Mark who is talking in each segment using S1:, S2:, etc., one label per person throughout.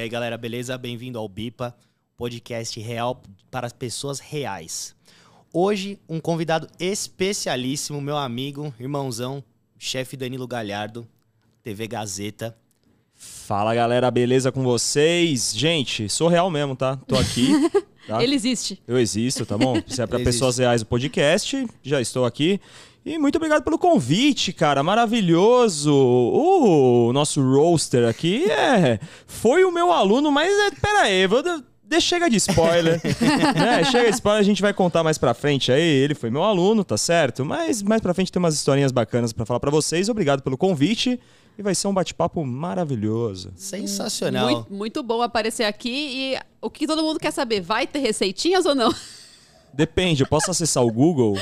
S1: aí, galera, beleza? Bem-vindo ao BIPA, podcast real para as pessoas reais. Hoje, um convidado especialíssimo, meu amigo, irmãozão, chefe Danilo Galhardo, TV Gazeta.
S2: Fala galera, beleza com vocês? Gente, sou real mesmo, tá? Tô aqui. tá?
S3: Ele existe.
S2: Eu existo, tá bom? Se é pra
S1: Ele
S2: pessoas reais o podcast, já estou aqui. E muito obrigado pelo convite, cara. Maravilhoso. Uh, o nosso roaster aqui é. Foi o meu aluno, mas é, pera aí, vou. de- de- Chega de spoiler. né? Chega de spoiler, a gente vai contar mais pra frente aí. Ele foi meu aluno, tá certo? Mas mais pra frente tem umas historinhas bacanas pra falar pra vocês. Obrigado pelo convite. E vai ser um bate-papo maravilhoso.
S1: Sensacional.
S3: Muito, muito bom aparecer aqui e o que todo mundo quer saber, vai ter receitinhas ou não?
S2: Depende, eu posso acessar o Google?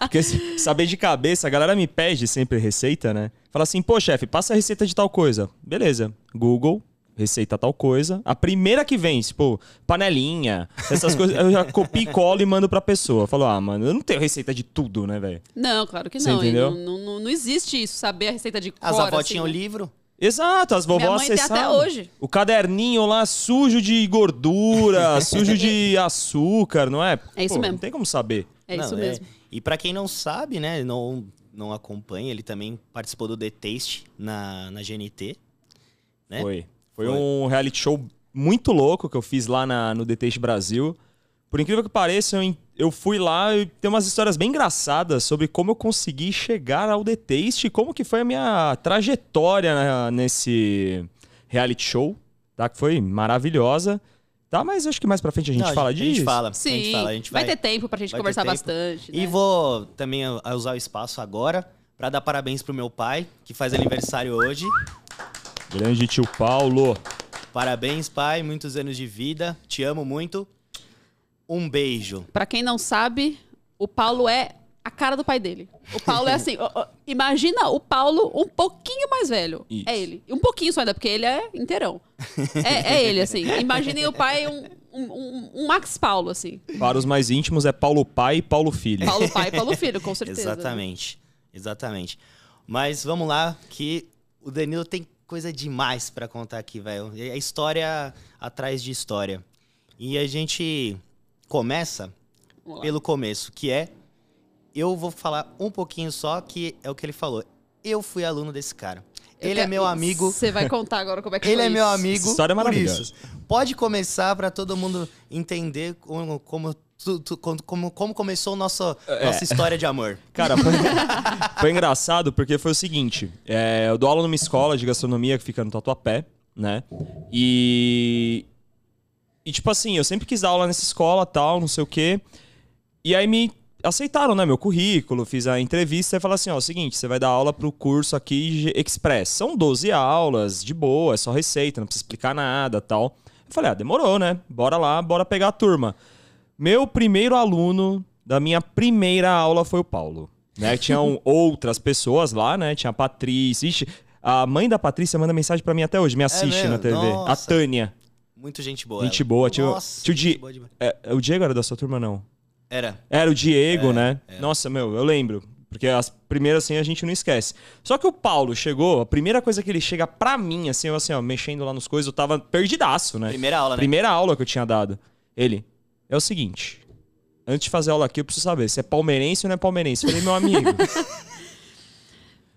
S2: Porque se- saber de cabeça, a galera me pede sempre receita, né? Fala assim, pô, chefe, passa a receita de tal coisa. Beleza. Google, receita tal coisa. A primeira que vem, tipo, panelinha, essas coisas, eu já copio e colo e mando pra pessoa. Falo, ah, mano, eu não tenho receita de tudo, né, velho?
S3: Não, claro que
S2: Você
S3: não. e
S2: entendeu?
S3: Não, não, não existe isso, saber a receita de cor.
S1: As avós
S3: assim.
S1: tinham livro.
S2: Exato, as vovós
S3: Minha mãe tem até
S2: acessavam.
S3: hoje.
S2: O caderninho lá sujo de gordura, sujo de açúcar, não é?
S3: É isso
S2: Pô,
S3: mesmo.
S2: Não tem como saber.
S3: É
S1: Não,
S3: isso mesmo.
S1: E pra quem não sabe, né, não, não acompanha, ele também participou do The Taste na, na GNT. né?
S2: Foi. Foi,
S1: Foi.
S2: um reality show muito louco que eu fiz lá na, no Deteste Brasil. Por incrível que pareça, eu, en- eu fui lá e tem umas histórias bem engraçadas sobre como eu consegui chegar ao Deteste e como que foi a minha trajetória na- nesse reality show, tá? Que foi maravilhosa. Tá, mas acho que mais pra frente a gente
S1: Não,
S2: fala
S1: a gente,
S2: disso.
S1: A gente fala,
S3: Sim,
S1: a gente fala, a gente
S3: vai
S1: vai.
S3: ter tempo pra gente
S1: vai ter
S3: conversar
S1: tempo.
S3: bastante.
S1: E
S3: né?
S1: vou também a- a usar o espaço agora pra dar parabéns pro meu pai, que faz aniversário hoje.
S2: Grande tio Paulo.
S1: Parabéns, pai, muitos anos de vida. Te amo muito. Um beijo.
S3: Pra quem não sabe, o Paulo é a cara do pai dele. O Paulo é assim, ó, ó, imagina o Paulo um pouquinho mais velho.
S2: Isso.
S3: É ele. E Um pouquinho só ainda, porque ele é inteirão. É, é ele, assim. Imaginem o pai um, um- um- um Max Paulo, assim.
S2: Para os mais íntimos é Paulo pai e Paulo filho.
S3: Paulo pai, Paulo filho, com certeza. né?
S1: Exatamente. Exatamente. Mas vamos lá, que o Danilo tem coisa demais pra contar aqui, velho. É história atrás de história. E a gente começa
S3: Vamos lá.
S1: pelo começo, que é. Eu vou falar um pouquinho só, que é o que ele falou. Eu fui aluno desse cara.
S3: Eu
S1: Ele é
S3: quero-
S1: meu amigo.
S3: Você vai contar agora como é que
S1: Ele
S3: foi
S1: é meu
S3: isso.
S1: amigo.
S2: História
S1: por
S2: maravilhosa.
S1: isso. Pode começar pra todo mundo entender como, como, tu- tu- como- como- como começou a nossa, nossa história de amor.
S2: É. Cara, foi, foi engraçado porque foi o seguinte: é, eu dou aula numa escola de gastronomia que fica no Tatuapé, né? E. E, tipo assim, eu sempre quis dar aula nessa escola tal, não sei o quê. E aí me aceitaram, né? Meu currículo, fiz a entrevista e falaram assim: ó, é o seguinte, você vai dar aula pro curso aqui de Express. São 12 aulas, de boa, é só receita, não precisa explicar nada tal. Eu falei: ah, demorou, né? Bora lá, bora pegar a turma. Meu primeiro aluno da minha primeira aula foi o Paulo. Né? Tinham outras pessoas lá, né? Tinha a Patrícia. Ixi, a mãe da Patrícia manda mensagem pra mim até hoje, me assiste
S1: É mesmo?
S2: na TV. A
S1: Nossa.
S2: Tânia.
S1: Muito gente boa.
S2: Gente
S1: ela.
S2: boa, tio-
S1: Nossa,
S2: tio
S1: gente
S2: Di-
S1: boa demais.
S2: É, o Diego era da sua turma, não?
S1: Era.
S2: Era o
S1: É,
S2: Diego, né? Nossa, meu, eu lembro. Porque as primeiras, assim, a gente não esquece. Só que o Paulo chegou, a primeira coisa que ele chega pra mim, assim, eu assim, ó, mexendo lá nos coisas, eu tava perdidaço, né?
S1: Primeira aula, né?
S2: Primeira aula que eu tinha dado. Ele, é o seguinte, antes de fazer aula aqui, eu preciso saber se é palmeirense ou não é palmeirense. Eu falei, meu amigo,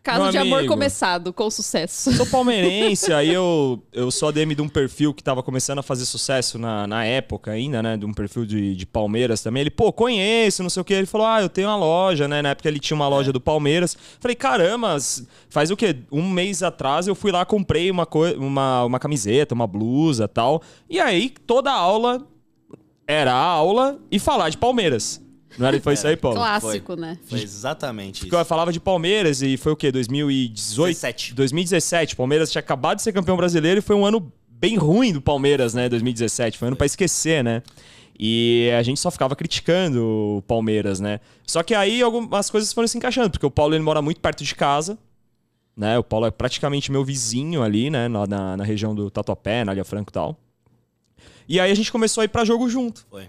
S3: Caso
S2: Meu
S3: de amor
S2: amigo.
S3: começado, com sucesso.
S2: sou palmeirense, aí eu, eu sou ADM de um perfil que tava começando a fazer sucesso na, na época ainda, né? De um perfil de, de Palmeiras também. Ele, pô, conheço, não sei o que. Ele falou, ah, eu tenho uma loja, né? Na época ele tinha uma loja do Palmeiras. Falei, caramba, s- faz o quê? Um mês atrás eu fui lá, comprei uma, coi- uma, uma camiseta, uma blusa tal. E aí, toda aula era a aula e falar de Palmeiras. Não era? Foi isso aí, Paulo?
S3: Clássico, né?
S1: Foi exatamente
S2: Porque eu
S1: isso.
S2: falava de Palmeiras e foi o quê? 2018?
S1: 17.
S2: 2017. Palmeiras tinha acabado de ser campeão brasileiro e foi um ano bem ruim do Palmeiras, né? 2017. Foi um ano pra esquecer, né? E a gente só ficava criticando o Palmeiras, né? Só que aí algumas coisas foram se encaixando, porque o Paulo ele mora muito perto de casa, né? O Paulo é praticamente meu vizinho ali, né? Na, na, na região do Tatuapé, na Ilha Franco e tal. E aí a gente começou a ir pra jogo junto
S1: Foi.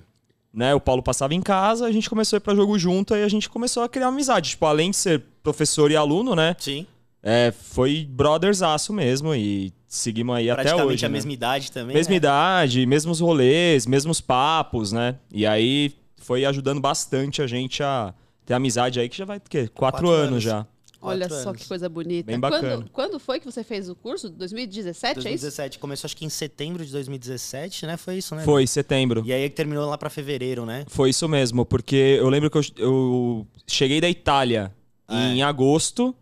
S2: né? O Paulo passava em casa, a gente começou a ir pra jogo junto, aí a gente começou a criar amizade. Tipo, além de ser professor e aluno, né?
S1: Sim.
S2: É, foi brothersaço mesmo e seguimos aí até
S1: Praticamente
S2: hoje.
S1: a
S2: né?
S1: mesma idade também.
S2: Mesma
S1: né?
S2: idade, mesmos rolês, mesmos papos, né? E aí foi ajudando bastante a gente a ter amizade aí, que já vai, o quê? Quatro,
S1: Quatro
S2: anos,
S1: anos.
S2: já.
S3: Olha
S1: Quatro
S3: só
S1: anos.
S3: que coisa bonita.
S2: Bem bacana.
S3: Quando, quando foi que você fez o curso? 2017, é isso?
S1: 2017. Começou acho que em setembro de 2017, né? Foi isso, né?
S2: Foi, setembro.
S1: E aí terminou lá pra fevereiro, né?
S2: Foi isso mesmo, porque eu lembro que eu, eu cheguei da Itália
S1: É.
S2: em agosto,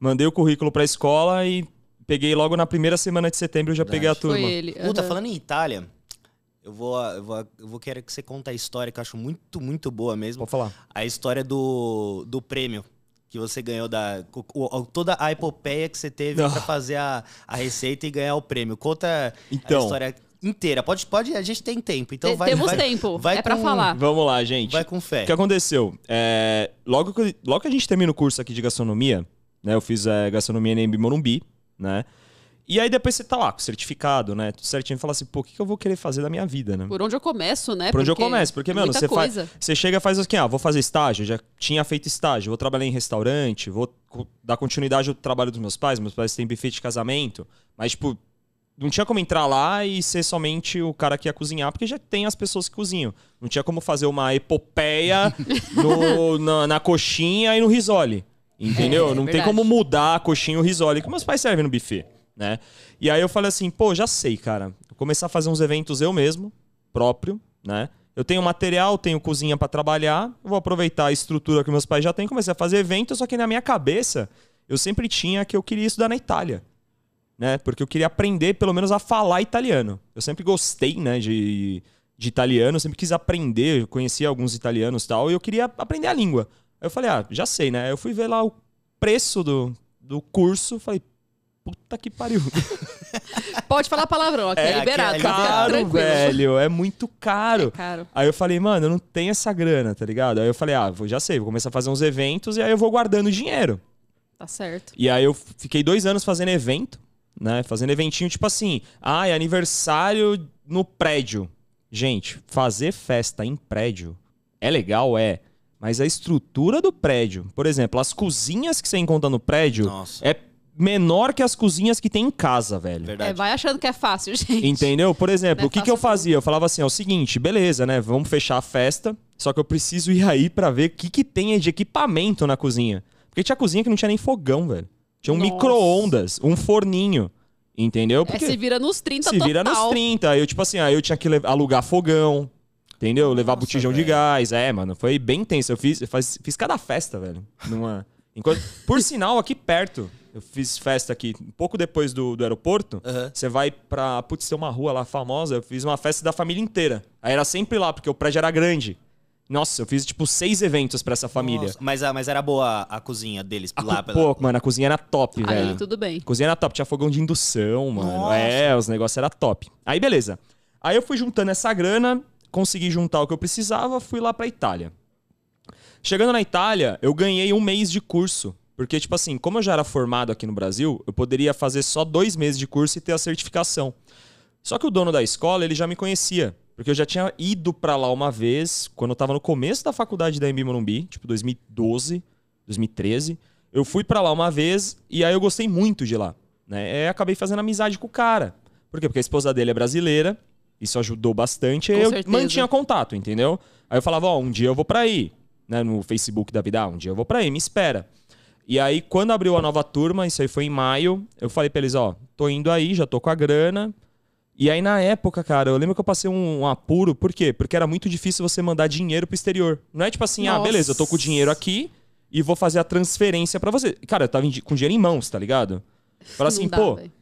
S2: mandei o currículo pra escola e peguei logo na primeira semana de setembro, eu já
S1: Verdade.
S2: peguei a
S3: Foi
S2: turma.
S3: ele.
S1: Puta,
S3: aham.
S1: falando em Itália, eu vou, eu vou, eu vou querer que você conte a história que eu acho muito, muito boa mesmo.
S2: Pode falar.
S1: A história do, do prêmio que você ganhou da. co- o- toda a epopeia que você teve
S2: Não.
S1: pra fazer a, a receita e ganhar o prêmio. Conta a
S2: Então,
S1: história inteira. Pode, pode, a gente tem tempo, então
S3: Te-
S1: vai.
S3: Temos
S1: vai,
S3: tempo.
S1: vai
S3: é pra
S1: com-
S3: falar.
S2: vamos lá, gente.
S1: vai com fé.
S2: O que aconteceu? É, logo, que, logo que a gente termina o curso aqui de gastronomia, né? Eu fiz é, gastronomia em Morumbi, né? E aí depois você tá lá com o certificado, né? Tudo certinho e fala assim, pô, o que, que eu vou querer fazer da minha vida, né?
S3: Por onde eu começo, né?
S2: Por onde eu
S3: Porque
S2: começo? Porque,
S3: é
S2: mano,
S3: muita
S2: você faz-
S3: coisa.
S2: Você chega e faz assim, ah, vou fazer estágio, já tinha feito estágio, vou trabalhar em restaurante, vou co- dar continuidade ao trabalho dos meus pais, meus pais têm buffet de casamento, mas, tipo, não tinha como entrar lá e ser somente o cara que ia cozinhar, porque já tem as pessoas que cozinham. Não tinha como fazer uma epopeia no- na, na coxinha e no risole, entendeu?
S3: É, é
S2: não tem
S3: verdade.
S2: como mudar a coxinha e o risole, que meus pais servem no buffet, né? E aí eu falei assim, pô, já sei, cara. Vou começar a fazer uns eventos eu mesmo, próprio, né? Eu tenho material, tenho cozinha pra trabalhar, eu vou aproveitar a estrutura que meus pais já têm, comecei a fazer eventos, só que na minha cabeça eu sempre tinha que eu queria estudar na Itália, né? Porque eu queria aprender pelo menos a falar italiano. Eu sempre gostei, né, de, de italiano, eu sempre quis aprender, eu conhecia alguns italianos e tal, e eu queria aprender a língua. Aí eu falei, ah, já sei, né? Eu fui ver lá o preço do, do curso, falei, puta que pariu.
S3: Pode falar palavrão aqui,
S1: É,
S3: é,
S1: aqui é
S3: liberado. fica
S2: caro,
S3: tranquilo.
S2: velho, é muito caro.
S3: É caro.
S2: Aí eu falei, mano, eu não tenho essa grana, tá ligado? Aí eu falei, ah, vou- já sei, vou começar a fazer uns eventos e aí eu vou guardando dinheiro.
S3: Tá certo.
S2: E aí eu fiquei dois anos fazendo evento, né? Fazendo eventinho, tipo assim, ah, é aniversário no prédio. Gente, fazer festa em prédio é legal, é. Mas a estrutura do prédio, por exemplo, as cozinhas que você encontra no prédio
S1: Nossa,
S2: é menor que as cozinhas que tem em casa, velho.
S1: verdade.
S3: É, vai achando que é fácil, gente.
S2: Entendeu? Por exemplo,
S3: Não é
S2: o que, que eu
S3: fácil, não.
S2: fazia? Eu falava assim: é o seguinte, beleza, né? Vamos fechar a festa, só que eu preciso ir aí pra ver o que, que tem aí de equipamento na cozinha. Porque tinha cozinha que não tinha nem fogão, velho. Tinha um
S3: Nossa.
S2: micro-ondas, um forninho. Entendeu?
S3: É,
S2: Porque
S3: se vira nos 30
S2: se vira
S3: total.
S2: nos 30. Aí eu, tipo assim, aí eu tinha que levar- alugar fogão. Entendeu? Levar
S1: Nossa,
S2: botijão de
S1: velho.
S2: gás. É, mano, foi bem tenso. Eu fiz, eu faz- fiz cada festa, velho. Numa... Enquanto- Por sinal, aqui perto, eu fiz festa aqui um pouco depois do, do aeroporto.
S1: Aham.
S2: Você vai pra. Putz, tem uma rua lá famosa. Eu fiz uma festa da família inteira. Aí era sempre lá, porque o prédio era grande. Nossa, eu fiz tipo seis eventos pra essa família.
S1: Nossa, Mas, a- mas era boa a, a cozinha deles
S2: A
S1: lá
S2: co-
S1: pela-
S2: Pô, mano, a cozinha era top, velho.
S3: Aí, tudo bem.
S2: Cozinha era top, tinha fogão de indução, mano.
S1: Nossa.
S2: É, os negócios era top. Aí, beleza. Aí eu fui juntando essa grana, consegui juntar o que eu precisava, fui lá pra Itália. Chegando na Itália, eu ganhei um mês de curso. Porque, tipo assim, como eu já era formado aqui no Brasil, eu poderia fazer só dois meses de curso e ter a certificação. Só que o dono da escola, ele já me conhecia. Porque eu já tinha ido pra lá uma vez, quando eu tava no começo da faculdade da MB Morumbi, tipo 2012, 2013. Eu fui pra lá uma vez e aí eu gostei muito de lá. Né? E acabei fazendo amizade com o cara. Por quê? Porque a esposa dele é brasileira, isso ajudou bastante.
S3: Com
S2: eu
S3: certeza.
S2: mantinha contato, entendeu? Aí eu falava, ó, um dia eu vou pra aí. Né? No Facebook da vida, ah, um dia eu vou pra aí, me espera. E aí, quando abriu a nova turma, isso aí foi em maio, eu falei pra eles, ó, tô indo aí, já tô com a grana, e aí, na época, cara, eu lembro que eu passei um, um apuro. Por quê? Porque era muito difícil você mandar dinheiro pro exterior. Não é tipo assim, ah,
S3: Nossa.
S2: beleza, eu tô com o dinheiro aqui e vou fazer a transferência pra você. Cara, eu tava em di- com dinheiro em mãos, tá ligado? Fala assim,
S3: Não dá,
S2: pô, o
S3: velho.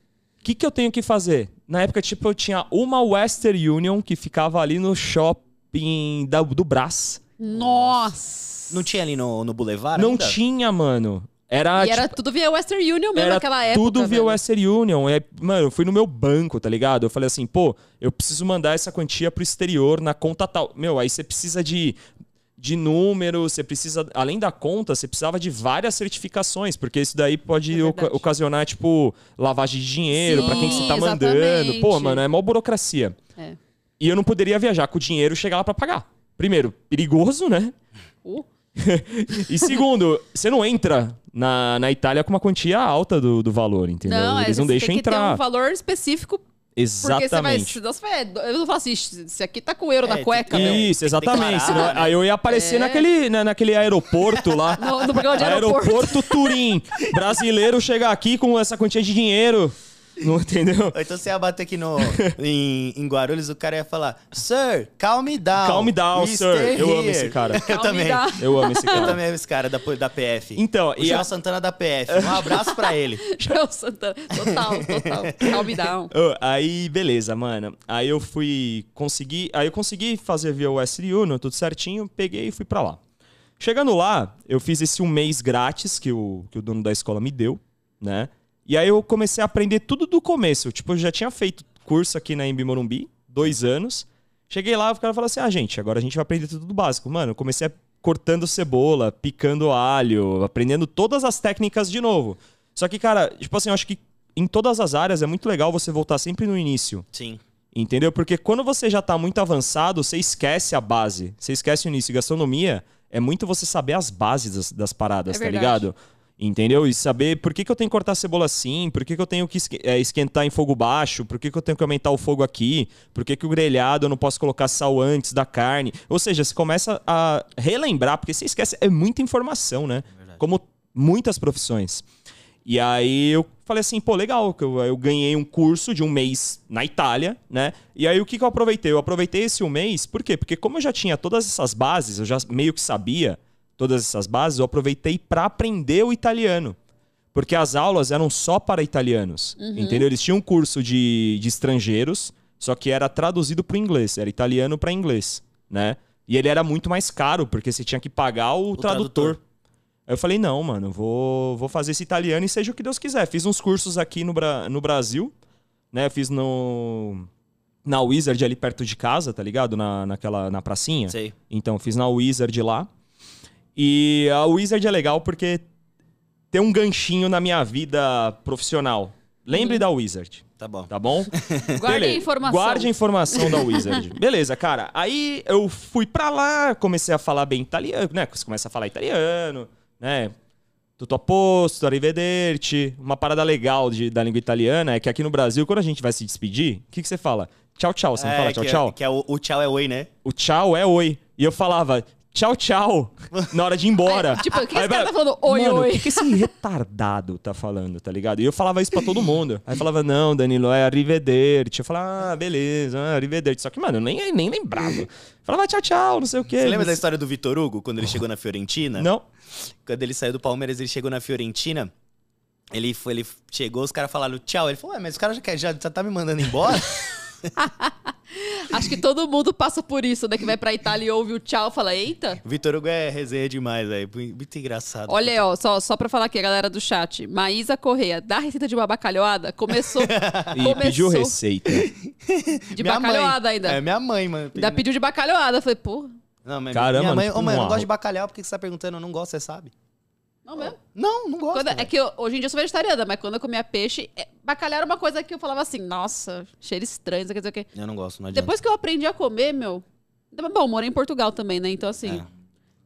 S2: que, que eu tenho que fazer? Na época, tipo, eu tinha uma Western Union que ficava ali no shopping da- do Brás.
S3: Nossa.
S1: Não tinha ali no, no Boulevard?
S2: Não
S1: ainda?
S2: tinha, mano. Era,
S3: e era
S2: tipo,
S3: tudo via Western Union mesmo naquela época. né?
S2: tudo via
S3: velho.
S2: Western Union. É, mano, eu fui no meu banco, tá ligado? Eu falei assim, pô, eu preciso mandar essa quantia pro exterior na conta tal. Meu, aí você precisa de, de número, você precisa, além da conta, você precisava de várias certificações, porque isso daí pode
S3: É
S2: oca-
S3: verdade.
S2: ocasionar, tipo, lavagem de dinheiro,
S3: Sim,
S2: pra quem que você tá mandando.
S3: exatamente.
S2: Pô, mano, é mó burocracia.
S3: É.
S2: E eu não poderia viajar com o dinheiro e chegar lá pra pagar. Primeiro, perigoso, né?
S3: Uh,
S2: E segundo, você não entra na, na Itália com uma quantia alta do, do valor, entendeu?
S3: Não, é,
S2: Eles não
S3: você
S2: deixam
S3: tem que ter
S2: entrar.
S3: um valor específico, porque você vai.
S2: Exatamente.
S3: senão você vai- Eu não falo assim, esse aqui tá com euro
S1: É,
S3: na cueca, meu.
S2: Isso,
S1: Tem que
S2: exatamente.
S1: declarar,
S2: senão-
S1: né?
S2: Aí eu ia aparecer
S3: É.
S2: naquele, na- naquele aeroporto lá.
S3: No, no programa de aeroporto.
S2: Aeroporto Turim. Brasileiro chega aqui com essa quantia de dinheiro. Não entendeu?
S1: Ou então você ia bater aqui no, em, em Guarulhos, o cara ia falar: Sir, calm me down.
S2: Calm down,
S1: We
S2: sir.
S1: stay
S2: Eu amo
S1: here."
S2: esse cara.
S1: Eu também.
S3: Calma, me dá.
S2: Eu amo esse
S1: Eu
S2: cara.
S1: também amo esse cara da, da PF.
S2: Então,
S1: o
S2: e
S1: João
S2: a-
S1: Santana da PF. Um abraço pra ele.
S3: Joel Santana. Total, total. Calm down.
S2: Ô, aí, beleza, mano. Aí eu fui conseguir. Aí eu consegui fazer via Western Union, né, tudo certinho. Peguei e fui pra lá. Chegando lá, eu fiz esse um mês grátis que o, que o dono da escola me deu, né? E aí eu comecei a aprender tudo do começo. Tipo, eu já tinha feito curso aqui na Embi Morumbi, dois anos. Cheguei lá, o cara falou assim: ah, gente, agora a gente vai aprender tudo do básico. Mano, eu comecei a- cortando cebola, picando alho, aprendendo todas as técnicas de novo. Só que, cara, tipo assim, eu acho que em todas as áreas é muito legal você voltar sempre no início.
S1: Sim.
S2: Entendeu? Porque quando você já tá muito avançado, você esquece a base. Você esquece o início. E gastronomia é muito você saber as bases das, das paradas,
S3: É
S2: tá
S3: verdade.
S2: ligado? Entendeu? E saber por que, que eu tenho que cortar a cebola assim, por que, que eu tenho que esque- eh, esquentar em fogo baixo, por que, que eu tenho que aumentar o fogo aqui, por que, que o grelhado eu não posso colocar sal antes da carne. Ou seja, você começa a relembrar, porque você esquece, é muita informação, né? Como muitas profissões. E aí eu falei assim, pô, legal, que eu, eu ganhei um curso de um mês na Itália, né? E aí o que, que eu aproveitei? Eu aproveitei esse um mês, por quê? Porque como eu já tinha todas essas bases, eu já meio que sabia todas essas bases, eu aproveitei pra aprender o italiano. Porque as aulas eram só para italianos, entendeu? Eles tinham um curso de, de estrangeiros, só que era traduzido para inglês, era italiano para inglês, né? E ele era muito mais caro, porque você tinha que pagar o,
S1: O
S2: tradutor.
S1: tradutor.
S2: Aí eu falei, não, mano, vou, vou fazer esse italiano e seja o que Deus quiser. Fiz uns cursos aqui no, Bra- no Brasil, né? Fiz no... Na Wizard ali perto de casa, tá ligado? Na, naquela, na pracinha.
S1: Sei.
S2: Então, fiz na Wizard lá. E a Wizard é legal porque tem um ganchinho na minha vida profissional. Lembre da Wizard,
S1: Tá bom.
S2: tá bom?
S3: Uhum. Guardem a
S2: Beleza.
S3: informação.
S2: Guarde a informação da Wizard. Beleza, cara. Aí eu fui pra lá, comecei a falar bem italiano, né? Você começa a falar italiano, né? Tutto a posto, arrivederci. Uma parada legal de- da língua italiana é que aqui no Brasil, quando a gente vai se despedir, o que, que você fala? Tchau, tchau. Você não
S1: É,
S2: fala tchau,
S1: que,
S2: tchau?
S1: Que é o, o tchau é oi, né?
S2: O tchau é oi. E eu falava tchau, tchau na hora de ir embora.
S3: Aí, tipo, o que esse
S2: Aí,
S3: cara
S2: mano,
S3: tá falando? Oi,
S2: mano,
S3: oi.
S2: O que, que esse retardado tá falando, tá ligado? E eu falava isso pra todo mundo. Aí falava, não, Danilo, é arrivederci. Eu falava, ah, beleza, ah, arrivederci. Só que, mano, eu nem, nem lembrava. Eu falava tchau, tchau, não sei o quê.
S1: Você lembra da
S2: É, Mas-
S1: história né? do Vitor Hugo, quando ele chegou na Fiorentina?
S2: Não.
S1: Quando ele saiu do Palmeiras, ele chegou na Fiorentina. Ele, foi, ele chegou, os caras falaram tchau. Ele falou, ué, mas os caras já, quer- já, já tá me mandando embora?
S3: Acho que todo mundo passa por isso, né? Que vai pra Itália e ouve o tchau e fala, eita.
S1: O Vitor Hugo é resenha demais, velho. Muito engraçado.
S3: Olha aí, ó, só, só pra falar aqui, a galera do chat. Maísa Correia, da receita de uma bacalhoada, começou.
S2: E
S3: começou
S2: pediu receita.
S3: de
S1: Minha mãe.
S3: bacalhoada ainda.
S1: É, minha mãe, mano.
S3: Ainda pediu de bacalhoada. Falei, pô,
S1: Não, mas
S2: Caramba,
S1: minha mãe,
S2: tipo,
S1: ô, mãe, eu
S2: um
S1: não gosto de
S2: arro-
S1: bacalhau, por que que você tá perguntando? Eu não gosto, você sabe?
S3: não mesmo.
S1: Não, não gosto.
S3: Quando- é
S1: velho.
S3: que eu- hoje em dia eu sou vegetariana, mas quando eu comia peixe, é, bacalhau era uma coisa que eu falava assim, nossa, cheiro estranho, não sei o que, não sei o que.
S1: Eu não gosto,
S2: É.
S1: não adianta.
S3: Depois que eu aprendi a comer, meu. Bom, morei em Portugal também, né? Então, assim.
S1: É.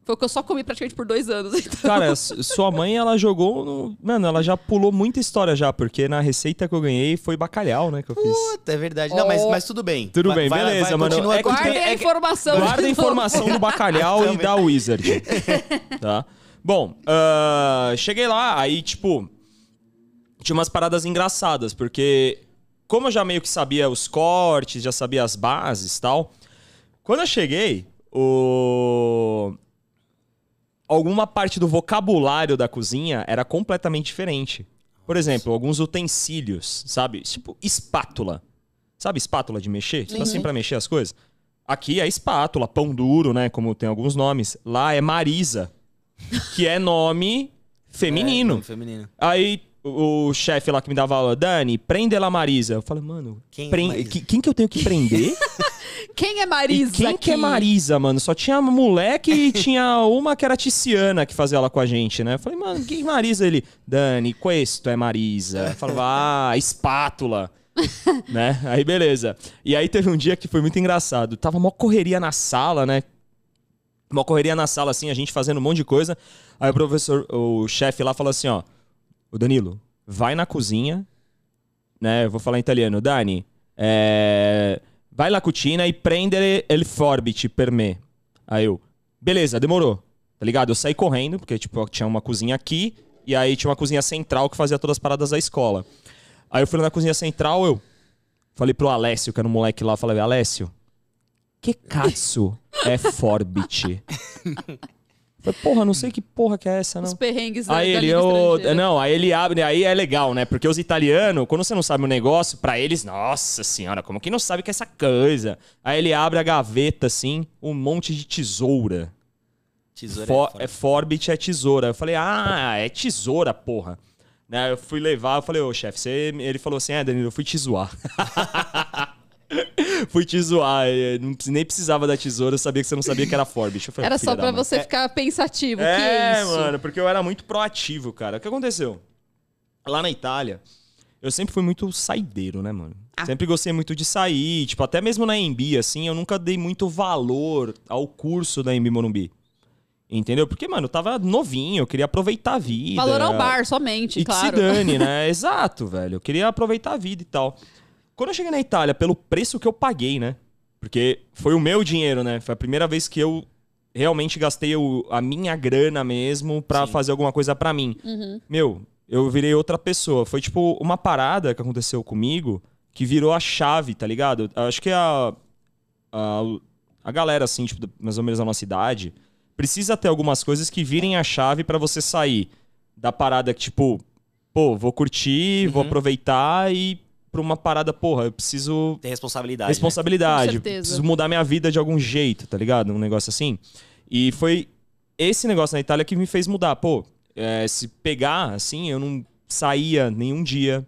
S3: Foi o que eu só comi praticamente por dois anos.
S2: É
S3: Então.
S2: Cara, su- sua mãe, ela jogou no... Mano, ela já pulou muita história já, porque na receita que eu ganhei foi bacalhau, né, que eu fiz.
S1: Puta, é verdade. Não, mas,
S3: Oh.
S1: mas tudo bem.
S2: Tudo
S1: Vai-
S2: bem,
S1: vai lá,
S2: beleza,
S1: vai,
S2: mano.
S1: Continua
S2: É que
S1: aqui.
S3: Guardem
S2: tem-
S3: a
S2: é que-
S3: informação. Então,
S2: Guarda a
S3: de novo.
S2: informação do bacalhau e da Wizard. tá? Bom, ah, cheguei lá, aí, tipo, tinha umas paradas engraçadas, porque como eu já meio que sabia os cortes, já sabia as bases e tal, quando eu cheguei, o... alguma parte do vocabulário da cozinha era completamente diferente. Por exemplo, alguns utensílios, sabe? Tipo, espátula. Sabe espátula de mexer? Tipo
S1: Uhum.
S2: assim, pra mexer as coisas. Aqui é espátula, pão duro, né? Como tem alguns nomes. Lá é Marisa, que é nome
S1: É,
S2: feminino.
S1: não, feminino.
S2: Aí o, o chefe lá que me dava aula, Dani, prende ela Marisa. Eu falei, mano,
S1: Quem é
S2: pren-
S1: Marisa?
S2: que- quem que eu tenho que prender?
S3: Quem é
S2: e
S3: Marisa?
S2: quem que é
S3: aqui?
S2: Marisa, mano? Só tinha moleque e tinha uma que era Tiziana que fazia ela com a gente, né? Eu falei, mano, quem é Marisa? Ele, Dani, questo é Marisa. Eu falava, ah, espátula. né? Aí beleza. E aí teve um dia que foi muito engraçado. Tava mó correria na sala, né? Uma correria na sala, assim, a gente fazendo um monte de coisa. Aí o professor, o chefe lá falou assim, ó. O Danilo, vai na cozinha, né? Eu vou falar em italiano. Dani, é, vai la cucina e prendere il forbice per me. Aí eu, beleza, demorou. Tá ligado? Eu saí correndo, porque, tipo, tinha uma cozinha aqui. E aí tinha uma cozinha central que fazia todas as paradas da escola. Aí eu fui lá na cozinha central, eu falei pro Alessio, que era um moleque lá, eu falei, Alessio, que cazzo é forbit? Falei, porra, não sei que porra que é essa,
S3: Os
S2: não.
S3: perrengues da,
S2: Aí
S3: da
S2: ele,
S3: língua
S2: eu-
S3: estrangeira.
S2: não, aí ele abre, aí é legal, né? Porque os italianos, quando você não sabe o negócio, pra eles, nossa senhora, como que não sabe o que é essa coisa? Aí ele abre a gaveta, assim, um monte de tesoura.
S1: Tesoura
S2: For-
S1: é
S2: é Forbit é tesoura. Eu falei, ah, é tesoura, porra. Né, eu fui levar, eu falei, ô chefe, você... ele falou assim, é, Danilo, eu fui te zoar. fui te zoar, eu não precis- nem precisava da tesoura, eu sabia que você não sabia que era Forbit. Eu falei,
S3: Era
S2: "Filha
S3: só
S2: da
S3: pra
S2: mãe."
S3: você ficar pensativo. que é
S2: É,
S3: isso?
S2: mano, porque eu era muito proativo, cara. O que aconteceu? Lá na Itália, eu sempre fui muito saideiro, né, mano?
S3: Ah.
S2: Sempre gostei muito de sair, tipo, até mesmo na Embi, assim, eu nunca dei muito valor ao curso da Embi Morumbi. Entendeu? Porque, mano, eu tava novinho, eu queria aproveitar a vida.
S3: Valor ao bar, somente,
S2: E que se
S3: claro.
S2: dane, né? Exato, velho. Eu queria aproveitar a vida e tal. Quando eu cheguei na Itália, pelo preço que eu paguei, né? Porque foi o meu dinheiro, né? Foi a primeira vez que eu realmente gastei o- a minha grana mesmo pra
S1: Sim.
S2: fazer alguma coisa pra mim.
S3: Uhum,
S2: Meu, eu virei outra pessoa. Foi tipo uma parada que aconteceu comigo que virou a chave, tá ligado? Eu acho que a, a, a galera, assim, tipo, mais ou menos da nossa idade, precisa ter algumas coisas que virem a chave pra você sair da parada que, tipo, pô, vou curtir, vou
S1: Uhum.
S2: aproveitar e pra uma parada, porra, eu preciso
S1: Tem responsabilidade. né?
S2: responsabilidade.
S3: Com certeza.
S2: Preciso mudar minha vida de algum jeito, tá ligado? Um negócio assim. E foi esse negócio na Itália que me fez mudar. Pô, é, se pegar, assim, eu não saía nenhum dia.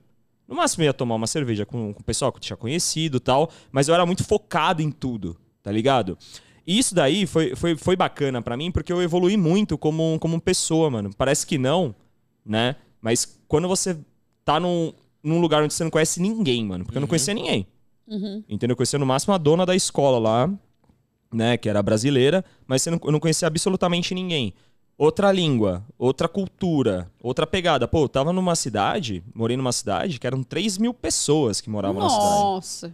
S2: No máximo eu ia tomar uma cerveja com, com o pessoal que eu tinha conhecido e tal. Mas eu era muito focado em tudo, tá ligado? E isso daí foi, foi, foi bacana pra mim, porque eu evolui muito como, como pessoa, mano. Parece que não, né? Mas quando você tá num, num lugar onde você não conhece ninguém, mano. Porque eu não
S1: Uhum.
S2: conhecia ninguém.
S3: Uhum.
S2: Entendeu? Eu conhecia no máximo a dona da escola lá, né? Que era brasileira, mas você não, eu não conhecia absolutamente ninguém. Outra língua, outra cultura, outra pegada. Pô, eu tava numa cidade, morei numa cidade que eram 3 mil pessoas que moravam na cidade.
S3: Nossa.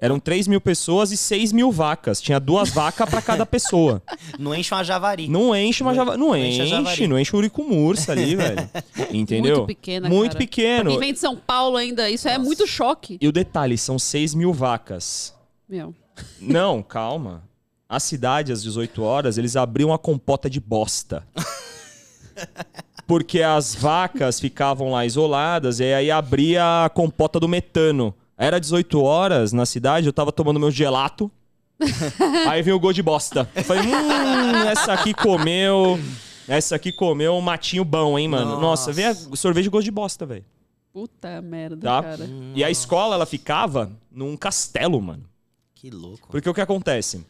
S2: Eram 3 mil pessoas e 6 mil vacas. Tinha duas vacas pra cada pessoa.
S1: né? Não enche uma javari.
S2: Não enche uma
S1: Não-
S2: java... Não
S1: não enche a
S2: enche,
S1: Javari.
S2: não enche o Uricumurça ali, velho. Entendeu?
S3: Muito pequena,
S2: Muito
S3: cara.
S2: pequeno.
S3: Quem vem de São Paulo ainda, isso é muito choque.
S2: E o detalhe, são 6 mil vacas.
S3: Meu.
S2: Não, calma. A cidade, às 18 horas, eles abriam a compota de bosta. Porque as vacas ficavam lá isoladas e aí abria a compota do metano. Era 18 horas na cidade, eu tava tomando meu gelato. aí veio o gol de bosta. Eu falei, hum, essa aqui comeu. Essa aqui comeu um matinho bom, hein, mano? Nossa,
S1: Nossa.
S2: veio a- sorvete gosto de bosta, velho.
S3: Puta merda,
S2: Tá.
S3: cara.
S2: E a escola, ela ficava num castelo, mano.
S1: Que louco.
S2: Porque o que acontece?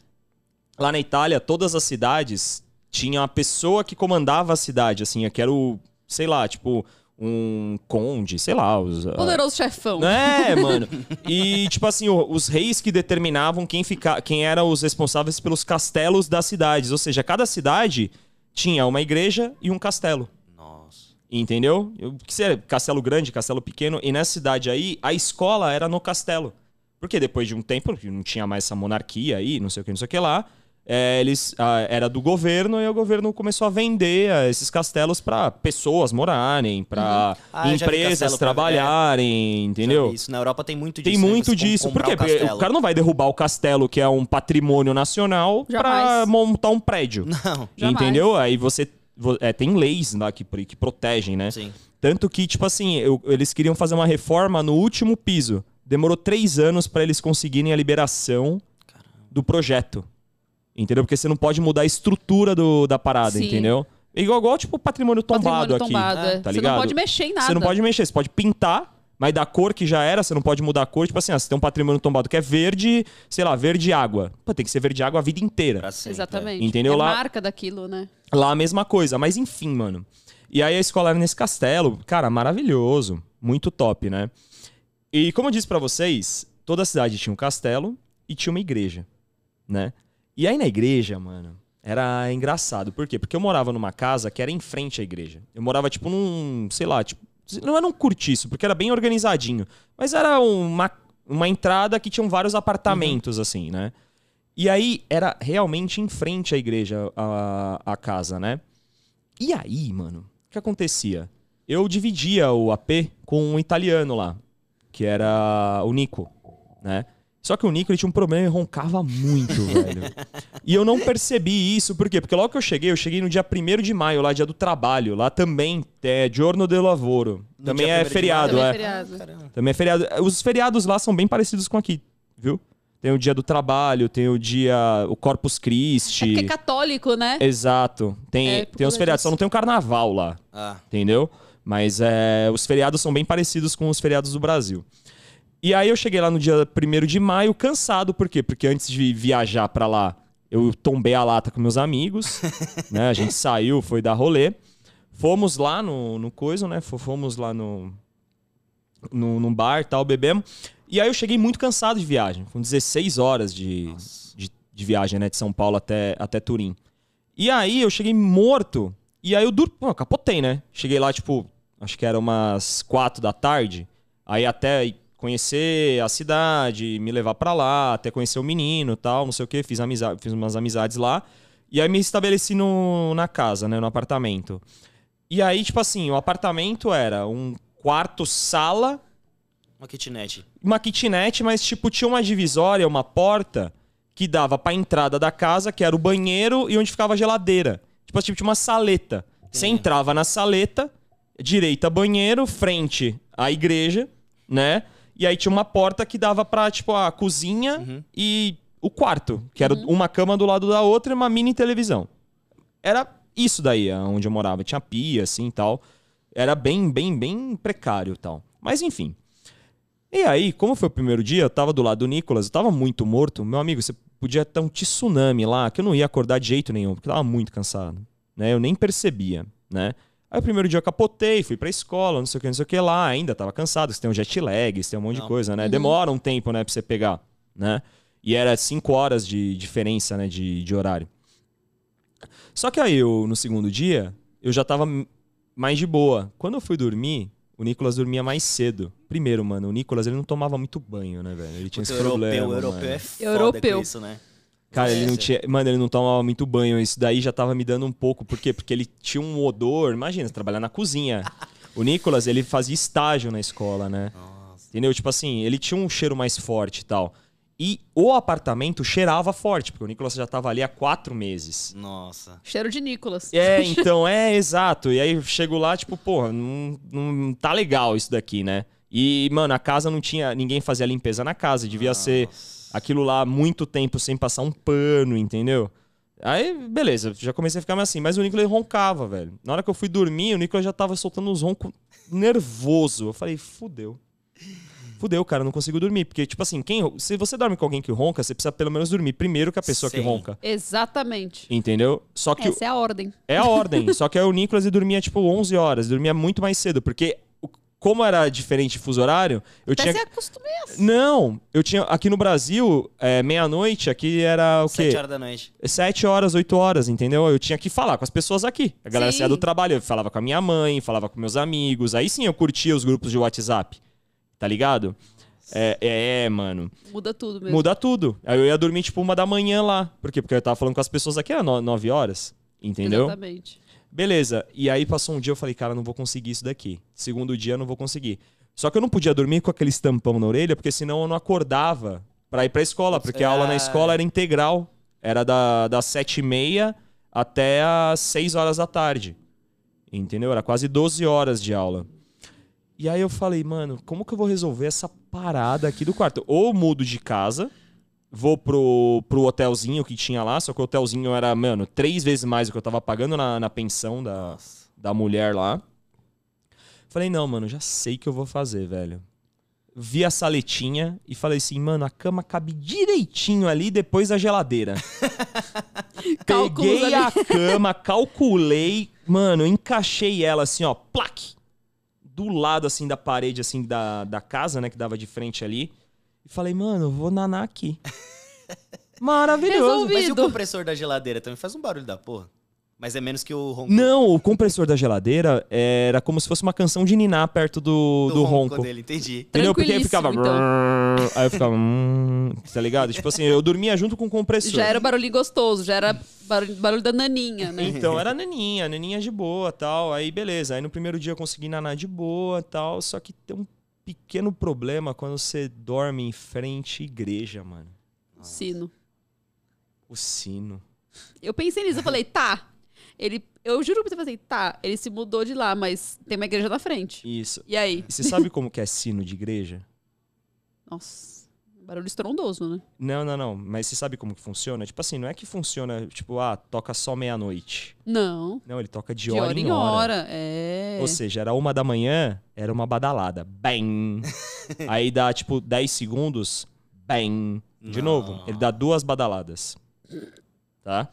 S2: Lá na Itália, todas as cidades tinha a pessoa que comandava a cidade, assim, que era o, sei lá, tipo, um conde, sei lá. Os,
S3: Poderoso chefão.
S2: É, mano. E, tipo assim, o- os reis que determinavam quem, fica, quem eram os responsáveis pelos castelos das cidades. Ou seja, cada cidade tinha uma igreja e um castelo.
S1: Nossa.
S2: Entendeu? Eu- que seria castelo grande, castelo pequeno. E nessa cidade aí, a escola era no castelo. Porque depois de um tempo, que não tinha mais essa monarquia aí, não sei o que, não sei o que lá. é, eles ah, Era do governo e o governo começou a vender ah, esses castelos pra pessoas morarem, pra
S1: Ah, eu já vi
S2: empresas
S1: castelo pra-
S2: trabalharem, entendeu?
S1: Já vi Isso na Europa tem muito disso.
S2: Tem
S1: né?
S2: muito
S1: Você
S2: disso. Por
S1: comprar
S2: quê?
S1: o
S2: Porque o
S1: castelo.
S2: cara não vai derrubar o castelo, que é um patrimônio nacional, pra
S3: Jamais.
S2: montar um prédio.
S1: Não.
S3: Jamais.
S2: Entendeu? Aí você. vo- é, tem leis lá que, pro- que protegem, né?
S1: Sim.
S2: Tanto que, tipo assim, eu- eles queriam fazer uma reforma no último piso. Demorou três anos pra eles conseguirem a liberação do projeto. Entendeu? Porque você não pode mudar a estrutura do- da parada,
S3: Sim.
S2: entendeu? É Igual, igual, tipo, patrimônio tombado
S3: Patrimônio
S2: aqui.
S3: tombado, é.
S2: tá
S3: Você
S2: ligado?
S3: não pode mexer em nada.
S2: Você não pode mexer, você pode pintar, mas da cor que já era, você não pode mudar a cor. Tipo assim, ah, você tem um patrimônio tombado que é verde, sei lá, verde água. Pô, tem que ser verde água a vida inteira.
S1: Pra sempre,
S3: Exatamente.
S2: é. Entendeu?
S3: É
S2: Lá-
S3: marca daquilo, né?
S2: Lá a mesma coisa, mas enfim, mano. E aí a escola era nesse castelo, cara, maravilhoso, muito top, né? E como eu disse pra vocês, toda a cidade tinha um castelo e tinha uma igreja, né? E aí na igreja, mano, Era engraçado. Por quê? Porque eu morava numa casa que era em frente à igreja. Eu morava, tipo, num, sei lá, tipo, não era um curtiço, porque era bem organizadinho. Mas era uma, uma entrada que tinham vários apartamentos, assim, né? E aí era realmente em frente à igreja, a, a casa, né? E aí, mano, o que acontecia? Eu dividia o AP com um italiano lá, que era o Nico, né? Só que o Nico ele tinha um problema e roncava muito, velho. E eu não percebi isso, por quê? Porque logo que eu cheguei, eu cheguei no dia 1 de maio, lá, dia do trabalho. Lá também é Giorno del Lavoro.
S1: No
S2: também
S1: dia
S2: é
S1: 1º de maio? Ah,
S2: feriado,
S3: Também é
S2: é.
S3: feriado.
S1: Caramba.
S2: Também é feriado. Os feriados lá são bem parecidos com aqui, viu? Tem o dia do trabalho, tem o dia. o Corpus
S3: É porque
S2: Christi.
S3: é católico, né?
S2: Exato. Tem,
S3: É, por
S2: tem os
S3: causa
S2: feriados,
S3: disso.
S2: só não tem o carnaval lá,
S1: Ah,
S2: entendeu? Mas é, os feriados são bem parecidos com os feriados do Brasil. E aí eu cheguei lá no dia 1 de maio, cansado, por quê? Porque antes de viajar pra lá, eu tombei a lata com meus amigos, né? A gente saiu, foi dar rolê. Fomos lá no, no coisa, né? Fo- Fomos lá no, no, num bar e tal, bebemos. E aí eu cheguei muito cansado de viagem, com 16 horas de, de, de viagem, né? De São Paulo até, até Turim. E aí eu cheguei morto, e aí eu dur... Pô, capotei, né? Cheguei lá, tipo, acho que era umas 4 da tarde. Aí até conhecer a cidade, me levar pra lá, até conhecer o menino e tal, não sei o que, fiz, amiza... fiz umas amizades lá. E aí me estabeleci no... na casa, né? No apartamento. E aí, tipo assim, o apartamento era um quarto sala
S1: uma kitnet.
S2: uma kitnet, mas tipo tinha uma divisória, uma porta que dava pra entrada da casa, que era o banheiro e onde ficava a geladeira. Tipo, tipo tinha uma saleta. Você
S1: Entendi.
S2: entrava na saleta, direita banheiro, frente à igreja, né? E aí tinha uma porta que dava pra, tipo, a cozinha
S1: Uhum.
S2: e o quarto, que era uma cama do lado da outra e uma mini televisão. Era isso daí, é onde eu morava. Tinha pia, assim, e tal. Era bem, bem, bem precário e tal. Mas, enfim. E aí, como foi o primeiro dia, eu tava do lado do Nicolas, eu tava muito morto. Meu amigo, você podia ter um tsunami lá, que eu não ia acordar de jeito nenhum, porque eu tava muito cansado. Né? Eu nem percebia, né? Aí o primeiro dia eu capotei, fui pra escola, não sei o que, não sei o que lá, ainda tava cansado, você tem um jet lag, você tem um monte
S1: Não.
S2: de coisa, né? Demora um tempo, né, pra você pegar, né? E era cinco horas de diferença, né, de, de horário. Só que aí, eu, no segundo dia, eu já tava m- mais de boa. Quando eu fui dormir, o Nicolas dormia mais cedo. Primeiro, mano, o Nicolas, ele não tomava muito banho, né, velho? Ele tinha
S1: Puta,
S2: esse
S1: o europeu,
S2: problema,
S1: o europeu
S2: mano.
S1: é foda
S3: Europeu.
S1: com isso, né?
S2: Cara, ele não
S1: Nossa.
S2: tinha. Mano, ele não tomava muito banho. Isso daí já tava me dando um pouco. Por quê? Porque ele tinha um odor. Imagina, você trabalhar na cozinha. O Nicolas, ele fazia estágio na escola, né?
S1: Nossa.
S2: Entendeu? Tipo assim, ele tinha um cheiro mais forte e tal. E o apartamento cheirava forte, porque o Nicolas já tava ali há quatro meses.
S1: Nossa.
S3: Cheiro de Nicolas.
S2: É, então, é, exato. E aí eu chego lá, tipo, porra, não, não tá legal isso daqui, né? E, mano, a casa não tinha. Ninguém fazia limpeza na casa,
S1: Ah.
S2: devia ser
S1: Nossa.
S2: aquilo lá há muito tempo sem passar um pano, entendeu? Aí, beleza, já comecei a ficar mais assim. Mas o Nicolas ele roncava, velho. Na hora que eu fui dormir, o Nicolas já tava soltando uns roncos nervoso. Eu falei, fudeu. Fudeu, cara, não consigo dormir. Porque, tipo assim, quem, ron- se você dorme com alguém que ronca, você precisa pelo menos dormir primeiro que a pessoa
S1: Sim.
S2: que ronca.
S3: Exatamente.
S2: Entendeu? Só que
S3: Essa é a ordem.
S2: é a ordem. só que aí o Nicolas ele dormia, tipo, 11 horas. Dormia muito mais cedo. Porque, o- como era diferente o fuso horário, eu
S3: Até
S2: tinha...
S3: se acostumei a
S2: Não, eu tinha. Aqui no Brasil, é, meia-noite, aqui era o quê?
S1: Sete horas da noite.
S2: Sete horas, oito horas, entendeu? Eu tinha que falar com as pessoas aqui. A galera
S3: Sim.
S2: saía do trabalho, eu falava com a minha mãe, falava com meus amigos. Aí sim eu curtia os grupos de WhatsApp. Tá ligado? É, é, é, mano.
S3: Muda tudo mesmo.
S2: Muda tudo. Aí eu ia dormir, tipo, uma da manhã lá. Por quê? Porque eu tava falando com as pessoas aqui, era no- nove horas. Entendeu?
S3: Exatamente.
S2: Beleza. E aí passou um dia, eu falei, cara, não vou conseguir isso daqui. Segundo dia, eu não vou conseguir. Só que eu não podia dormir com aquele estampão na orelha, porque senão eu não acordava pra ir pra escola, porque a aula na
S1: Ah.
S2: escola era integral. Era da, das sete e meia até as 6 horas da tarde. Entendeu? Era quase 12 horas de aula. E aí eu falei, mano, como que eu vou resolver essa parada aqui do quarto? Ou mudo de casa, vou pro, pro hotelzinho que tinha lá, só que o hotelzinho era, mano, três vezes mais do que eu tava pagando na, na pensão da,
S1: Nossa.
S2: da mulher lá. Falei, não, mano, já sei o que eu vou fazer, velho. Vi a saletinha e falei assim, mano, a cama cabe direitinho ali depois da geladeira.
S3: Cálculos
S2: Peguei
S3: ali.
S2: a cama, calculei, mano, encaixei ela assim, ó, plaque, do lado assim da parede, assim, da, da casa, né, que dava de frente ali. E falei, mano, eu vou nanar aqui. Maravilhoso.
S3: Resolvi.
S1: Mas e o
S3: Duvido.
S1: compressor da geladeira também faz um barulho da porra? Mas é menos que o ronco.
S2: Não, o compressor da geladeira era como se fosse uma canção de niná perto do, do, ronco.
S1: dele, entendi.
S2: Entendeu? Porque aí ficava.
S3: Tranquilíssimo, então.
S2: Aí eu ficava. "Hum", Tá ligado? Tipo assim, eu dormia junto com o compressor.
S3: Já era o barulhinho gostoso, já era barulho, barulho da naninha, né?
S2: Então era naninha, naninha de boa tal. Aí beleza. Aí no primeiro dia eu consegui nanar de boa tal. Só que tem um pequeno problema quando você dorme em frente à igreja, mano.
S3: Sino.
S2: O sino.
S3: Eu pensei nisso, eu falei, tá. Ele, eu juro pra você, eu falei, tá, ele se mudou de lá, mas tem uma igreja na frente.
S2: Isso.
S3: E aí?
S2: E você sabe como que é sino de igreja?
S3: Nossa, barulho estrondoso, né?
S2: Não, não, não. Mas você sabe como que funciona? Tipo assim, não é que funciona, tipo, ah, toca só meia-noite.
S3: Não.
S2: Não, ele toca de,
S3: De hora em
S2: hora.
S3: hora. É.
S2: Ou seja, era uma da manhã, era uma badalada. Bem. Aí dá, tipo, 10 segundos. Bem. De novo, ele dá duas badaladas. Tá?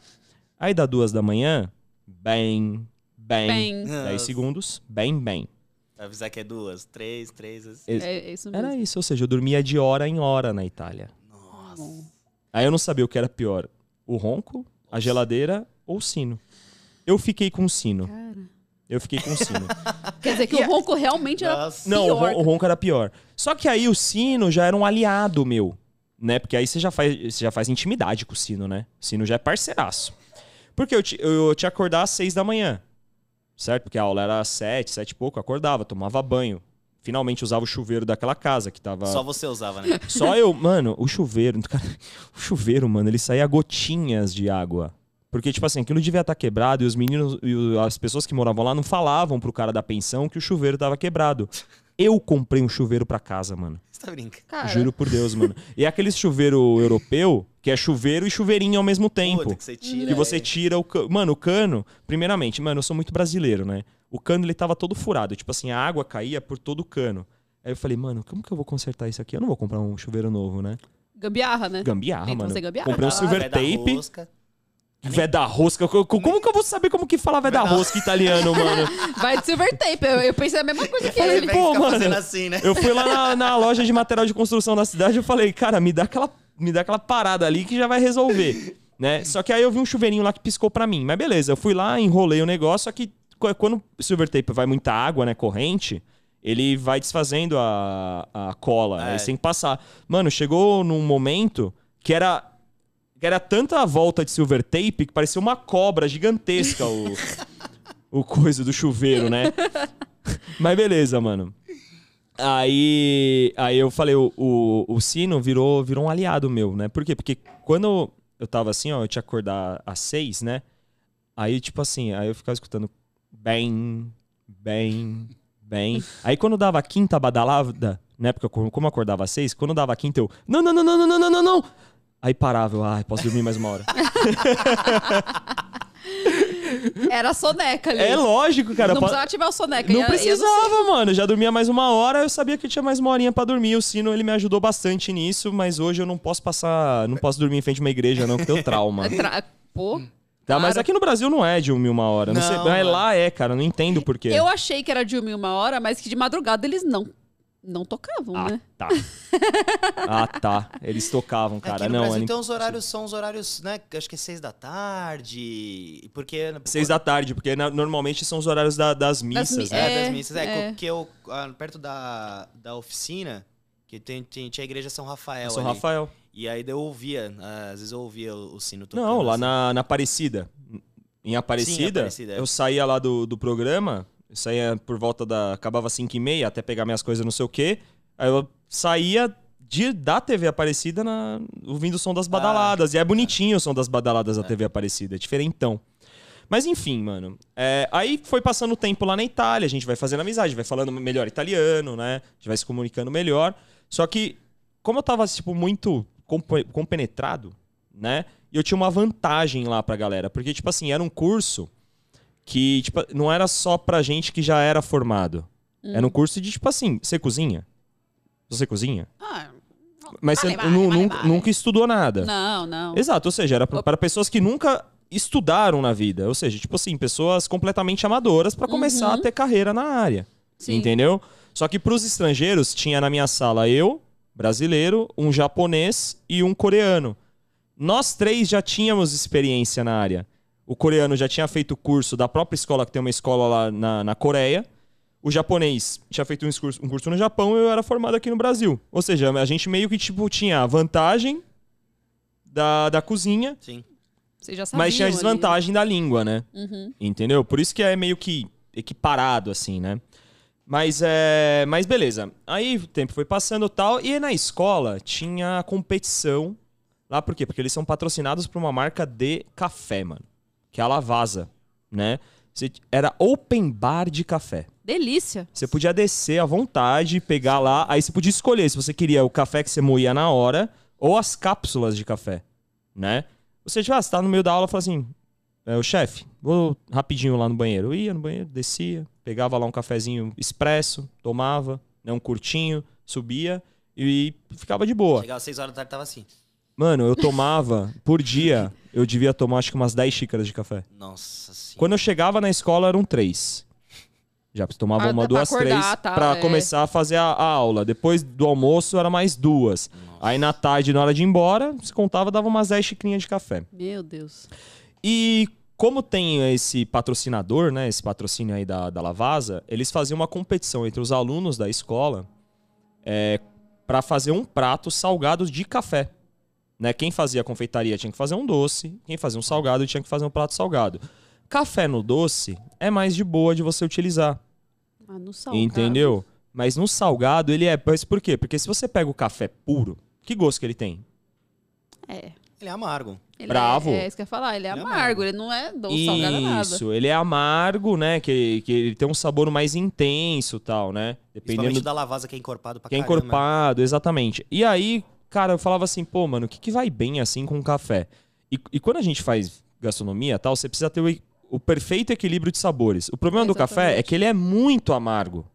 S2: Aí dá duas da manhã. Bem. Bem.
S3: Bem.
S2: 10 segundos. Bem, bem.
S1: Vai avisar que é duas, três, três. Assim.
S2: Ex-
S3: É, é isso mesmo.
S2: Era isso, ou seja, eu dormia de hora em hora na Itália.
S1: Nossa.
S3: Bom.
S2: Aí eu não sabia o que era pior: o ronco, a geladeira ou o sino. Eu fiquei com o sino.
S3: Cara.
S2: Eu fiquei com o sino.
S3: Quer dizer que o ronco realmente era
S1: Nossa.
S2: é- Não, o
S3: Pior.
S2: ron- o ronco era pior. Só que aí o sino já era um aliado meu, né? Porque aí você já faz, você já faz intimidade com o sino, né? O sino já é parceiraço. Porque eu te, eu te acordar às seis da manhã, certo? Porque a aula era às sete, sete e pouco, eu acordava, tomava banho. Finalmente usava o chuveiro daquela casa que tava.
S1: Só você usava, né?
S2: Só eu, mano, o chuveiro, cara, o chuveiro, mano, ele saía gotinhas de água. Porque, tipo assim, aquilo devia estar quebrado e os meninos e o- as pessoas que moravam lá não falavam pro cara da pensão que o chuveiro tava quebrado. Eu comprei um chuveiro pra casa, mano.
S1: Você tá brincando.
S3: Cara,
S2: Juro por Deus, mano. E é aquele chuveiro europeu que é chuveiro e chuveirinho ao mesmo tempo.
S1: Puta, que você tira.
S2: Que você
S1: é.
S2: tira o cano. Mano, o cano, primeiramente, mano, eu sou muito brasileiro, né? O cano ele tava todo furado. Tipo assim, a água caía por todo o cano. Aí eu falei, mano, como que eu vou consertar isso aqui? Eu não vou comprar um chuveiro novo, né?
S3: gambiarra, né?
S2: Gambiarra,
S3: Tem que
S2: mano.
S3: fazer gambiarra.
S2: Comprei um
S1: Vai lá,
S2: silver
S1: Ah, vai dar
S2: tape.
S1: é rosca.
S2: Vé da rosca. Co- co- Como que eu vou saber como que fala vé da
S1: Vé da-
S2: rosca italiano, mano?
S3: Vai de silver tape. Eu, eu pensei a mesma coisa que
S1: Você
S3: ele.
S1: vai
S2: pô,
S1: ficar
S2: mano.
S1: fazendo assim, né?
S2: Eu fui lá na, na loja de material de construção da cidade e falei, cara, me dá aquela, me dá aquela parada ali que já vai resolver. né? Só que aí eu vi um chuveirinho lá que piscou pra mim. Mas beleza, eu fui lá, enrolei o negócio, só que co- quando o silver tape vai muita água, né, corrente, ele vai desfazendo a, a cola,
S1: É.
S2: aí você tem que passar. Mano, chegou num momento que era que era tanta volta de silver tape que parecia uma cobra gigantesca o, o coisa do chuveiro, né? Mas beleza, mano. Aí, aí eu falei, o, o, o sino virou, virou um aliado meu, né? Por quê? Porque quando eu tava assim, ó, eu tinha que acordar às seis, né? Aí, tipo assim, aí eu ficava escutando bem, bem, bem. Aí quando dava a quinta badalada, né? Porque eu- como eu acordava às seis, quando dava a quinta eu, não, não, não, não, não, não, não, não, não. Aí parava, eu, ai, posso dormir mais uma hora.
S3: Era a soneca ali.
S2: é lógico, cara.
S3: não
S2: pa-
S3: precisava ativar o soneca.
S2: Não
S3: ia- ia-
S2: precisava, mano. Eu Já dormia mais uma hora, eu sabia que tinha mais uma horinha pra dormir. O sino, ele me ajudou bastante nisso, mas hoje eu não posso passar, não posso dormir em frente a uma igreja não, que deu trauma.
S3: É tra- Pô.
S2: tá, mas
S3: Claro.
S2: aqui no Brasil não é de uma em uma hora. Não,
S1: Não,
S2: sei, mas
S1: mano.
S2: lá é, cara, eu não entendo por quê.
S3: Eu achei que era de uma em uma hora, mas que de madrugada eles não, não tocavam,
S2: Ah,
S3: né?
S2: tá. ah, tá. Eles tocavam, cara.
S1: Aqui no
S2: não,
S1: Brasil
S2: era
S1: tem uns horários, são os horários, né? que Acho que é seis da tarde. e Porque. é
S2: Seis da tarde, porque na- normalmente são os horários da- das missas,
S3: mi-
S2: né?
S1: É,
S3: É,
S1: das missas. É,
S3: é.
S1: porque eu. ah, Perto da, da oficina, que tem, tem, tinha a igreja São Rafael.
S2: São
S1: ali.
S2: Rafael.
S1: E aí eu ouvia, ah, às vezes eu ouvia o, o sino tocando.
S2: Não, lá
S1: assim.
S2: na, na Aparecida. Em Aparecida,
S1: Aparecida, é.
S2: eu saía lá do, do programa, eu saía por volta da. acabava 5 e meia até pegar minhas coisas, não sei o quê. Aí eu saía de, da TV Aparecida na, ouvindo o som das badaladas. e é bonitinho o som das badaladas da TV Aparecida, é diferentão. Mas enfim, mano. é, aí foi passando o tempo lá na Itália, a gente vai fazendo amizade, vai falando melhor italiano, né? A gente vai se comunicando melhor. Só que, como eu tava, tipo, muito compe- compenetrado, né? E eu tinha uma vantagem lá pra galera. Porque, tipo assim, era um curso que, tipo, não era só pra gente que já era formado. Era um curso de, tipo assim, você cozinha? Você cozinha?
S3: Ah,
S2: Mas
S3: Vale,
S2: você
S3: vale,
S2: nu-
S3: vale,
S2: nunca,
S3: vale.
S2: nunca estudou nada.
S3: não, não.
S2: Exato, ou seja, era pra- para pessoas que nunca estudaram na vida. Ou seja, tipo assim, pessoas completamente amadoras pra começar
S3: Uhum.
S2: a ter carreira na área.
S3: Sim.
S2: Entendeu? Só que pros estrangeiros, tinha na minha sala eu, brasileiro, um japonês e um coreano. Nós três já tínhamos experiência na área. O coreano já tinha feito curso da própria escola, que tem uma escola lá na, na Coreia. O japonês tinha feito um curso, um curso no Japão e eu era formado aqui no Brasil. Ou seja, a gente meio que tipo, tinha a vantagem da, da cozinha,
S1: Sim.
S3: Você já sabia.
S2: mas tinha a desvantagem da língua, né?
S3: Uhum.
S2: Entendeu? Por isso que é meio que equiparado, assim, né? Mas é. Mas beleza. Aí o tempo foi passando e tal. E na escola tinha competição. Lá por quê? Porque eles são patrocinados por uma marca de café, mano. Que é a Lavasa, né? Você- Era open bar de café.
S3: Delícia.
S2: Você podia descer à vontade, pegar lá. Aí você podia escolher se você queria o café que você moía na hora ou as cápsulas de café, né? Ou seja, ah, você tá no meio da aula e fala assim, é, o chefe, vou rapidinho lá no banheiro. Eu ia no banheiro, descia, pegava lá um cafezinho expresso, tomava, né, um curtinho, subia e ficava de boa.
S1: Chegava às 6 horas da tarde, tava assim.
S2: Mano, eu tomava, por dia, eu devia tomar acho que umas 10 xícaras de café.
S1: Nossa senhora.
S2: Quando eu chegava na escola eram três. Já porque tomava
S3: Ah,
S2: uma,
S3: pra
S2: duas,
S3: acordar,
S2: três
S3: tá,
S2: pra
S3: é.
S2: começar a fazer a, a aula. Depois do almoço era mais duas. Aí na tarde, na hora de ir embora, se contava, dava umas 10 xicrinhas de café.
S3: Meu Deus.
S2: E como tem esse patrocinador, né? Esse patrocínio aí da, da Lavasa, eles faziam uma competição entre os alunos da escola é, para fazer um prato salgado de café. Né? Quem fazia confeitaria tinha que fazer um doce, quem fazia um salgado tinha que fazer um prato salgado. Café no doce é mais de boa de você utilizar,
S3: Ah, no salgado.
S2: entendeu? Mas no salgado ele é. Mas por quê? Porque se você pega o café puro, que gosto que ele tem?
S3: É.
S1: Ele é amargo.
S3: Ele
S2: Bravo.
S3: É, é isso que eu ia falar. Ele é
S1: Ele é
S3: amargo.
S1: amargo.
S3: Ele não é doce, salgado, nada.
S2: Isso, ele é amargo, né? Que, que ele tem um sabor mais intenso e tal, né? Dependendo
S1: Principalmente da lavasa que é encorpado pra
S2: que é
S1: caramba.
S2: encorpado, exatamente. E aí, cara, eu falava assim, pô, mano, o que, que vai bem assim com café? E, e quando a gente faz gastronomia e tal, você precisa ter o, e- o perfeito equilíbrio de sabores. O problema do café é
S3: Exatamente.
S2: que ele é muito amargo.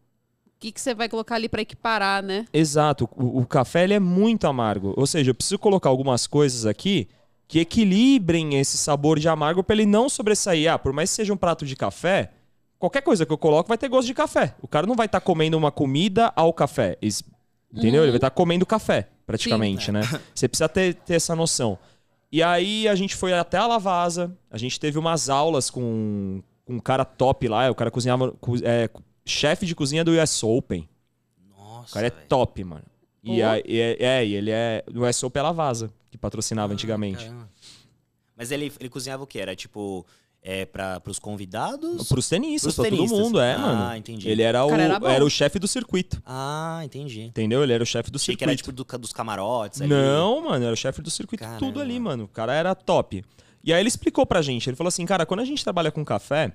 S3: O que, que você vai colocar ali pra equiparar, né?
S2: Exato, o, o café ele é muito amargo. Ou seja, eu preciso colocar algumas coisas aqui que equilibrem esse sabor de amargo pra ele não sobressair. Ah, por mais que seja um prato de café, qualquer coisa que eu coloco vai ter gosto de café. O cara não vai estar comendo uma comida ao café. Es- Entendeu? Ele vai estar comendo café, praticamente, né? Você precisa ter, ter essa noção. E aí a gente foi até a Lavasa, a gente teve umas aulas com, com um cara top lá, o cara cozinhava, co- é, chefe de cozinha do US Open.
S1: Nossa,
S2: O cara é
S1: velho.
S2: top, mano. E,
S3: Pô.
S2: a- e é, é, e ele é do SO pela Vaza, que patrocinava
S1: Ah,
S2: antigamente.
S1: Caramba. Mas ele, ele cozinhava o que? Era tipo, é, pra, pros convidados?
S2: Pros tenistas,
S1: Pros
S2: pra todo
S1: tenistas.
S2: mundo, é,
S1: Ah,
S2: mano.
S1: entendi.
S2: Ele era
S3: O
S2: o,
S3: cara era
S2: era,
S3: bom.
S2: o chefe do circuito,
S1: Ah, entendi.
S2: entendeu? Ele era o chefe do
S1: Achei que
S2: circuito.
S1: era tipo do ca- dos camarotes ali.
S2: Não, mano, era o chefe do circuito, tudo
S1: Caramba.
S2: ali, mano. O cara era top. E aí ele explicou pra gente, ele falou assim, cara, quando a gente trabalha com café,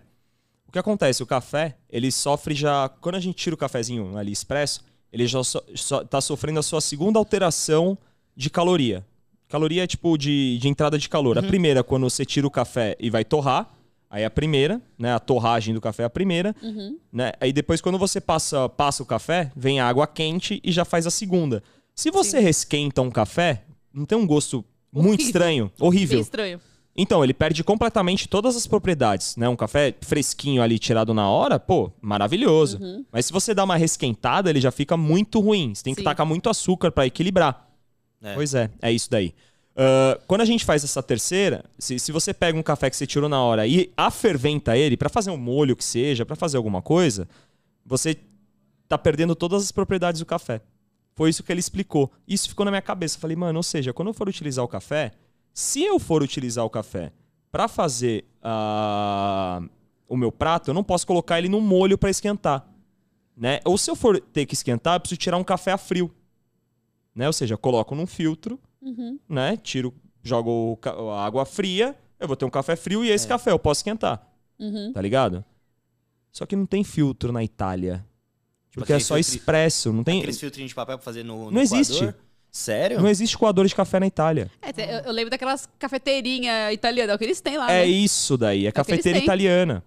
S2: o que acontece? O café, ele sofre já... Quando a gente tira o cafezinho ali expresso, ele já so, so- tá sofrendo a sua segunda alteração de caloria. Caloria é tipo de, de entrada de calor. A
S1: Uhum.
S2: primeira, é quando você tira o café e vai torrar, aí é a primeira, né? A torragem do café é a primeira
S3: Uhum.
S2: né? Aí depois, quando você passa, passa o café, vem a água quente e já faz a segunda. Se você resquenta um café, não tem um gosto muito
S3: Horrível.
S2: estranho,
S3: Bem
S2: horrível.
S3: estranho.
S2: Então, ele perde completamente todas as propriedades, né? Um café fresquinho ali tirado na hora, pô, maravilhoso. Mas se você dá uma resquentada, ele já fica muito ruim. Você tem que
S3: Sim.
S2: tacar muito açúcar pra equilibrar.
S1: É.
S2: Pois é, é isso daí. Ah, quando a gente faz essa terceira, se, se você pega um café que você tirou na hora e aferventa ele pra fazer um molho que seja, pra fazer alguma coisa, você tá perdendo todas as propriedades do café. Foi isso que ele explicou. Isso ficou na minha cabeça. Eu falei, mano, ou seja, quando eu for utilizar o café, se eu for utilizar o café pra fazer ah, o meu prato, eu não posso colocar ele num molho pra esquentar, né? Ou se eu for ter que esquentar, eu preciso tirar um café a frio, né? Ou seja, eu coloco num filtro,
S3: Uhum.
S2: né? Tiro, jogo o ca- a água fria, eu vou ter um café frio e esse
S1: É.
S2: café eu posso esquentar,
S3: Uhum.
S2: tá ligado? Só que não tem filtro na Itália.
S1: Tipo
S2: Porque é
S1: aquele
S2: só
S1: filtri-
S2: expresso, não tem
S1: Aqueles filtrinhos de papel pra fazer no. no
S2: Não existe.
S1: coador? Sério?
S2: não existe coador de café na Itália.
S3: É, te- eu, eu lembro daquelas cafeteirinhas italianas, é o que eles têm lá.
S2: é
S3: né?
S2: isso daí, é
S3: que eles
S2: cafeteira
S3: têm.
S2: italiana.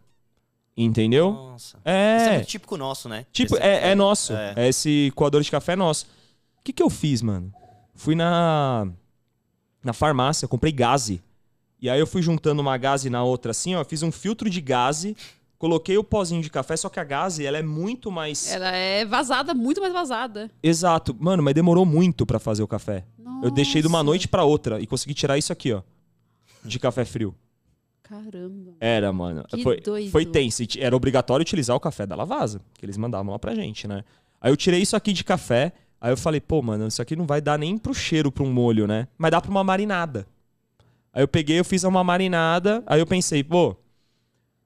S2: Entendeu?
S1: Nossa. Isso é
S2: É.
S1: muito típico nosso, né?
S2: Tipo,
S1: Esse-
S2: é, é nosso.
S1: É.
S2: É Esse coador de café é nosso. O que, que eu fiz, mano? Fui na. Na farmácia, comprei gaze. E aí eu fui juntando uma gaze na outra, assim, ó. Fiz um filtro de gaze, coloquei o pozinho de café, só que a gaze, ela é muito mais.
S3: Ela é vazada, muito mais vazada.
S2: Exato. Mano, mas demorou muito pra fazer o café. Eu deixei de uma noite pra outra e consegui tirar isso aqui, ó. De café frio.
S3: Caramba.
S2: Era, mano.
S3: Que
S2: foi,
S3: doido.
S2: foi tenso. E ti- Era obrigatório utilizar o café da Lavasa, que eles mandavam lá pra gente, né? Aí eu tirei isso aqui de café, aí eu falei, pô, mano, isso aqui não vai dar nem pro cheiro, pra um molho, né? Mas dá pra uma marinada. Aí eu peguei, eu fiz uma marinada, aí eu pensei, pô,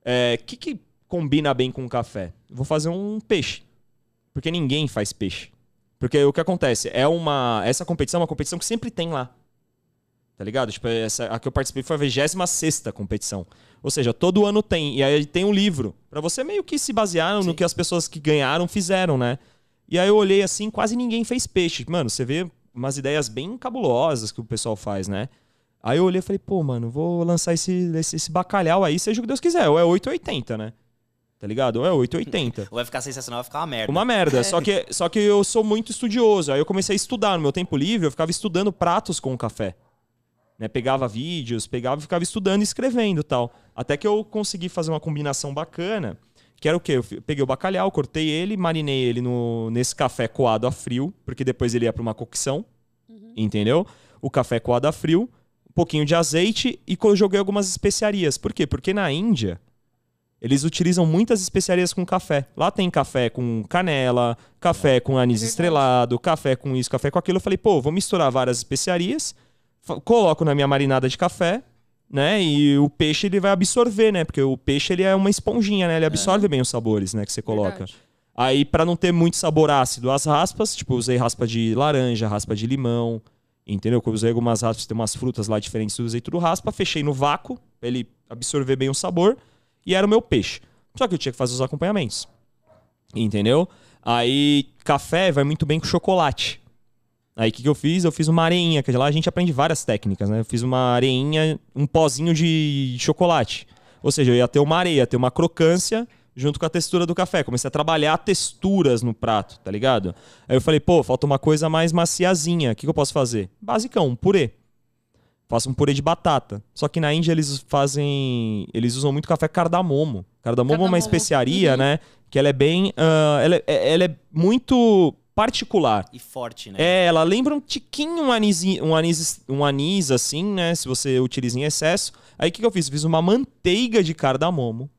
S2: é, que que combina bem com café? Vou fazer um peixe. Porque ninguém faz peixe. Porque o que acontece? É uma. Essa competição é uma competição que sempre tem lá. Tá ligado? Tipo, essa, a que eu participei foi a 26 competição. Ou seja, todo ano tem. E aí tem um livro. Pra você meio que se basear
S1: Sim.
S2: no que as pessoas que ganharam fizeram, né? E aí eu olhei assim, quase ninguém fez peixe. Mano, você vê umas ideias bem cabulosas que o pessoal faz, né? Aí eu olhei e falei, pô, mano, vou lançar esse, esse, esse bacalhau aí, seja o que Deus quiser. Ou é 880, né? Tá ligado? Ou é 880.
S1: Ou vai ficar sensacional, vai ficar uma merda.
S2: Uma merda. Só, que, só que eu sou muito estudioso. Aí eu comecei a estudar. No meu tempo livre, eu ficava estudando pratos com café. Né? Pegava vídeos, pegava e ficava estudando e escrevendo e tal. Até que eu consegui fazer uma combinação bacana. Que era o quê? Eu fi- peguei o bacalhau, cortei ele, marinei ele no, nesse café coado a frio, porque depois ele ia para uma cocção.
S3: Uhum.
S2: Entendeu? O café coado a frio, um pouquinho de azeite e co- joguei algumas especiarias. Por quê? Porque na Índia, eles utilizam muitas especiarias com café. Lá tem café com canela, café com anis
S3: É Verdade.
S2: estrelado, café com isso, café com aquilo. Eu falei, pô, vou misturar várias especiarias, fa- coloco na minha marinada de café, né? E o peixe ele vai absorver, né? Porque o peixe ele é uma esponjinha, né? Ele absorve bem os sabores, né, que você coloca.
S3: Verdade.
S2: Aí, pra não ter muito sabor ácido, as raspas, tipo, usei raspa de laranja, raspa de limão, entendeu? Que Eu usei algumas raspas, tem umas frutas lá diferentes, usei tudo raspa, fechei no vácuo, pra ele absorver bem o sabor, e era o meu peixe. Só que eu tinha que fazer os acompanhamentos, entendeu? Aí, café vai muito bem com chocolate. Aí, o que, que eu fiz? Eu fiz uma areinha, que lá a gente aprende várias técnicas, né? Eu fiz uma areinha, um pozinho de chocolate. Ou seja, eu ia ter uma areia, ia ter uma crocância junto com a textura do café. Comecei a trabalhar texturas no prato, tá ligado? Aí eu falei, pô, falta uma coisa mais maciazinha. O que, que eu posso fazer? Basicão, um purê. Faço um purê de batata. Só que na Índia eles fazem. Eles usam muito café cardamomo. Cardamomo, é
S3: Cardamomo.
S2: uma especiaria, né? Que ela é bem. ah, ela, é, ela é muito particular.
S1: E forte, né?
S2: É, ela lembra um tiquinho um anis, um anis, um anis assim, né? Se você utiliza em excesso. Aí o que, que eu fiz? Fiz uma manteiga de cardamomo.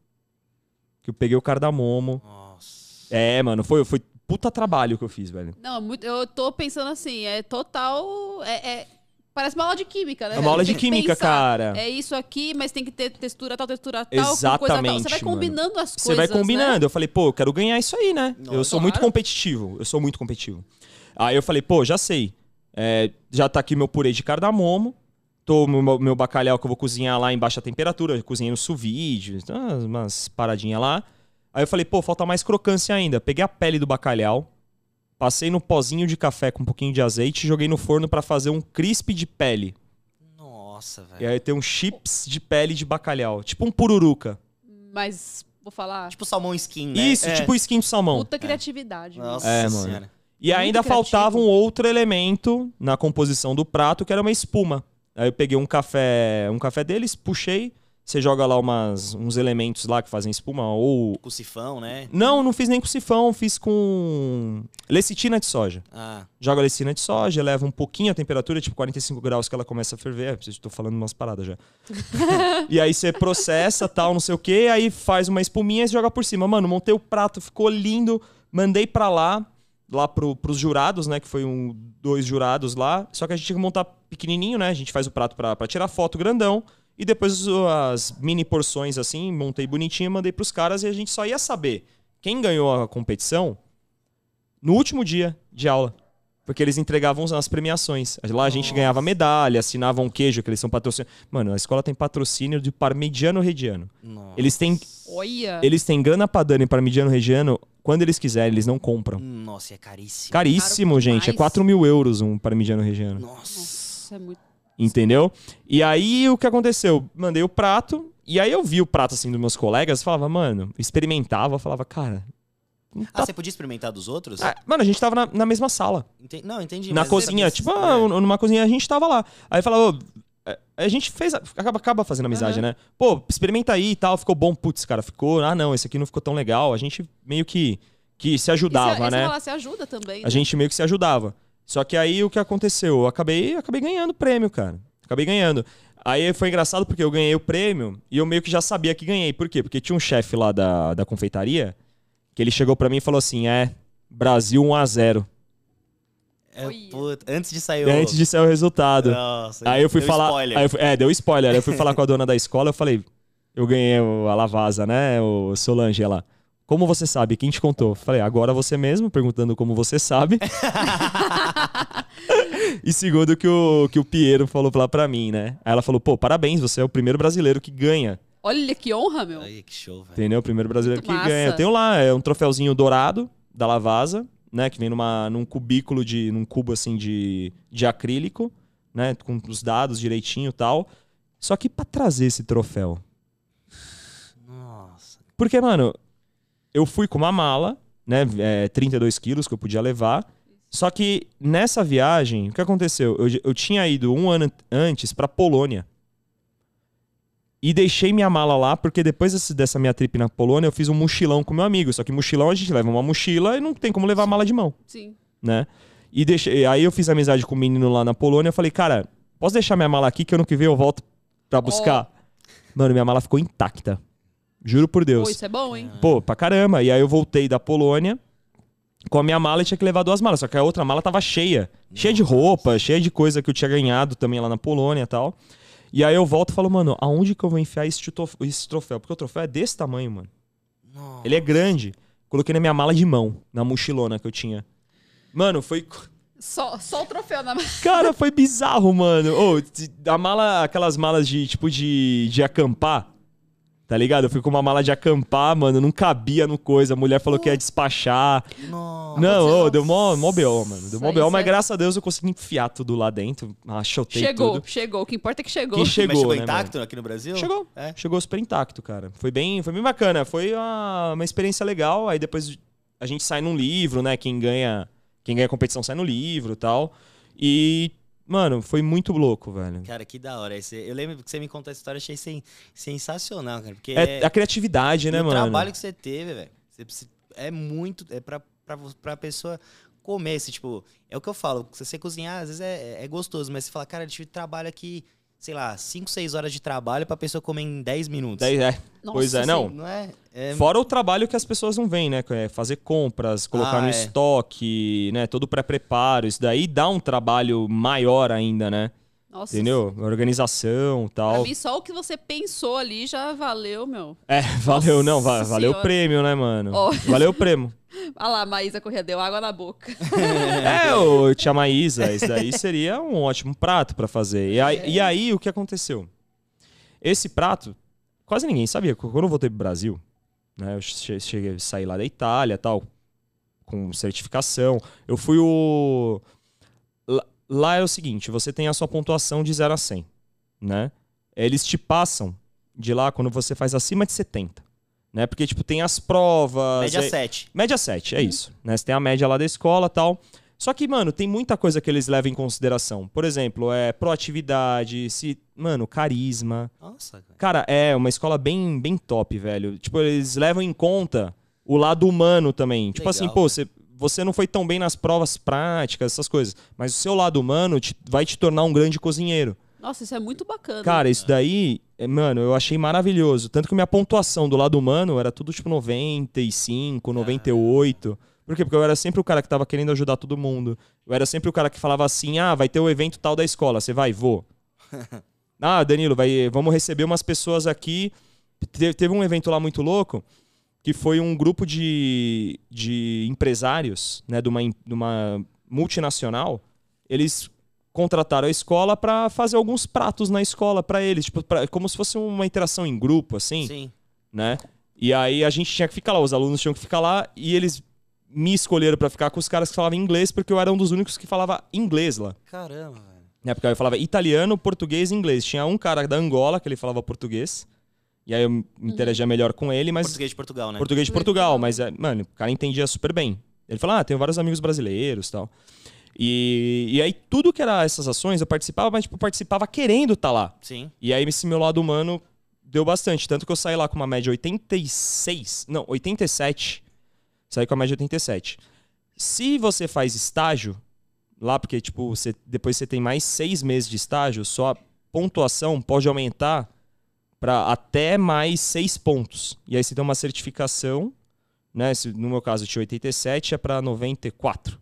S2: Que eu peguei o cardamomo.
S1: Nossa.
S2: É, mano, foi, foi puta trabalho que eu fiz, velho.
S3: Não, é muito- eu tô pensando assim, é total. É, é- parece uma aula de química, né?
S2: É uma aula
S3: Tem
S2: de
S3: que
S2: química,
S3: pensar,
S2: cara.
S3: É isso aqui, mas tem que ter textura tal, textura tal, com coisa tal. Você vai
S2: Exatamente, mano.
S3: combinando as coisas.
S2: Você vai combinando.
S3: Né?
S2: Eu falei, pô, eu quero ganhar isso aí, né?
S1: Nossa.
S2: eu sou muito
S3: Claro.
S2: competitivo. Eu sou muito competitivo. Aí eu falei, pô, já sei. É, já tá aqui meu purê de cardamomo. Tô meu, meu bacalhau que eu vou cozinhar lá em baixa temperatura. Eu cozinhei no sous vide, tá, umas paradinhas lá. Aí eu falei, pô, falta mais crocância ainda. Peguei a pele do bacalhau, passei no pozinho de café com um pouquinho de azeite e joguei no forno pra fazer um crisp de pele.
S1: Nossa, velho.
S2: E aí tem um chips de pele de bacalhau. Tipo um pururuca.
S3: Mas, vou falar,
S1: Tipo salmão skin, né?
S2: É. Isso,
S1: É.
S2: tipo skin de salmão.
S3: puta criatividade. mano.
S1: Nossa
S2: É, mano.
S1: senhora.
S2: E
S3: Muito
S2: ainda
S3: criativo.
S2: faltava um outro elemento na composição do prato, que era uma espuma. Aí eu peguei um café, um café deles, puxei, você joga lá umas, uns elementos lá que fazem espuma ou
S1: Com sifão, né?
S2: Não, não fiz nem com sifão, fiz com lecitina de soja.
S1: Ah,
S2: Joga lecitina de soja, eleva um pouquinho a temperatura, tipo 45 graus que ela começa a ferver. É, Estou falando umas paradas já. e aí você processa, tal, não sei o quê, aí faz uma espuminha e joga por cima. Mano, montei o prato, ficou lindo. Mandei pra lá, lá pro, pros jurados, né? Que foi um, dois jurados lá. Só que a gente tinha que montar pequenininho, né? A gente faz o prato pra, pra tirar foto grandão. E depois o- as mini porções assim, montei bonitinho, mandei pros caras e a gente só ia saber quem ganhou a competição no último dia de aula. Porque eles entregavam as premiações. Lá a gente ganhava medalha, assinavam um queijo, que eles são patrocínio. Mano, a escola tem patrocínio de parmigiano regiano.
S1: nossa.
S2: Eles têm,
S3: Olha.
S2: eles têm grana pra dano e parmigiano regiano quando eles quiserem, eles não compram.
S1: Nossa, é caríssimo.
S2: Caríssimo,
S3: Caro
S2: gente. É
S3: demais.
S2: 4 mil euros um parmigiano regiano.
S1: Nossa.
S3: Isso é muito.
S2: Entendeu? E aí o que aconteceu? Mandei o prato, e aí eu vi o prato assim dos meus colegas, falava, mano, experimentava, falava, cara. não
S1: Ah,
S2: tá-
S1: você podia experimentar dos outros?
S2: Ah, Mano, a gente tava na- na mesma sala.
S1: Ente- Não, entendi.
S2: na
S1: mas
S2: cozinha,
S1: essa-
S2: tipo, ah,
S1: é.
S2: numa cozinha a gente tava lá. Aí falava, ô, a- a gente fez, a- acaba, acaba fazendo amizade, né? Pô, experimenta aí e tal, ficou bom, putz, cara, ficou, ah não, esse aqui não ficou tão legal. A gente meio que, que se
S3: E se- é
S2: ajudava,
S3: e se
S2: né?
S3: falar, se ajuda também. né?
S2: A gente meio que se ajudava. Só que aí o que aconteceu? Eu acabei, acabei ganhando o prêmio, cara. Acabei ganhando. Aí foi engraçado porque eu ganhei o prêmio e eu meio que já sabia que ganhei. Por quê? Porque tinha um chefe lá da, da confeitaria que ele chegou pra mim e falou assim: é, Brasil 1x0.
S1: É,
S3: Oi.
S1: puta, antes de sair
S2: E aí, É, antes de sair o resultado.
S1: Nossa,
S2: aí eu fui
S1: deu um
S2: falar.
S1: spoiler.
S2: aí eu fui- é, deu spoiler. Aí eu fui falar com a dona da escola, eu falei, eu ganhei o- a Lavasa, né? O Solange ela. Como você sabe? Quem te contou? Eu Falei, agora você mesmo, perguntando como você sabe. e segundo que o, que o Piero falou lá pra mim, né? Aí ela falou, pô, parabéns, você é o primeiro brasileiro que ganha.
S3: Olha que honra, meu.
S1: Ai, que show, velho.
S2: Entendeu? O primeiro brasileiro
S3: Muito
S2: que
S3: massa.
S2: ganha. Eu tenho lá, é um troféuzinho dourado da Lavasa, né? Que vem numa, num cubículo de. num cubo assim de, de acrílico, né? Com os dados direitinho e tal. Só que pra trazer esse troféu.
S1: Nossa.
S2: Porque, mano, eu fui com uma mala, né? é, 32 quilos que eu podia levar. Só que nessa viagem, o que aconteceu? Eu, eu tinha ido um ano antes pra Polônia. E deixei minha mala lá, porque depois desse- dessa minha trip na Polônia, eu fiz um mochilão com meu amigo. Só que mochilão a gente leva uma mochila e não tem como levar a mala de mão,
S3: Sim.
S2: né? E deixei, aí eu fiz amizade com um menino lá na Polônia. Eu falei, cara, posso deixar minha mala aqui que ano que vem eu volto pra buscar? Mano, minha mala ficou intacta. Juro por Deus.
S3: Pô, isso é bom, hein?
S2: Pô, pra caramba. E aí eu voltei da Polônia com a minha mala e tinha que levar duas malas. Só que a outra mala tava cheia. Cheia de roupa, cheia de coisa que eu tinha ganhado também lá na Polônia e tal. E aí eu volto e falo, mano, aonde que eu vou enfiar esse tof- esse troféu? Porque o troféu é desse tamanho, mano.
S1: Nossa.
S2: Ele é grande. Coloquei na minha mala de mão, na mochilona que eu tinha. Mano, foi.
S3: Só, só o troféu na
S2: Cara, foi bizarro, mano. Ô, t- a mala, aquelas malas de tipo de, de acampar. Tá ligado? Eu fui com uma mala de acampar, mano, não cabia no coisa. A mulher falou que ia despachar.
S1: Nossa.
S2: não,
S3: você
S2: ô,
S3: não-
S2: deu mó, mó BO, mano. Deu mó
S3: Isso
S2: BO,
S3: aí,
S2: mas
S3: isso é-
S2: graças a Deus eu consegui enfiar tudo lá dentro. Achotei
S3: Chegou,
S2: tudo.
S3: chegou. O que importa é que chegou.
S2: Que chegou,
S1: Mas chegou
S2: né, mano?
S1: intacto aqui no Brasil?
S2: Chegou.
S1: É.
S2: Chegou super intacto, cara. Foi bem, foi bem bacana. Foi uma, uma experiência legal. Aí depois a gente sai num livro, né? Quem ganha, quem ganha a competição sai no livro e tal. E, mano, foi muito louco, velho.
S1: Cara, que da hora. Esse- Eu lembro que você me contou essa história, achei sen- sensacional, cara. Porque
S2: É, a criatividade,
S1: e
S2: né,
S1: o
S2: mano?
S1: trabalho que você teve, velho. Você precisa- É muito. É pra, pra, vo- pra pessoa comer. Assim, tipo, é o que eu falo. Se você cozinhar, às vezes é, é gostoso, mas você fala, cara, eu tive trabalho aqui, sei lá, 5, 6 horas de trabalho pra pessoa comer em 10 minutos.
S2: Daí, é.
S3: Nossa,
S2: pois é, não.
S1: Não é? É
S2: Fora o trabalho que as pessoas não veem, né? que é fazer compras, colocar
S1: Ah,
S2: no
S1: é.
S2: estoque, né? Todo o pré-preparo. Isso daí dá um trabalho maior ainda, né?
S3: Nossa,
S2: Entendeu? Organização e
S3: Pra
S2: tal.
S3: mim, só o que você pensou ali já valeu, meu.
S2: É, valeu, não. va-
S3: Nossa
S2: Valeu o
S3: Senhora.
S2: prêmio, né, mano?
S3: Ó.
S2: Valeu o prêmio.
S3: Olha lá, a Maísa Corrêa deu água na boca.
S2: É, ô Tia Maísa, isso daí seria um ótimo prato pra fazer. E aí, e aí, o que aconteceu? Esse prato, quase ninguém sabia. Quando eu voltei pro Brasil, né, eu che- cheguei, saí lá da Itália tal, com certificação. Eu fui o... Lá- Lá é o seguinte, você tem a sua pontuação de 0 a 100, né? Eles te passam de lá quando você faz acima de 70, né? Porque, tipo, tem as provas... é,
S1: média
S2: aí-
S1: 7.
S2: Média 7, é isso. Né? Você tem a média lá da escola tal. Só que, mano, tem muita coisa que eles levam em consideração. Por exemplo, é proatividade, se. Mano, carisma.
S1: Nossa, cara.
S2: Cara, é uma escola bem, bem top, velho. Tipo, eles levam em conta o lado humano também. Tipo
S1: Legal,
S2: assim,
S1: velho.
S2: pô, você, você não foi tão bem nas provas práticas, essas coisas. Mas o seu lado humano te- vai te tornar um grande cozinheiro.
S3: Nossa, isso é muito bacana.
S2: Cara, isso daí, é, mano, eu achei maravilhoso. Tanto que minha pontuação do lado humano era tudo tipo 95, 98. Por quê? Porque eu era sempre o cara que tava querendo ajudar todo mundo. Eu era sempre o cara que falava assim: ah, vai ter o evento tal da escola, você vai, vou. ah, Danilo, vai, vamos receber umas pessoas aqui. Te- teve um evento lá muito louco, que foi um grupo de, de empresários, né, de uma, em- de uma multinacional. Eles contrataram a escola pra fazer alguns pratos na escola pra eles, tipo, pra- como se fosse uma interação em grupo, assim,
S1: Sim.
S2: né? E aí a gente tinha que ficar lá, os alunos tinham que ficar lá e eles me escolheram pra ficar com os caras que falavam inglês, porque eu era um dos únicos que falava inglês lá.
S1: Caramba, velho.
S2: Na época Né, eu falava italiano, português e inglês. Tinha um cara da Angola que ele falava português. E aí eu me interagia melhor com ele, mas
S1: Português de Portugal, né?
S2: Português de Portugal, mas, é, mano, o cara entendia super bem. Ele falou, ah, tenho vários amigos brasileiros tal. e E aí, tudo que era essas ações, eu participava, mas, tipo, participava querendo estar lá.
S1: Sim.
S2: E aí, esse meu lado humano deu bastante. Tanto que eu saí lá com uma média 86, não, 87. Saí com a média 87. Se você faz estágio, lá, porque, tipo, você- depois você tem mais seis meses de estágio, sua pontuação pode aumentar para até mais seis pontos. E aí você tem uma certificação, né? se no meu caso, eu tinha 87, é para 94.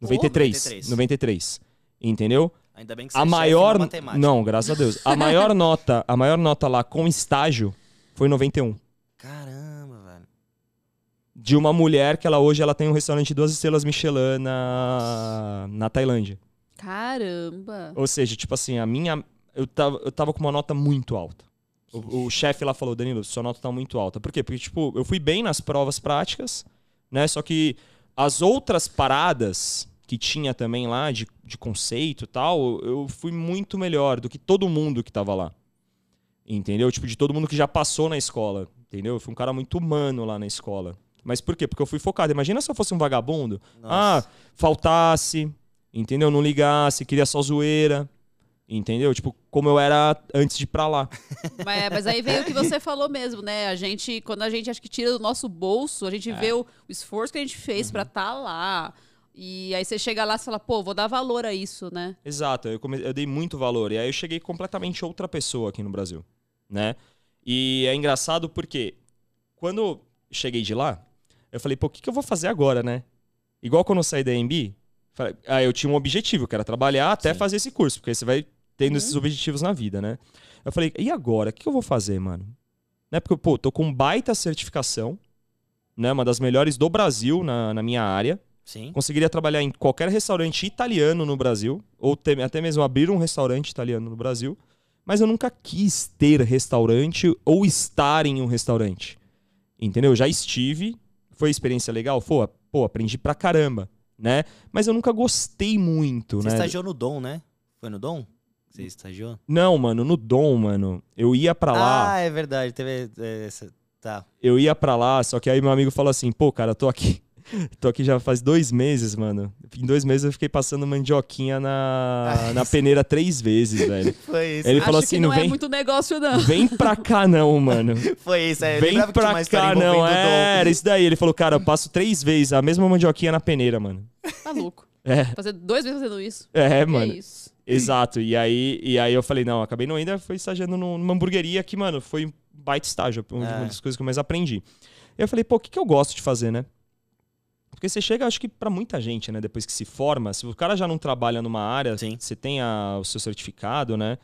S1: Oh,
S2: 93.
S1: 93.
S2: 93. Entendeu?
S1: Ainda bem que você
S2: A
S1: é chefe
S2: maior.
S1: na matemática.
S2: Não, graças a Deus. A maior nota, a maior nota lá com estágio foi 91.
S1: Caramba, velho.
S2: De uma mulher que ela hoje ela tem um restaurante de duas estrelas Michelin na, na Tailândia.
S3: Caramba.
S2: Ou seja, tipo assim, a minha. Eu tava, eu tava com uma nota muito alta. O, o chefe lá falou, Danilo, sua nota tá muito alta. Por quê? Porque, tipo, eu fui bem nas provas práticas, né? Só que as outras paradas que tinha também lá de, de conceito e tal, eu fui muito melhor do que todo mundo que tava lá. Entendeu? Tipo, de todo mundo que já passou na escola. Entendeu? Eu fui um cara muito humano lá na escola. Mas por quê? Porque eu fui focado. Imagina se eu fosse um vagabundo.
S1: Nossa.
S2: Ah, faltasse, entendeu? Não ligasse, queria só zoeira. Entendeu? Tipo, como eu era antes de ir pra lá.
S3: Mas, é, mas aí veio o que você falou mesmo, né? A gente, quando a gente acho que tira do nosso bolso, a gente
S2: É.
S3: vê o, o esforço que a gente fez
S2: Uhum.
S3: pra estar lá. E aí você chega lá e fala, pô, vou dar valor a isso, né?
S2: Exato, eu, come- eu dei muito valor. E aí eu cheguei completamente outra pessoa aqui no Brasil, né? E é engraçado porque quando eu cheguei de lá, eu falei, pô, o que, que eu vou fazer agora, né? Igual quando eu saí da MB, falei- aí eu tinha um objetivo, que era trabalhar até
S1: Sim.
S2: fazer esse curso, porque aí você vai tendo
S3: Uhum.
S2: esses objetivos na vida, né? Eu falei, e agora? O que, que eu vou fazer, mano? Né? Porque, pô, tô com baita certificação, né? Uma das melhores do Brasil na- na minha área
S1: Sim.
S2: conseguiria trabalhar em qualquer restaurante italiano no Brasil, ou te- até mesmo abrir um restaurante italiano no Brasil, mas eu nunca quis ter restaurante ou estar em um restaurante. Entendeu? Eu Já estive, foi experiência legal, pô, pô, aprendi pra caramba, né? Mas eu nunca gostei muito,
S1: Você
S2: né?
S1: estagiou no Dom, né? Foi no Dom? Você estagiou?
S2: Não, mano, no Dom, mano, eu ia pra tá lá.
S1: Ah, é verdade. Teve é, essa- Tá.
S2: eu ia pra lá, só que aí meu amigo falou assim, pô, cara, eu tô aqui. Tô aqui já faz dois meses, mano. Em dois meses eu fiquei passando mandioquinha na, na peneira três vezes, velho.
S1: Foi isso. Ah,
S2: Ele falou
S3: acho
S2: assim,
S3: que não,
S2: não
S3: é
S2: vem,
S3: muito negócio, não.
S2: vem pra cá não, mano.
S1: Foi isso. É, eu
S2: Vem
S1: lembrava que tinha uma
S2: pra
S1: história
S2: cá não,
S1: envolvendo o um Dom.
S2: é, era isso daí. Ele falou, cara, eu passo três vezes a mesma mandioquinha na peneira, mano.
S3: Tá louco.
S2: É.
S3: Fazer dois meses fazendo isso.
S2: É,
S3: Que
S2: mano.
S3: isso.
S2: Exato. E aí, e aí eu falei, não, acabei não ainda, fui estagiando num- numa hamburgueria que, mano, foi um baita estágio, um, uma
S1: É.
S2: das coisas que eu mais aprendi. E eu falei, pô, o que, que eu gosto de fazer, né? Porque você chega, acho que pra muita gente, né, depois que se forma, se o cara já não trabalha numa área,
S1: Sim.
S2: você tem a- o seu certificado, né,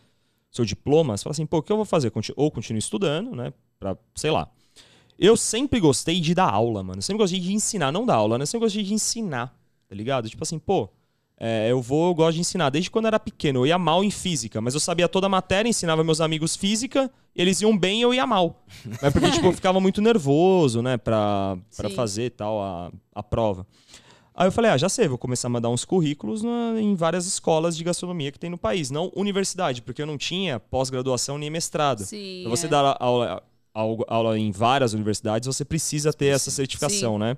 S2: seu diploma, você fala assim, pô, o que eu vou fazer? Conti- Ou continuo estudando, né, pra, sei lá. Eu sempre gostei de dar aula, mano. Eu sempre gostei de ensinar, não dar aula, né? Eu sempre gostei de ensinar, tá ligado? Tipo assim, pô, é, eu vou, eu gosto de ensinar. Desde quando eu era pequeno, eu ia mal em física, mas eu sabia toda a matéria, ensinava meus amigos física, eles iam bem e eu ia mal. Mas porque, tipo, eu ficava muito nervoso, né, pra, pra
S3: Sim.
S2: fazer e tal, a, a prova. Aí eu falei, ah, já sei, vou começar a mandar uns currículos na- em várias escolas de gastronomia que tem no país, não universidade, porque eu não tinha pós-graduação nem mestrado.
S3: Sim.
S2: Pra você
S3: é.
S2: dar aula, aula- aula em várias universidades, você precisa ter essa certificação, né?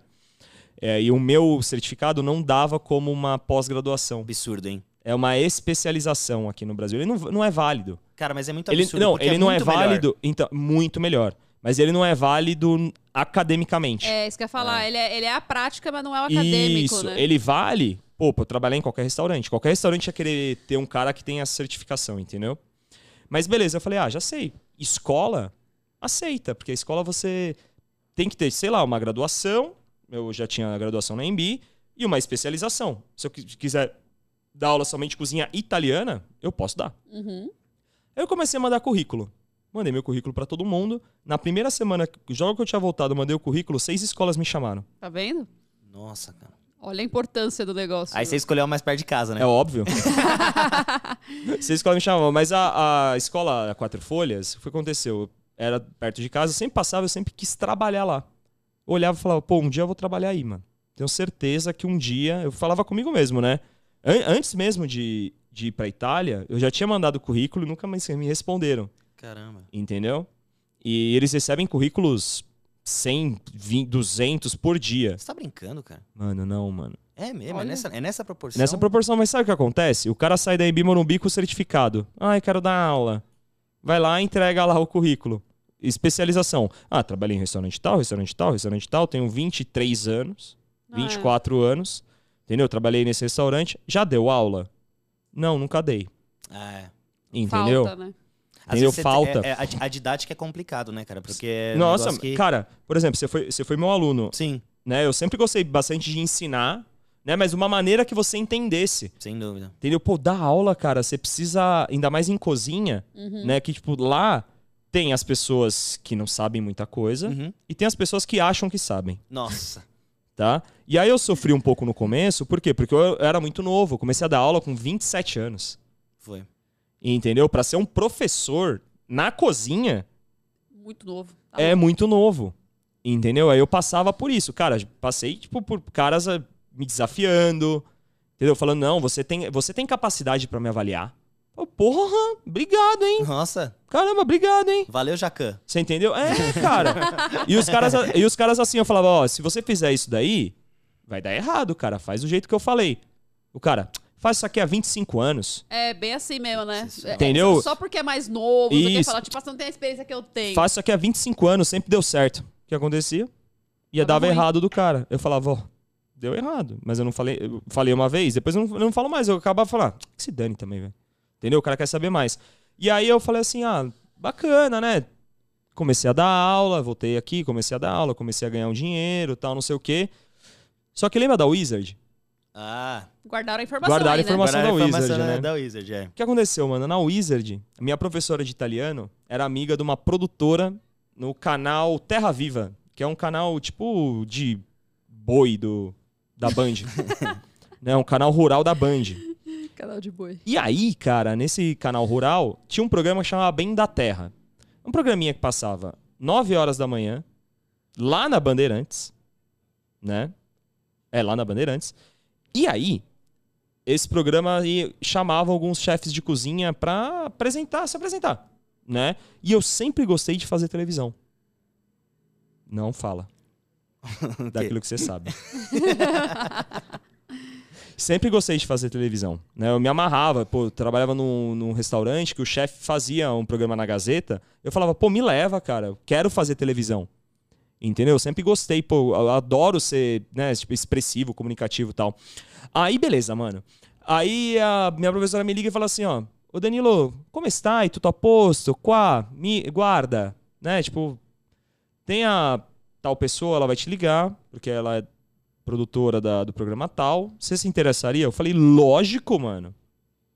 S2: É, e o meu certificado não dava como uma pós-graduação.
S1: Absurdo, hein?
S2: É uma especialização aqui no Brasil. Ele não, não é válido.
S1: Cara, mas é muito
S2: Ele,
S1: absurdo.
S2: não,
S1: porque
S2: ele não é
S1: muito melhor.
S2: válido. Então, muito melhor. Mas ele não é válido academicamente.
S3: É, isso que eu ia falar. Ele, é, ele é a prática, mas não é o acadêmico,
S2: Isso,
S3: né?
S2: ele vale, pô, pra eu trabalhar em qualquer restaurante. Qualquer restaurante ia querer ter um cara que tenha essa certificação, entendeu? Mas beleza, eu falei, ah, já sei. Escola, aceita, porque a escola você tem que ter, sei lá, uma graduação. Eu já tinha a graduação na MB e uma especialização. Se eu qui- quiser dar aula somente de cozinha italiana, eu posso dar.
S3: Uhum.
S2: Aí eu comecei a mandar currículo. Mandei meu currículo pra todo mundo. Na primeira semana, jogo que eu tinha voltado, eu mandei o currículo, seis escolas me chamaram.
S3: Tá vendo?
S1: Nossa, cara.
S3: Olha a importância do negócio.
S1: Aí você escolheu a mais perto de casa, né?
S2: É óbvio. Se a escola me chamava, mas a, a escola a Quatro Folhas, foi o que aconteceu. Era perto de casa, eu sempre passava, eu sempre quis trabalhar lá. Eu olhava e falava, pô, um dia eu vou trabalhar aí, mano. Tenho certeza que um dia. Eu falava comigo mesmo, né? An- antes mesmo de, de ir pra Itália, eu já tinha mandado currículo e nunca mais me responderam,
S1: Caramba.
S2: entendeu? E eles recebem currículos 100, 20, 200 por dia.
S1: Você tá brincando, cara?
S2: Mano, não, mano.
S1: É mesmo? É
S3: Olha.
S1: nessa, é nessa proporção?
S2: Nessa proporção, mas sabe o que acontece? O cara sai da IB Morumbi com o certificado. Ah, eu quero dar aula. Vai lá e entrega lá o currículo. Especialização. Ah, trabalhei em restaurante tal, restaurante tal, restaurante tal. Tenho 23 anos,
S3: Ah, é.
S2: 24 anos. Entendeu? Eu trabalhei nesse restaurante, já deu aula? Não, nunca dei.
S1: É.
S2: Entendeu?
S3: Falta, né?
S1: Às
S2: Entendeu?
S1: vezes você-
S2: Falta.
S1: é- é- a, di- a didática é complicado, né, cara? Porque é um
S2: Nossa,
S1: negócio que...
S2: cara, por exemplo, você foi, você foi meu aluno,
S1: Sim,
S2: né? Eu sempre gostei bastante de ensinar, né? Mas de uma maneira que você entendesse.
S1: sem dúvida.
S2: Entendeu? Pô, dar aula, cara, você precisa, ainda mais em cozinha, né? Que, tipo, lá tem as pessoas que não sabem muita coisa
S1: Uhum.
S2: e tem as pessoas que acham que sabem,
S1: Nossa.
S2: tá? E aí eu sofri um pouco no começo, por quê? Porque eu era muito novo, eu comecei a dar aula com 27 anos,
S1: Foi.
S2: entendeu? Pra ser um professor na cozinha
S3: Muito novo. Tá
S2: é muito novo, entendeu? Aí eu passava por isso, cara, passei, tipo, por caras ah, me desafiando, entendeu? Falando, não, você tem, você tem capacidade pra me avaliar. Eu, Porra, obrigado, hein?
S1: Nossa.
S2: Caramba, obrigado, hein?
S1: Valeu, Jacan.
S2: Você entendeu? É, cara. e, os caras, e os caras assim, eu falava, ó, se você fizer isso daí, vai dar errado, cara. Faz do jeito que eu falei. O cara, faz isso aqui há 25 anos.
S3: É bem assim mesmo, né?
S1: Sim, sim.
S3: É-
S2: Entendeu?
S3: Só porque é mais novo, não sei o que
S2: Isso.
S3: falar, tipo, você não tem a experiência que eu tenho.
S2: Faz isso aqui há 25 anos, sempre deu certo. O que acontecia? Ia
S3: Tava
S2: dava
S3: ruim.
S2: errado do cara. Eu falava, ó, deu errado. Mas eu não falei, eu falei uma vez, depois eu não, eu não falo mais. Eu acabava falando, "Ah, que se dane também, velho. Entendeu? O cara quer saber mais. E aí eu falei assim, ah, bacana, né? Comecei a dar aula, voltei aqui, comecei a dar aula, comecei a ganhar um dinheiro, tal, não sei o quê. Só que lembra da Wizard?
S1: Ah,
S3: Guardaram a informação.
S2: Guardaram
S3: aí, né?
S2: a informação.
S1: guardaram a
S2: da
S1: informação
S2: Wizard,
S1: da-
S2: né?
S1: da Wizard, é.
S2: O que aconteceu, mano? Na Wizard, a minha professora de italiano era amiga de uma produtora no canal Terra Viva, que é um canal tipo de boi do, da Band. né? Um canal rural da Band.
S3: Né? Canal de boi.
S2: E aí, cara, nesse canal rural, tinha um programa que chamava Bem da Terra. Um programinha que passava 9 horas da manhã, lá na Bandeirantes, né? É, lá na Bandeirantes. E aí, esse programa aí chamava alguns chefes de cozinha pra apresentar, se apresentar, né? E eu sempre gostei de fazer televisão. Não fala. Daquilo que você sabe. Sempre gostei de fazer televisão. Né? Eu me amarrava, pô, eu trabalhava num, num restaurante que o chefe fazia um programa na Gazeta. Eu falava, pô, me leva, cara, eu quero fazer televisão. Entendeu? Eu sempre gostei, pô, eu adoro ser né, tipo, expressivo, comunicativo e tal. Aí, beleza, mano. Aí a minha professora me liga e fala assim, ó, ô Danilo, como está? E tu a posto? Quá? Me guarda, né? Tipo, tem a tal pessoa, ela vai te ligar, porque ela é produtora da- do programa tal. Você se interessaria? Eu falei, lógico, mano.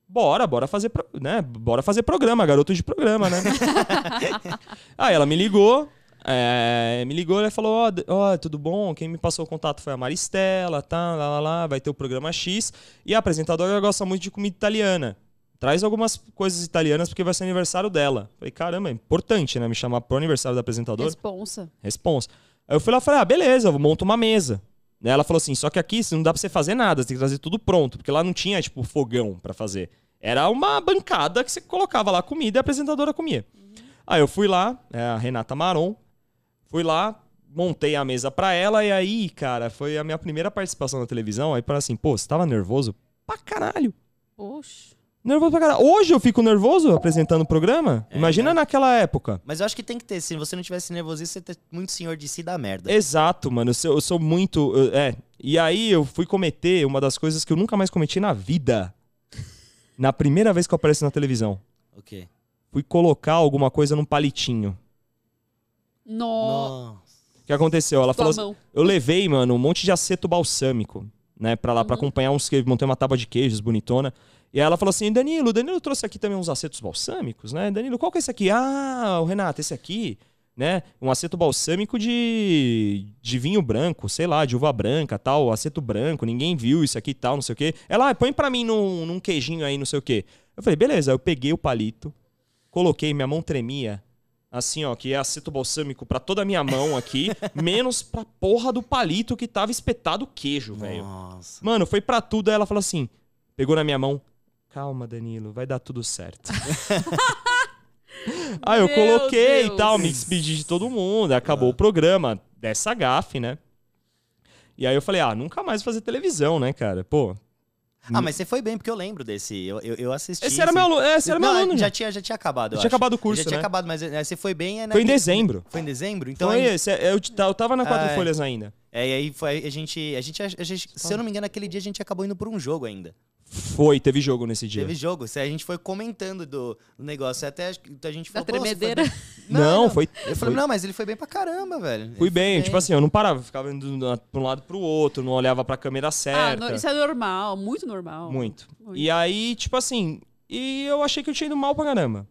S2: Bora, bora fazer, pro- né? Bora fazer programa, garoto de programa, né? Aí ela me ligou, é, me ligou e falou, ó, d- ó, tudo bom? Quem me passou o contato foi a Maristela, tá, lá, lá, lá, vai ter o programa X. E a apresentadora gosta muito de comida italiana. Traz algumas coisas italianas porque vai ser aniversário dela. Falei, caramba, é importante, né? Me chamar pro aniversário da apresentadora
S3: Responsa.
S2: responsa. Aí eu fui lá e falei, ah, beleza, eu monto uma mesa. Né, Ela falou assim, só que aqui não dá pra você fazer nada, você tem que trazer tudo pronto, porque lá não tinha, tipo, fogão pra fazer. Era uma bancada que você colocava lá comida e a apresentadora comia. Aí eu fui lá, é, a Renata Maron, fui lá, montei a mesa pra ela, e aí, cara, foi a minha primeira participação na televisão, aí para assim, pô, você tava nervoso? Pra caralho.
S3: Poxa.
S2: Nervoso pra caralho. Hoje eu fico nervoso apresentando o programa? Imagina naquela época.
S1: Mas eu acho que tem que ter. Se você não tivesse nervosismo, você tá muito senhor de si da merda.
S2: Exato, mano. Eu sou, eu sou muito. eu- é. E aí eu fui cometer uma das coisas que eu nunca mais cometi na vida. Na primeira vez que eu apareci na televisão.
S1: O quê?
S2: Fui colocar alguma coisa num palitinho.
S3: No...
S1: Nossa.
S2: O que aconteceu? Ela
S3: Tua
S2: falou assim,
S3: mão.
S2: Eu levei, mano, um monte de aceto balsâmico, né, pra lá, pra acompanhar uns queijos, montei uma tábua de queijos bonitona. E aí ela falou assim, Danilo, Danilo trouxe aqui também uns acetos balsâmicos, né? Danilo, qual que é esse aqui? Ah, o Renato, esse aqui, né? Um aceto balsâmico de, de vinho branco, sei lá, de uva branca, tal, aceto branco, ninguém viu isso aqui e tal, não sei o quê. Ela, ah, põe pra mim num, num queijinho aí, não sei o quê. Eu falei, beleza, eu peguei o palito, coloquei, minha mão tremia. Assim, ó, que é aceto balsâmico pra toda a minha mão aqui, menos pra porra do palito que tava espetado o queijo, velho.
S1: Nossa.
S2: Mano, foi pra tudo, aí ela falou assim: pegou na minha mão, calma, Danilo, vai dar tudo certo. aí eu
S3: Meu
S2: coloquei
S3: Deus.
S2: e tal, me despedi de todo mundo, acabou o
S1: Ah.
S2: programa, dessa gafe, né? E aí eu falei: ah, nunca mais fazer televisão, né, cara? Pô,
S1: Ah, mas você foi bem, porque eu lembro desse. Eu, eu, eu assisti.
S2: esse era meu aluno, é, esse era meu
S1: Não,
S2: aluno.
S1: Já
S2: Já
S1: tinha, já tinha acabado. eu acho.
S2: tinha acabado o curso,
S1: Já tinha
S2: né?
S1: acabado, mas é, você foi bem. é, né?
S2: Foi em dezembro.
S1: Foi em dezembro? Então,
S2: Então,
S1: aí-
S2: esse é- eu, t- eu tava na Quatro
S1: Ah, é.
S2: Folhas ainda.
S1: É, e aí foi, a gente, a gente, a gente, se eu não me engano, aquele dia a gente acabou indo por um jogo ainda.
S2: Foi, teve jogo nesse dia.
S1: Teve jogo, se a gente foi comentando do, do negócio, até acho que a gente
S3: Da
S1: falou... "Pô, você foi
S3: tremedeira.
S1: bem-"
S2: Não, foi.
S1: Eu falei, não, mas ele foi bem pra caramba, velho.
S2: Fui bem, tipo assim, eu não parava, eu ficava indo na- pra um lado pro outro, não olhava pra câmera
S3: Ah,
S2: tá certa.
S3: no- isso é normal, muito normal.
S2: Muito.
S3: Muito.
S2: E aí, tipo assim, e eu achei que eu tinha ido mal pra caramba.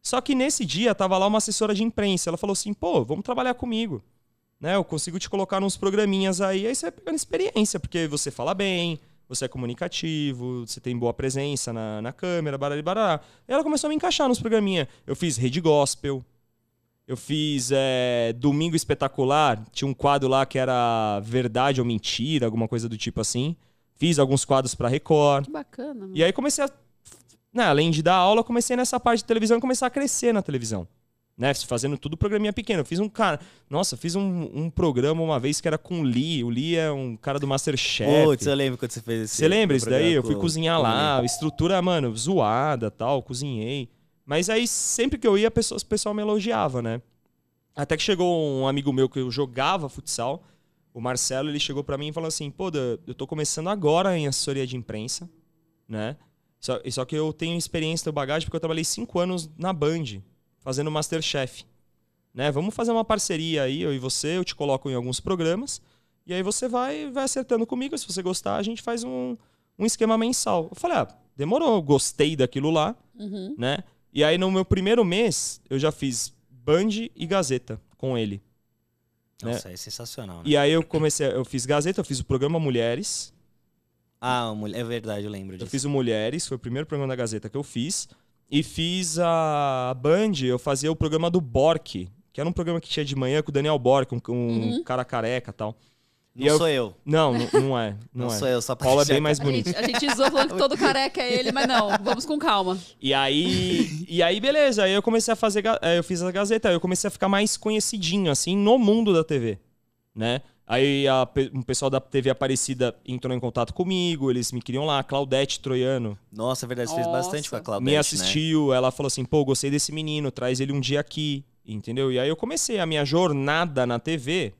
S2: Só que nesse dia tava lá uma assessora de imprensa. Ela falou assim: pô, vamos trabalhar comigo. Né? Eu consigo te colocar nos programinhas aí. Aí você vai pegando experiência, porque você fala bem, você é comunicativo, você tem boa presença na, na câmera, barará, barará. E ela começou a me encaixar nos programinha. Eu fiz Rede Gospel. Eu fiz é, Domingo Espetacular. Tinha um quadro lá que era Verdade ou Mentira, alguma coisa do tipo assim. Fiz alguns quadros pra Record.
S3: Que bacana. mano.
S2: E aí comecei a. né, além de dar aula, comecei nessa parte de televisão e começar a crescer na televisão. Né, fazendo tudo programinha pequeno. Eu Fiz um cara. Nossa, fiz um, um programa uma vez que era com o Lee. O Lee é um cara do Masterchef.
S1: Putz, eu lembro quando você fez esse...
S2: Você lembra isso daí?
S1: programa
S2: Eu fui
S1: com-
S2: cozinhar
S1: com o
S2: lá, estrutura, mano, zoada tal, cozinhei. Mas aí sempre que eu ia, pessoas, o pessoal me elogiava, né? Até que chegou um amigo meu que eu jogava futsal, o Marcelo, ele chegou pra mim e falou assim: pô, Dan, eu tô começando agora em assessoria de imprensa, né? Só, e só que eu tenho experiência, tenho bagagem, porque eu trabalhei cinco anos na Band, fazendo Masterchef. Né? Vamos fazer uma parceria aí, eu e você, eu te coloco em alguns programas. E aí você vai, vai acertando comigo. Se você gostar, a gente faz um, um esquema mensal. Eu falei, ah, demorou, eu gostei daquilo lá,
S3: Uhum.
S2: né? E aí no meu primeiro mês, eu já fiz Band e Gazeta com ele.
S1: Nossa, é sensacional, né?
S2: E aí eu comecei, eu fiz Gazeta, eu fiz o programa Mulheres.
S1: Ah, o mulher, é verdade, eu lembro disso.
S2: Eu fiz o Mulheres, foi o primeiro programa da Gazeta que eu fiz. E fiz a Band, eu fazia o programa do Bork, que era um programa que tinha de manhã com o Daniel Bork, um, um cara careca e tal.
S1: Não
S2: e eu-
S1: sou eu,
S2: Não, não, não é. Não,
S1: não,
S2: é.
S1: sou eu, só pra
S2: Paulo é
S1: deixar-
S2: bem mais
S3: A
S2: bonito.
S3: gente, a gente zoou falando que todo careca é ele, mas não, vamos com calma.
S2: E aí, e aí beleza, aí eu comecei a fazer, ga- eh, eu fiz a Gazeta, aí eu comecei a ficar mais conhecidinho, assim, no mundo da TV, né? Aí a pe- um pessoal da TV Aparecida entrou em contato comigo, eles me queriam lá, a Claudete Troiano
S1: Nossa, é verdade, você fez
S3: Nossa.
S1: bastante com a Claudete,
S2: me
S1: né?
S2: assistiu, ela falou assim, pô, gostei desse menino, traz ele um dia aqui, entendeu? E aí eu comecei a minha jornada na TV,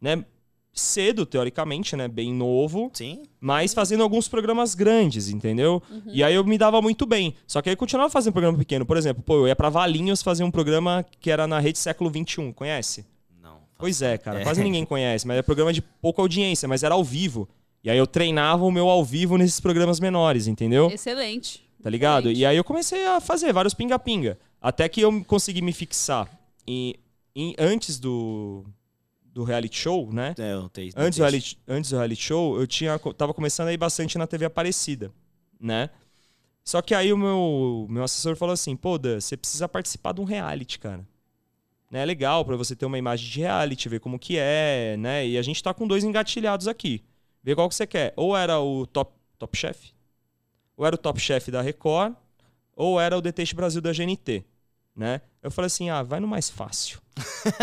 S2: né, cedo, teoricamente, né, bem novo,
S1: Sim,
S2: mas fazendo alguns programas grandes, entendeu? E aí eu me dava muito bem. Só que aí eu continuava fazendo programa pequeno. Por exemplo, pô, eu ia pra Valinhos fazer um programa que era na rede século XXI, conhece?
S1: não.
S2: Pois é, cara,
S1: É.
S2: quase ninguém conhece, mas é programa de pouca audiência, mas era ao vivo. E aí eu treinava o meu ao vivo nesses programas menores, entendeu?
S3: Excelente.
S2: Então, Tá ligado?
S3: Excelente.
S2: E aí eu comecei a fazer vários pinga-pinga. Até que eu consegui me fixar em, em- antes do, do reality show, né?
S1: É, eu tenho-
S2: Antes do
S1: tenho-
S2: reality, antes do reality show, eu tinha, co- tava começando a ir bastante na TV Aparecida, né? Só que aí o meu, meu assessor falou assim, pô, Dan, você precisa participar de um reality, cara. Né, é legal pra você ter uma imagem de reality, ver como que é, né? E a gente tá com dois engatilhados aqui. Vê qual que você quer. Ou era o Top, top Chef, ou era o Top Chef da Record, ou era o Deteste Brasil da GNT, né? Eu falei assim, ah, vai no mais fácil.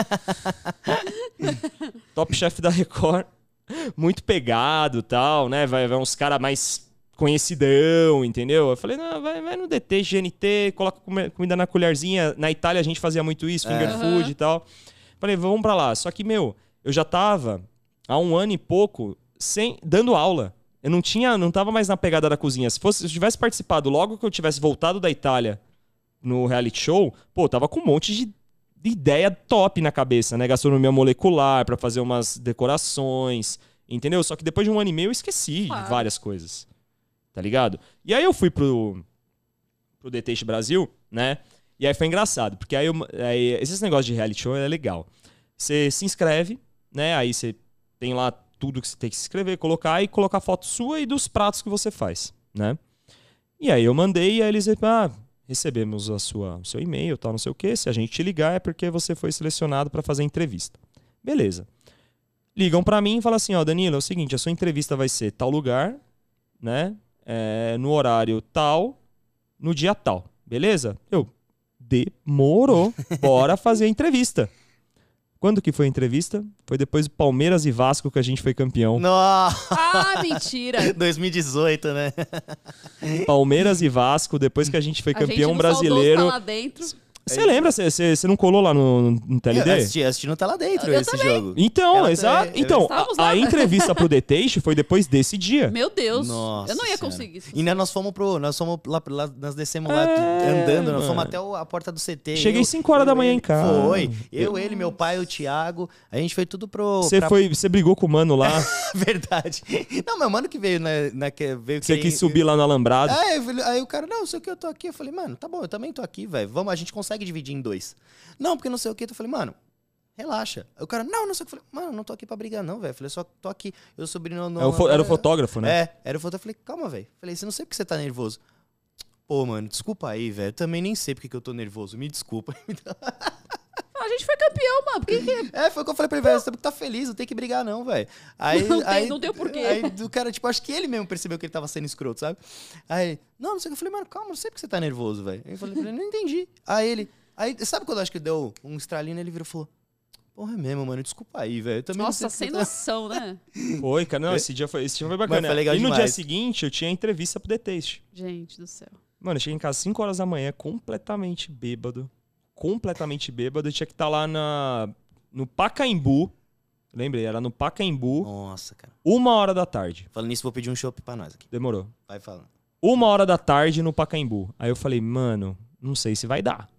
S2: top Chef da Record, muito pegado tal, né? Vai, vai uns caras mais conhecidão, entendeu? Eu falei, não, vai, vai no DT, GNT, coloca comi- comida na colherzinha. Na Itália a gente fazia muito isso, finger
S3: Aham.
S2: food e tal. Falei, vamos pra lá. Só que, meu, eu já tava há um ano e pouco sem dando aula. Eu não tinha, não tava mais na pegada da cozinha. Se fosse, se eu tivesse participado logo que eu tivesse voltado da Itália no reality show, pô, eu tava com um monte de de ideia top na cabeça, né? Gastronomia molecular pra fazer umas decorações, entendeu? Só que depois de um ano e meio eu esqueci
S3: Claro.
S2: de várias coisas. Tá ligado? E aí eu fui pro pro Deteste Brasil, né? E aí foi engraçado, porque aí, eu, aí esses negócios de reality show é legal. Você se inscreve, né? Aí você tem lá tudo que você tem que se inscrever, colocar e colocar foto sua e dos pratos que você faz, né? E aí eu mandei e aí eles ah, recebemos a sua, o seu e-mail, tal, não sei o quê. Se a gente te ligar é porque você foi selecionado para fazer a entrevista. Beleza. Ligam para mim e falam assim, ó, Danilo, é o seguinte, a sua entrevista vai ser tal lugar, né? É, no horário tal, no dia tal. Beleza? Eu, demorou. Bora fazer a entrevista. Quando que foi a entrevista? Foi depois do Palmeiras e Vasco que a gente foi campeão.
S1: Nossa,
S3: Ah, mentira.
S1: 2018, né?
S2: Tá Palmeiras e Vasco, depois que a gente foi
S3: Né? A gente
S2: campeão
S3: não saudou os
S2: brasileiro.
S3: Tá lá dentro.
S2: Você lembra? Você- Você você não colou lá no, no TLD?
S1: É Eu assisti, assisti no tela dentro
S3: Eu
S1: esse
S3: também.
S1: jogo.
S2: Então,
S1: Ela-
S2: exato.
S1: é,
S2: Então,
S3: estávamos
S2: a, a
S3: lá.
S2: entrevista pro The Taste foi depois desse dia.
S3: Meu Deus.
S1: Nossa
S3: eu não ia
S1: Senhora.
S3: conseguir isso.
S1: E né, nós fomos pro. Nós fomos lá, lá- nós descemos lá
S2: É,
S1: andando, nós
S2: mano.
S1: fomos até o- a porta do CT.
S2: Cheguei
S1: eu-
S2: cinco horas
S1: eu,
S2: da manhã
S1: ele-
S2: em casa.
S1: Foi. Eu, ele, meu pai, o Thiago. A gente foi tudo pro.
S2: Você
S1: pra-
S2: foi, você brigou com o mano lá,
S1: Verdade. Não, meu mano que veio na. na que veio
S2: você
S1: querer-
S2: quis subir lá no alambrado.
S1: Aí, eu falei- aí o cara, não, sei o que, eu tô aqui. Eu falei, mano, tá bom, eu também tô aqui, velho. Vamos, a gente consegue dividir em dois. Não, porque não sei o que. Eu falei, mano, relaxa. Aí o cara, não, não sei o que. Eu falei, mano, não tô aqui pra brigar, não, velho. Eu falei, só tô aqui. Eu subi no. no
S2: É, o fo- era o
S1: é,
S2: fotógrafo, né?
S1: É, era o fotógrafo. Eu falei, calma, velho. Eu Falei, você não sei porque você tá nervoso. Pô, mano, desculpa aí, velho. Eu também nem sei porque que eu tô nervoso. Me desculpa.
S3: Ah, A gente foi campeão, mano. Por que que-
S1: É, foi o que eu falei pra ele, velho. Você tá feliz, não tem que brigar, não, velho. Aí,
S3: Não tem-
S1: aí,
S3: não tem o porquê.
S1: Aí o cara, tipo, acho que ele mesmo percebeu que ele tava sendo escroto, sabe? Aí ele, não, não sei o que. Eu falei, mano, calma, não sei porque você tá nervoso, velho. Aí Eu falei, pra ele, não entendi. Aí ele, aí, sabe quando eu acho que deu um estralino, ele virou e falou, porra, é mesmo, mano, desculpa aí, velho. Eu também não sei
S3: Nossa,
S1: porque eu
S3: sem noção,
S1: tô-
S3: né?
S2: Foi, cara. Não, esse dia foi, esse dia foi bacana.
S1: Mas É. foi legal
S2: e no dia
S1: demais.
S2: seguinte eu tinha entrevista pro The Taste.
S3: Gente do céu.
S2: Mano, eu cheguei em casa 5 horas da manhã, completamente bêbado. Completamente bêbado. Eu tinha que estar lá na, no Pacaembu. Lembrei, era no Pacaembu,
S1: tá-" Nossa, cara.
S2: uma hora da tarde.
S1: Falando nisso, vou pedir um chopp pra nós aqui.
S2: Demorou.
S1: Vai falando.
S2: Uma hora da tarde no Pacaembu. Aí eu falei, mano, não sei se vai dar.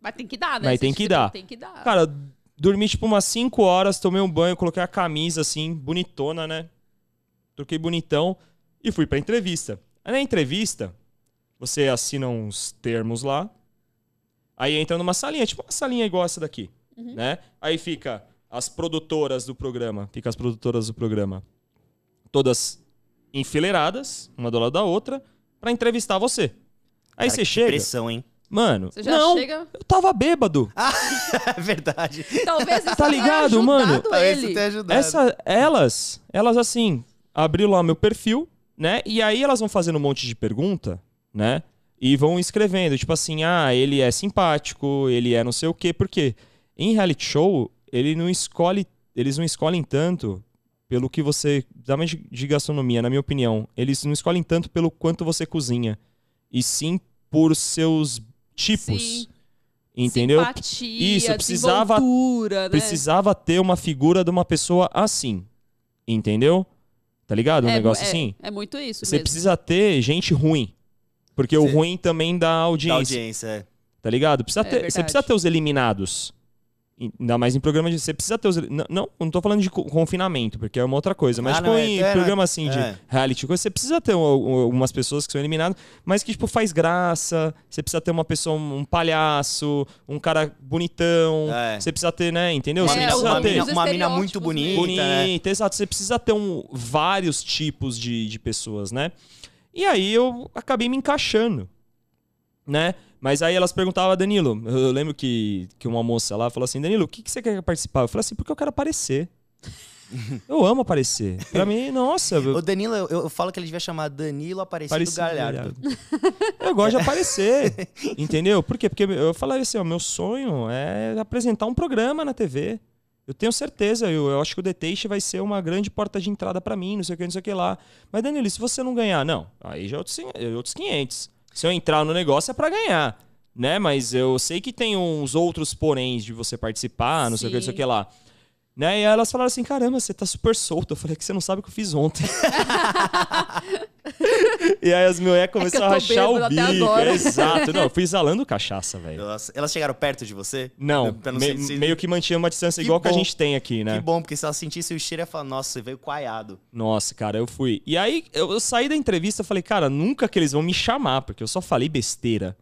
S3: Mas tem que dar, né?
S2: Mas
S3: Você
S2: tem que
S3: tipo,
S2: dar.
S3: Tem que dar.
S2: Cara, dormi tipo umas 5 horas, tomei um banho, coloquei a camisa assim, bonitona, né? Troquei bonitão e fui pra entrevista. Aí na entrevista, você assina uns termos lá, aí entra numa salinha, tipo uma salinha igual essa daqui,
S3: Uhum.
S2: né? Aí fica as produtoras do programa, fica as produtoras do programa, todas enfileiradas, uma do lado da outra, pra entrevistar você. Aí
S1: Cara,
S2: você
S1: que
S2: chega,
S1: Pressão, hein?
S2: mano,
S3: Você já
S2: não,
S3: chega.
S2: eu tava bêbado.
S1: É verdade.
S3: Talvez isso
S2: Tá
S3: tenha
S2: ligado,
S3: ajudado
S2: mano?
S1: Talvez
S3: Ele.
S1: isso tenha ajudado.
S2: Essa, elas, elas assim, abriram lá meu perfil, né? E aí elas vão fazendo um monte de pergunta, né? E vão escrevendo, tipo assim, ah, ele é simpático, ele é não sei o quê, porque em reality show, ele não escolhe, eles não escolhem tanto pelo que você, principalmente de gastronomia, na minha opinião, eles não escolhem tanto pelo quanto você cozinha, e sim por seus tipos.
S3: Sim.
S2: Entendeu?
S3: Simpatia,
S2: Isso, precisava-
S3: desenvoltura, né?
S2: precisava ter uma figura de uma pessoa assim. Entendeu? Tá ligado? Um
S3: É,
S2: negócio
S3: é,
S2: assim.
S3: É muito isso
S2: Você
S3: mesmo.
S2: precisa ter gente ruim. Porque o
S1: Sim.
S2: ruim também dá
S1: Da
S2: audiência.
S1: audiência. é.
S2: Tá ligado? Precisa
S3: É
S2: ter,
S3: verdade.
S2: você precisa ter os eliminados. E- Ainda mais em programa de. Você precisa ter os. eli- Não, não, não tô falando de co- confinamento, porque é uma outra coisa. Mas,
S1: Ah,
S2: tipo,
S1: não, é-
S2: em
S1: é, não,
S2: programa assim de
S1: é.
S2: reality, coisa, você precisa ter um- um- umas pessoas que são eliminadas, mas que, tipo, faz graça. Você precisa ter uma pessoa, um palhaço, um cara bonitão.
S1: É.
S2: Você precisa ter, né? Entendeu?
S1: Uma
S2: você
S3: É,
S1: mina,
S3: os-
S2: precisa
S1: uma
S3: os
S2: ter.
S1: mina- uma mina
S3: estereótipos
S1: muito bonita.
S3: mesmo.
S1: né?
S2: Bonita, exato. Você precisa ter um, vários tipos de, de pessoas, né? E aí eu acabei me encaixando, né? Mas aí elas perguntavam, Danilo, eu lembro que, que uma moça lá falou assim, Danilo, o que, que você quer participar? Eu falei assim, porque eu quero aparecer. eu amo aparecer. Pra mim, nossa,
S1: O
S2: eu,
S1: Danilo, eu, eu falo que ele devia chamar Danilo Aparecido
S2: Aparecido
S1: Galhardo.
S2: eu gosto de aparecer, entendeu? Por quê? Porque eu falaria assim, ó, meu sonho é apresentar um programa na TV. Eu tenho certeza, eu, eu acho que o The Taste vai ser uma grande porta de entrada pra mim, não sei o que, não sei o que lá. Mas, Danilo, e se você não ganhar? Não, aí já é outros, cin- é outros 500. Se eu entrar no negócio é pra ganhar, né? Mas eu sei que tem uns outros poréns de você participar, não sei o que, não sei o
S3: Sim.
S2: que lá. Né? E aí elas falaram assim, caramba, você tá super solto. Eu falei que você não sabe o que eu fiz ontem. e aí as mulheres começaram a
S3: É tô
S2: rachar o
S3: bêbada até
S2: bico.
S3: agora.
S2: É, exato. Não, eu fui exalando cachaça, velho.
S1: Elas, elas chegaram perto de você?
S2: Não,
S1: Pra não
S2: me-
S1: ser- se-
S2: meio que mantinha uma distância
S1: Que
S2: igual que a
S1: bom.
S2: gente tem aqui, né?
S1: Que bom, porque se elas sentissem o cheiro, ia falar, nossa, você veio coaiado.
S2: Nossa, cara, eu fui. E aí eu, eu saí da entrevista e falei, cara, nunca que eles vão me chamar, porque eu só falei besteira.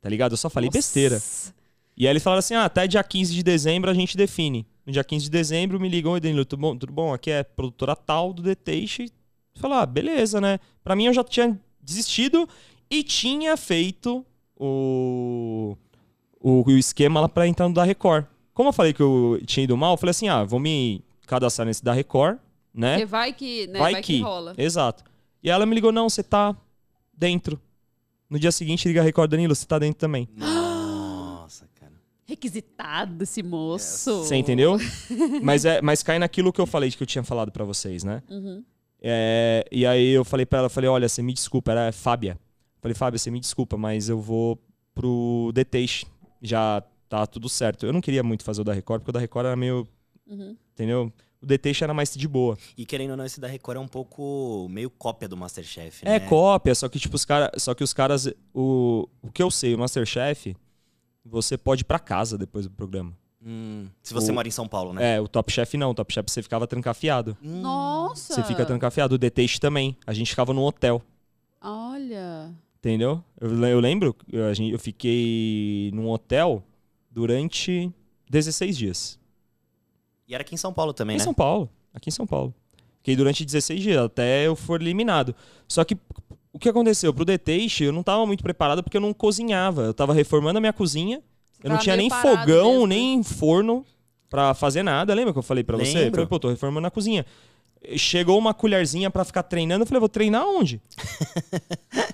S2: Tá ligado? Eu só falei besteira.
S3: Nossa.
S2: E aí eles falaram assim: ah, até dia 15 de dezembro a gente define. No dia 15 de dezembro me ligam, oi Danilo, tudo bom? Tudo bom? Aqui é a produtora tal do The Taste. Falar, ah, beleza, né? Pra mim eu já tinha desistido e tinha feito o, o, o esquema lá pra entrar no da Record. Como eu falei que eu tinha ido mal, eu falei assim: ah, vou me cadastrar nesse da Record, né?
S3: Porque vai que, né,
S2: Vai
S3: vai, que.
S2: que. É.
S3: rola.
S2: Exato. E ela me ligou, não, você tá dentro. No dia seguinte, liga a Record, Danilo, você tá dentro também.
S1: Nossa, cara.
S3: Requisitado esse moço.
S2: Você entendeu? mas, é, mas cai naquilo que eu falei, que eu tinha falado pra vocês, né?
S3: Uhum.
S2: É, e aí eu falei pra ela, falei, olha, você me desculpa, era a Fábia. Falei, Fábia, você me desculpa, mas eu vou pro The Taste. Já tá tudo certo. Eu não queria muito fazer o da Record, porque o da Record era meio.
S3: Uhum.
S2: Entendeu? O The Taste era mais de boa.
S1: E querendo ou não, esse da Record é um pouco meio cópia do Masterchef, né?
S2: É cópia, só que tipo os cara, só que os caras, o, o que eu sei, o MasterChef, você pode ir pra casa depois do programa.
S1: Hum, se você
S2: O-
S1: mora em São Paulo, né?
S2: É, o Top Chef não, o Top Chef você ficava trancafiado.
S1: Hum.
S3: Nossa!
S2: Você fica trancafiado, o The Taste também. A gente ficava num hotel,
S3: Olha.
S2: entendeu? Eu, le- eu lembro, eu, a gente- eu fiquei num hotel durante 16 dias.
S1: E era aqui em São Paulo também,
S2: Em
S1: né?
S2: São Paulo, aqui em São Paulo. Fiquei durante 16 dias, até eu for eliminado. Só que o que aconteceu? Pro The Taste, eu não tava muito preparado porque eu não cozinhava. Eu tava reformando a minha cozinha, Eu não
S3: Tava
S2: tinha
S3: meio
S2: nem
S3: parado
S2: fogão,
S3: mesmo.
S2: nem forno pra fazer nada. Lembra que eu falei pra você? Eu
S1: Lembro.
S2: falei, pô, tô reformando a cozinha. Chegou uma colherzinha pra ficar treinando. Eu falei, vou treinar onde?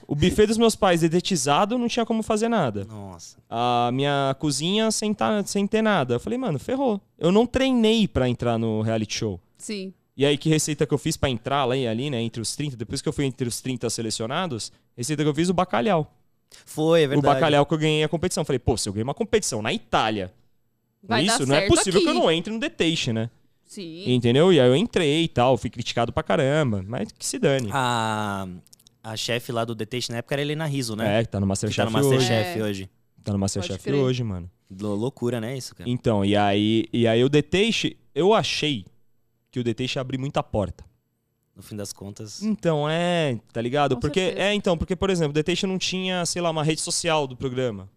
S2: o buffet dos meus pais dedetizado, não tinha como fazer nada.
S1: Nossa.
S2: A minha cozinha sem, tá, sem ter nada. Eu falei, mano, ferrou. Eu não treinei pra entrar no reality show.
S3: Sim.
S2: E aí, que receita que eu fiz pra entrar lá e ali, né? Entre os 30. Depois que eu fui entre os 30 selecionados, receita que eu fiz, o bacalhau.
S1: Foi, é verdade.
S2: O bacalhau que eu ganhei a competição. Eu Falei, pô, se eu ganhei uma competição na Itália
S3: Vai
S2: isso,
S3: dar
S2: não é
S3: certo
S2: possível
S3: aqui.
S2: que eu não entre no The Taste, né?
S3: Sim.
S2: Entendeu? E aí eu entrei e tal, fui criticado pra caramba, mas que se dane.
S1: Ah, A, a chefe lá do Detest na época era Helena Riso, né?
S2: É, que tá no
S1: que tá
S2: Masterchef
S1: no
S2: hoje.
S1: Masterchef
S3: É.
S1: hoje.
S2: Tá no Masterchef
S3: crer.
S2: hoje, mano.
S1: Lou- Loucura, né? Isso, cara.
S2: Então, e aí, e aí o The Taste, eu achei que o The Taste ia abrir muita porta.
S1: No fim das contas.
S2: Então, é, tá ligado?
S3: Com
S2: porque,
S3: certeza.
S2: é, então, porque, por exemplo, o The Taste não tinha, sei lá, uma rede social do programa.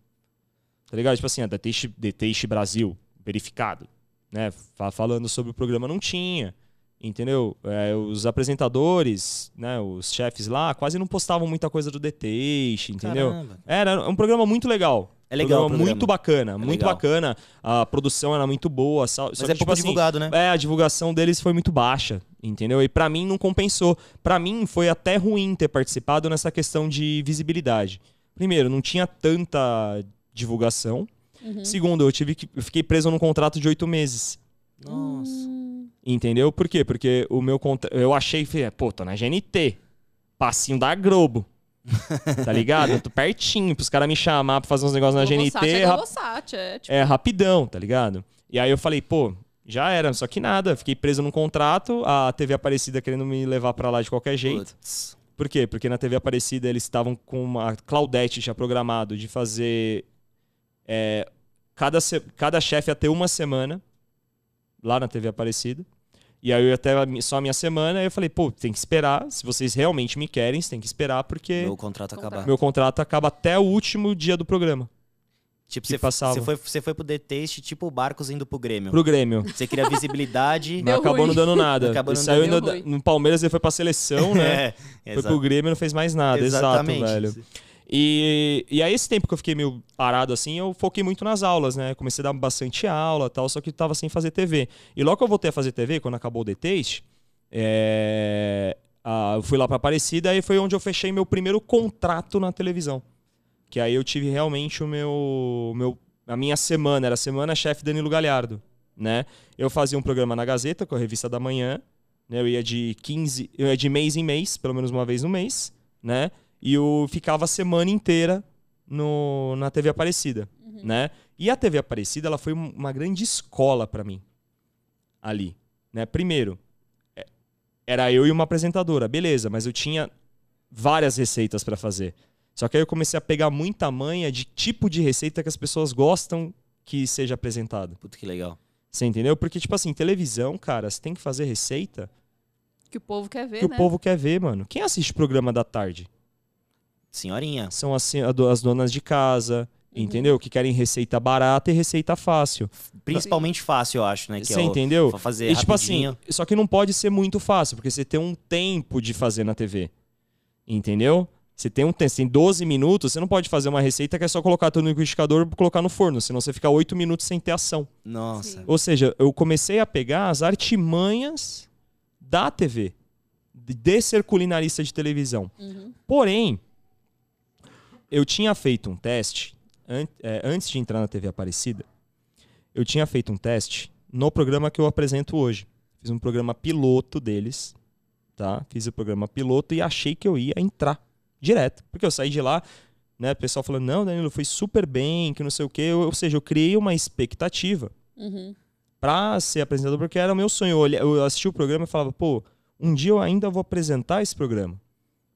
S2: Tá ligado? Tipo assim, ah, The Taste, The Taste Brasil, verificado, né? Fa- Falando sobre o programa, não tinha. Entendeu? É, os apresentadores, né, os chefes lá, quase não postavam muita coisa do The Taste, entendeu?
S1: Caramba.
S2: Era um programa muito legal.
S1: É legal o
S2: Programa
S1: programa. É
S2: Muito bacana, muito
S1: legal.
S2: bacana. A produção era muito boa. Só,
S1: Mas
S2: só
S1: é
S2: que,
S1: pouco
S2: tipo assim,
S1: divulgado, né?
S2: é, a divulgação deles foi muito baixa, entendeu? E pra mim não compensou. Pra mim foi até ruim ter participado nessa questão de visibilidade. Primeiro, não tinha tanta divulgação. Segundo, eu tive que eu fiquei preso num contrato de oito meses.
S1: Nossa.
S3: Hum,
S2: Entendeu? Por quê? Porque o meu contra... eu achei, falei, "É, pô, tô na GNT. Passinho da Globo. tá ligado? Eu tô pertinho pros caras me chamar pra fazer uns negócios na
S3: Globosat
S2: GNT,
S3: é
S2: rap-
S3: Globosat, é, tipo,
S2: é rapidão, tá ligado? E aí eu falei, pô, já era, só que nada. Fiquei preso num contrato, a TV Aparecida querendo me levar pra lá de qualquer jeito.
S1: Putz.
S2: Por quê? Porque na TV Aparecida eles estavam com uma. A Claudete já programado de fazer. é, cada, se- cada chefe ia ter uma semana lá na TV Aparecida. E aí eu ia até só a minha semana, aí eu falei, pô, tem que esperar. Se vocês realmente me querem, vocês têm que esperar, porque
S1: Meu contrato acabar.
S2: é. meu contrato acaba até o último dia do programa.
S1: Tipo,
S2: que
S1: você,
S2: passava.
S1: você foi, você foi pro Detest, tipo o Barcos indo pro Grêmio.
S2: Pro Grêmio.
S1: Você queria visibilidade.
S2: Mas
S3: Deu
S2: acabou
S3: ruim.
S2: não dando nada.
S1: Acabou
S2: Ele
S1: não
S2: saiu
S3: dando-
S2: ainda
S3: Deu
S2: da-
S3: ruim.
S2: no Palmeiras, ele foi pra seleção, né?
S1: é,
S2: foi
S1: exato.
S2: pro Grêmio e não fez mais nada.
S1: Exatamente.
S2: Exato, velho. E, e aí, esse tempo que eu fiquei meio parado assim, eu foquei muito nas aulas, né? Comecei a dar bastante aula e tal, só que tava sem fazer TV. E logo que eu voltei a fazer TV, quando acabou o The Taste, é, ah, eu fui lá pra Aparecida e foi onde eu fechei meu primeiro contrato na televisão. Que aí eu tive realmente o meu. meu a minha semana, era a semana chefe Danilo Galhardo, né? Eu fazia um programa na Gazeta, com a revista da manhã, né? Eu ia de 15. Eu ia de mês em mês, pelo menos uma vez no mês, né? E eu ficava a semana inteira no, na TV Aparecida, né? E a TV Aparecida, ela foi um- uma grande escola pra mim ali, né? Primeiro, é- era eu e uma apresentadora, beleza, mas eu tinha várias receitas pra fazer. Só que aí eu comecei a pegar muita manha de tipo de receita que as pessoas gostam que seja apresentado.
S1: Puta que legal.
S2: Você entendeu? Porque, tipo assim, televisão, cara, você tem que fazer receita
S3: que o povo quer ver,
S2: que
S3: né?
S2: o povo quer ver, mano. Quem assiste programa da tarde?
S1: Senhorinha.
S2: São assim, a do- as donas de casa,
S1: Uhum.
S2: entendeu? Que querem receita barata e receita fácil.
S1: Principalmente fácil, eu acho, né? Que
S2: Você
S1: é o-
S2: entendeu?
S1: fa- fazer
S2: E tipo
S1: rapidinho.
S2: assim, só que não pode ser muito fácil, porque você tem um tempo de fazer na TV. Entendeu? Você tem um tempo, você tem 12 minutos, você não pode fazer uma receita que é só colocar tudo no liquidificador e colocar no forno, senão você fica 8 minutos sem ter ação.
S1: Nossa.
S2: Ou seja, eu comecei a pegar as artimanhas da TV, de- de ser culinarista de televisão.
S3: Uhum.
S2: Porém, eu tinha feito um teste, an- é, antes de entrar na TV Aparecida, eu tinha feito um teste no programa que eu apresento hoje. Fiz um programa piloto deles, tá? Fiz o programa piloto e achei que eu ia entrar direto. Porque eu saí de lá, né? O pessoal falando, não, Danilo, foi super bem, que não sei o quê. Eu- ou seja, eu criei uma expectativa
S3: Uhum.
S2: pra ser apresentador, porque era o meu sonho. Eu olha- Eu assistia o programa e falava, pô, um dia eu ainda vou apresentar esse programa.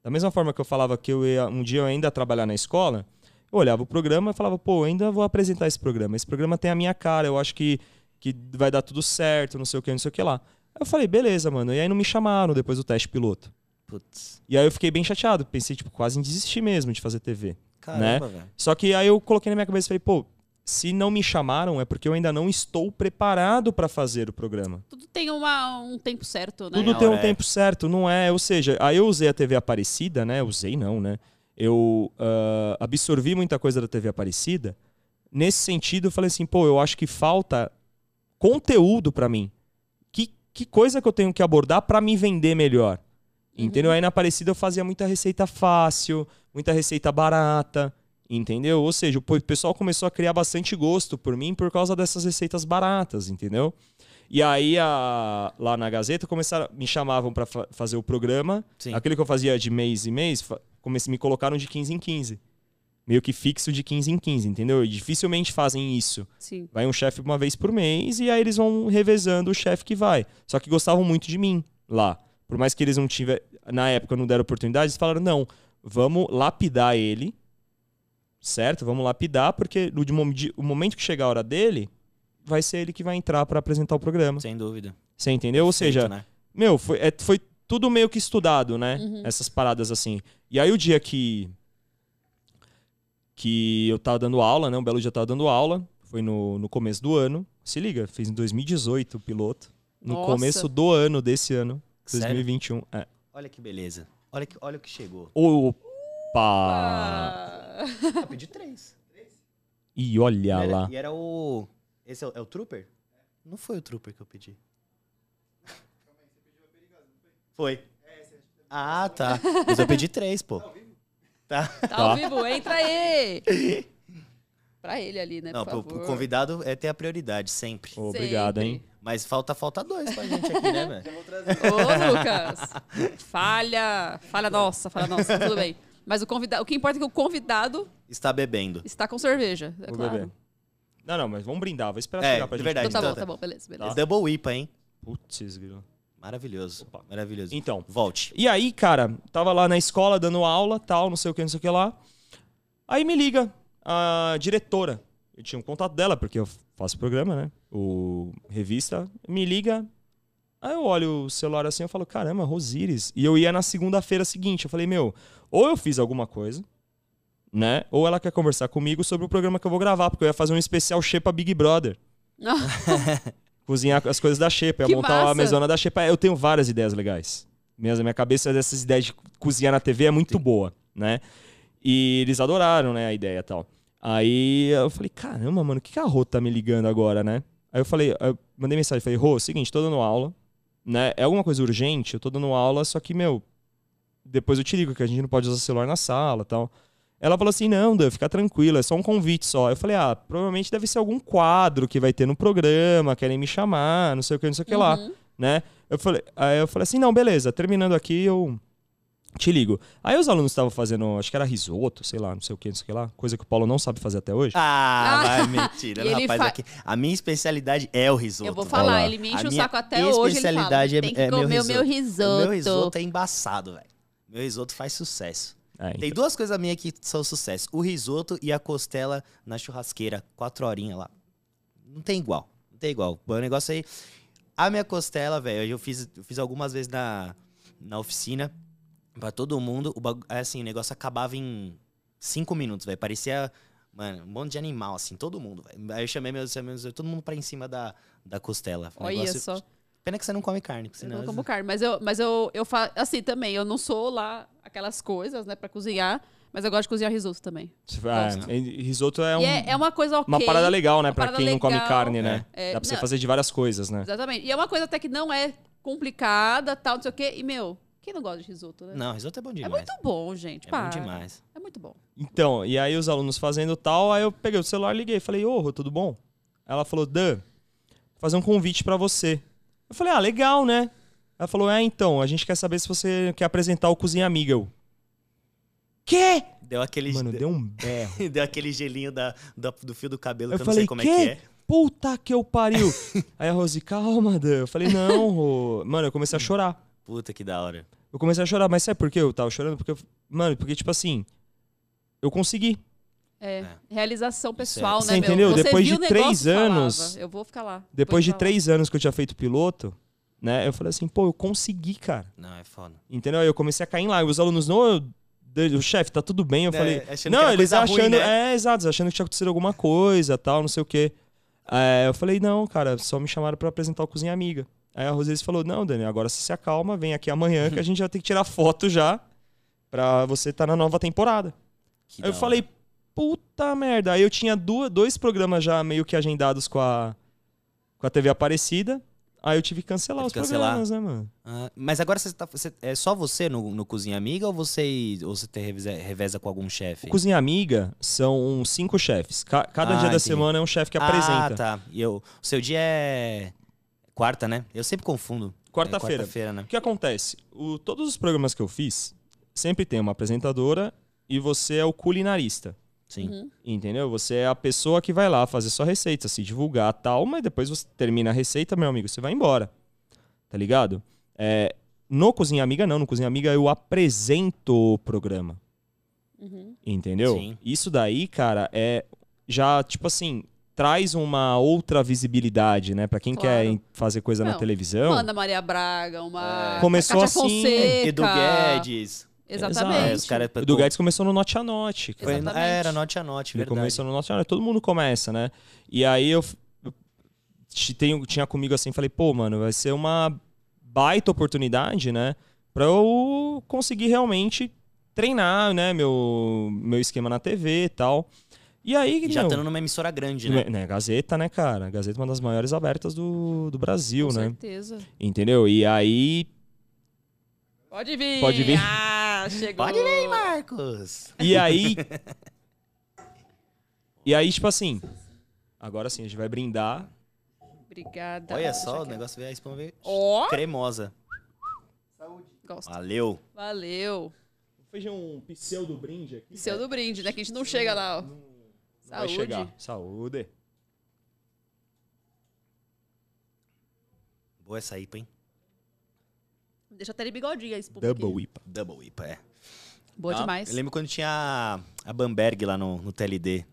S2: Da mesma forma que eu falava que eu ia, um dia eu ainda ia trabalhar na escola, eu olhava o programa e falava, pô, eu ainda vou apresentar esse programa. Esse programa tem a minha cara, eu acho que, que vai dar tudo certo, não sei o que, não sei o que lá. Aí eu falei, beleza, mano. E aí não me chamaram depois do teste piloto.
S1: Putz.
S2: E aí eu fiquei bem chateado. Pensei, tipo, quase em desistir mesmo de fazer TV.
S1: Caramba, velho.
S2: Só que aí eu coloquei na minha cabeça e falei, pô, se não me chamaram é porque eu ainda não estou preparado pra fazer o programa.
S3: Tudo tem uma, um tempo certo, né?
S2: Tudo
S1: a
S2: tem um
S1: hora é.
S2: tempo certo, não é? Ou seja, aí eu usei a TV Aparecida, né? Usei não, né? Eu ah, absorvi muita coisa da TV Aparecida. Nesse sentido, eu falei assim, pô, eu acho que falta conteúdo pra mim. Que, que coisa que eu tenho que abordar pra me vender melhor? Entendeu? Aí na Aparecida eu fazia muita receita fácil, muita receita barata, entendeu? Ou seja, o po- o pessoal começou a criar bastante gosto por mim por causa dessas receitas baratas, entendeu? E aí a- lá na Gazeta começaram, me chamavam pra fa- fazer o programa.
S1: Sim.
S2: Aquele que eu fazia de mês em mês, fa- comece- me colocaram de 15 em 15. Meio que fixo de 15 em 15, entendeu? E dificilmente fazem isso.
S3: Sim.
S2: Vai um chefe uma vez por mês e aí eles vão revezando o chefe que vai. Só que gostavam muito de mim lá. Por mais que eles não tiver na época não deram oportunidade, eles falaram: "Não, vamos lapidar ele". Certo? Vamos lapidar porque no de mom- de- o momento que chegar a hora dele, vai ser ele que vai entrar pra apresentar o programa.
S1: Sem dúvida.
S2: Você entendeu? Ou seja,
S1: Feito, né?
S2: meu, foi, é- foi tudo meio que estudado, né? Essas paradas assim. E aí o dia que. Que eu tava dando aula, né? Um belo dia eu tava dando aula. Foi no, no começo do ano. Se liga, fiz em 2018 o piloto. No
S3: Nossa.
S2: começo do ano desse ano.
S1: Sério?
S2: 2021. É.
S1: Olha que beleza. Olha, que, olha o que chegou.
S2: Opa!
S3: Ah.
S1: Eu pedi três.
S2: E olha
S1: E era-
S2: lá.
S1: E era o. Esse é o, é o Trooper? Não foi o Trooper que eu pedi. Foi. Ah, tá. Mas eu pedi três, pô.
S3: Tá ao vivo, entra aí! pra ele ali, né?
S1: Não,
S3: por
S1: pro,
S3: favor.
S1: pro convidado é ter a prioridade, sempre.
S2: Obrigado, hein?
S3: Sempre.
S1: Mas falta, falta dois pra gente aqui, né, velho?
S3: Ô, Lucas! Falha! Falha nossa, falha nossa, tudo bem. Mas o convidado, o que importa é que o convidado
S1: Está bebendo.
S3: está com cerveja. É
S2: Vou
S3: claro.
S2: beber. Não, não, mas vamos brindar. Vou esperar
S1: É,
S2: chegar pra
S1: de
S2: gente.
S1: verdade.
S3: Então tá
S1: Então
S3: bom,
S1: tá.
S3: tá bom, beleza, beleza.
S1: É double IPA, hein?
S2: Putz, grilo.
S1: Maravilhoso. Maravilhoso.
S2: Então.
S1: Volte.
S2: E aí, cara, tava lá na escola dando aula, tal, não sei o que, não sei o que lá. Aí me liga a diretora. Eu tinha um contato dela, porque eu faço programa, né? O revista. Me liga. Aí eu olho o celular assim, eu falo, caramba, Rosíris. E eu ia na segunda-feira seguinte. Eu falei, meu, ou eu fiz alguma coisa, né? Ou ela quer conversar comigo sobre o programa que eu vou gravar, porque eu ia fazer um especial Shepa Big Brother. Cozinhar as coisas da Shepa, ia
S3: Que
S2: montar a
S3: massa!
S2: mesona da Shepa. Eu tenho várias ideias legais. Minha, minha cabeça dessas ideias de cozinhar na TV é muito boa, né? E eles adoraram, né, a ideia e tal. Aí eu falei, caramba, mano, o que, que a Rô tá me ligando agora, né? Aí eu falei, eu mandei mensagem, falei, Rô, é seguinte, tô dando aula, né? É alguma coisa urgente, eu tô dando aula, só que, meu, depois eu te ligo, que a gente não pode usar celular na sala e tal. Ela falou assim: não, Dan, fica tranquila, é só um convite só. Eu falei: ah, provavelmente deve ser algum quadro que vai ter no programa, querem me chamar, não sei o que, não sei o que lá, né? Eu falei, aí eu falei assim: não, beleza, terminando aqui eu te ligo. Aí os alunos estavam fazendo, acho que era risoto, sei lá, não sei o que, não sei o que lá, coisa que o Paulo não sabe fazer até hoje.
S1: Ah,
S3: Ah.
S1: vai mentira.
S3: E ele
S1: rapaz,
S3: fa-
S1: aqui. A minha especialidade é o risoto.
S3: Eu vou
S1: velho.
S3: falar,
S2: lá.
S3: ele me enche
S1: A
S3: o
S1: minha
S3: saco até hoje. Ele fala,
S1: especialidade é-
S3: tem que
S1: é meu
S3: comer o meu risoto.
S1: O meu risoto é embaçado, velho. Meu risoto faz sucesso.
S2: É,
S1: Tem duas coisas minhas que são um sucesso: o risoto e a costela na churrasqueira, quatro horinhas lá. Não tem igual. Não tem igual. O negócio aí. A minha costela, velho, eu fiz, eu fiz algumas vezes na, na oficina pra todo mundo. O bagu- é assim, o negócio acabava em cinco minutos, velho. Parecia. Mano, um monte de animal, assim, todo mundo. velho. Aí eu chamei meus amigos, todo mundo pra em cima da, da costela. O
S3: Olha
S1: negócio-
S3: só.
S1: Pena que você não come carne, porque
S3: Eu
S1: senão.
S3: não como carne, mas eu, mas eu, eu faço assim também. Eu não sou lá aquelas coisas, né, pra cozinhar, mas eu gosto de cozinhar risoto também.
S2: É, e risoto é, um-
S3: e é, é uma coisa ok.
S2: uma parada legal, né,
S3: uma
S2: pra
S3: parada
S2: quem não come
S3: legal.
S2: carne, né?
S3: É,
S2: Dá pra você
S3: não.
S2: fazer de várias coisas, né?
S3: Exatamente. E é uma coisa até que não é complicada, tal, não sei o quê. E, meu, quem não gosta de risoto, né?
S1: Não, risoto é bom
S3: é
S1: demais.
S3: muito bom, gente.
S1: é bom
S3: para.
S1: demais.
S3: É muito bom.
S2: Então, e aí os alunos fazendo tal, aí eu peguei o celular, liguei, falei, ô, Rô, tudo bom? Ela falou, Dan, vou fazer um convite pra você. Eu falei, ah, legal, né? Ela falou, é, então, a gente quer saber se você quer apresentar o Cozinha Amiga. Eu, Quê?
S1: Deu aquele,
S2: Mano,
S1: deu...
S2: deu um berro.
S1: aquele gelinho da, da- do fio do cabelo
S2: Eu
S1: que eu não
S2: falei,
S1: sei como
S2: "Quê?
S1: é que é.
S2: Puta que eu pariu. Aí a Rose, calma, Dan. Eu falei, não, Rô. Mano, eu comecei a chorar.
S1: Puta que da hora.
S2: Eu comecei a chorar, mas sabe por que eu tava chorando? Porque, eu- mano, porque, tipo assim, eu consegui.
S3: É.
S1: É.
S3: Realização pessoal,
S2: Você
S3: né,
S2: entendeu?
S3: meu? Você
S2: Depois
S3: viu
S2: de
S3: o negócio
S2: três
S3: e falava,
S2: anos-
S3: Eu vou ficar lá.
S2: Depois de
S3: vou ficar lá."
S2: três anos que eu tinha feito piloto, né? Eu falei assim, pô, eu consegui, cara.
S1: Não, é foda.
S2: Entendeu? Aí eu comecei a cair em lágrimas. Os alunos, não, eu- de- o chefe, tá tudo bem. Eu
S1: É,
S2: falei,
S1: achando que
S2: não,
S1: era
S2: eles
S1: coisa
S2: achando.
S1: ruim, né?
S2: É, exato, achando que tinha acontecido alguma coisa, tal, não sei o quê. É, eu falei, não, cara, só me chamaram pra apresentar o Cozinha Amiga. Aí a Roseli falou, não, Daniel, agora você se acalma, vem aqui amanhã que a gente já tem que tirar foto já pra você estar na nova temporada.
S1: Que
S2: Aí eu
S1: da hora.
S2: falei, puta merda. Aí eu tinha duas, dois programas já meio que agendados com a, com a TV Aparecida. Aí eu tive que cancelar
S1: Teve
S2: os
S1: que cancelar.
S2: programas, né, mano?
S1: Ah, mas agora você tá. você- é só você no, no Cozinha Amiga ou você, ou você te reveza, reveza com algum chefe?
S2: O Cozinha Amiga são cinco chefes. Ca- cada
S1: Ah,
S2: dia da
S1: entendi.
S2: semana é um chefe que
S1: Ah,
S2: apresenta.
S1: tá. E eu, o seu dia é. Quarta, né? Eu sempre confundo. É
S2: Quarta-feira.
S1: quarta-feira, né?
S2: o que acontece? O- todos os programas que eu fiz, sempre tem uma apresentadora e você é o culinarista.
S1: Sim.
S2: Entendeu? Você é a pessoa que vai lá fazer sua receita, se divulgar tal, mas depois você termina a receita, meu amigo, você vai embora. Tá ligado? É, no Cozinha Amiga, não. No Cozinha Amiga eu apresento o programa.
S3: Uhum.
S2: Entendeu?
S1: Sim.
S2: Isso daí, cara, é já, tipo assim, traz uma outra visibilidade, né? Pra quem quer
S3: Claro.
S2: em- fazer coisa na
S3: Não,
S2: televisão.
S3: Ana Maria Braga, uma.
S2: É. Começou
S3: Cátia
S2: assim,
S3: Fonseca.
S1: Edu Guedes.
S3: Exatamente.
S1: É, os caras.
S2: o do Guedes começou no Note a Note. cara.
S1: Foi-
S3: Exatamente.
S1: era note a note,
S2: Ele
S1: verdade.
S2: começou no Nossa Senhora, todo mundo começa, né? E aí eu, f- eu ti- tenho- tinha comigo assim, falei, pô, mano, vai ser uma baita oportunidade, né? Pra eu conseguir realmente treinar, né? Meu, meu esquema na TV e tal. E aí,
S1: E já
S2: meu,
S1: estando numa emissora grande, né?
S2: né, Gazeta, né, cara? Gazeta é uma das maiores abertas do, do Brasil,
S3: Com
S2: né?
S3: certeza.
S2: Entendeu? E aí,
S3: Pode vir.
S2: Pode vir.
S3: Ah, chegou.
S1: Pode vir, Marcos.
S2: E aí. e aí, tipo assim. Agora sim, a gente vai brindar.
S3: Obrigada.
S1: Olha
S3: Tá Deixa
S1: só, o
S3: aqui.
S1: negócio veio a espuma veio
S3: Ó,
S1: cremosa.
S3: gosto.
S1: Valeu.
S3: Valeu.
S2: Vou fazer um pseudo brinde aqui.
S3: Seu do brinde, né? Que a gente não chega lá, ó.
S2: É. Vai
S3: Saúde.
S2: chegar. Saúde.
S1: Boa essa IPA, hein?
S3: Deixa até ele bigodinho a espuma aqui.
S2: Double IPA.
S1: Double IPA, é.
S3: Boa
S1: Ah,
S3: demais.
S1: Eu lembro quando tinha a, a Bamberg lá no, no TLD.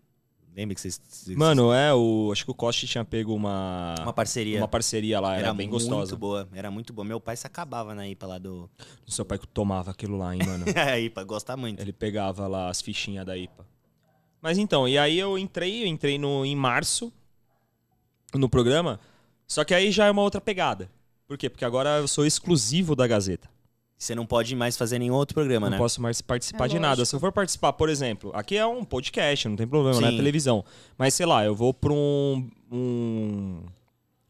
S1: Lembra que vocês. vocês-
S2: Mano, é, o. Acho que o Costa tinha pego uma.
S1: Uma
S2: Uma
S1: parceria.
S2: parceria, lá, era, bem
S1: muito
S2: gostosa.
S1: boa, era muito boa. Meu pai se acabava na IPA lá do.
S2: Seu pai tomava aquilo lá, hein, mano.
S1: a IPA, gosta muito.
S2: Ele pegava lá as fichinhas da IPA. Mas então, e aí eu entrei, eu entrei no, em março no programa. Só que aí já é uma outra pegada. Por quê? Porque agora eu sou exclusivo da Gazeta.
S1: Você não pode mais fazer nenhum outro programa,
S2: não
S1: né?
S2: posso mais participar
S3: É
S2: de nada.
S3: lógico.
S2: Se eu for participar, por exemplo, aqui é um podcast, não tem problema, não é
S1: Sim.
S2: televisão. Mas sei lá, eu vou pra um. um-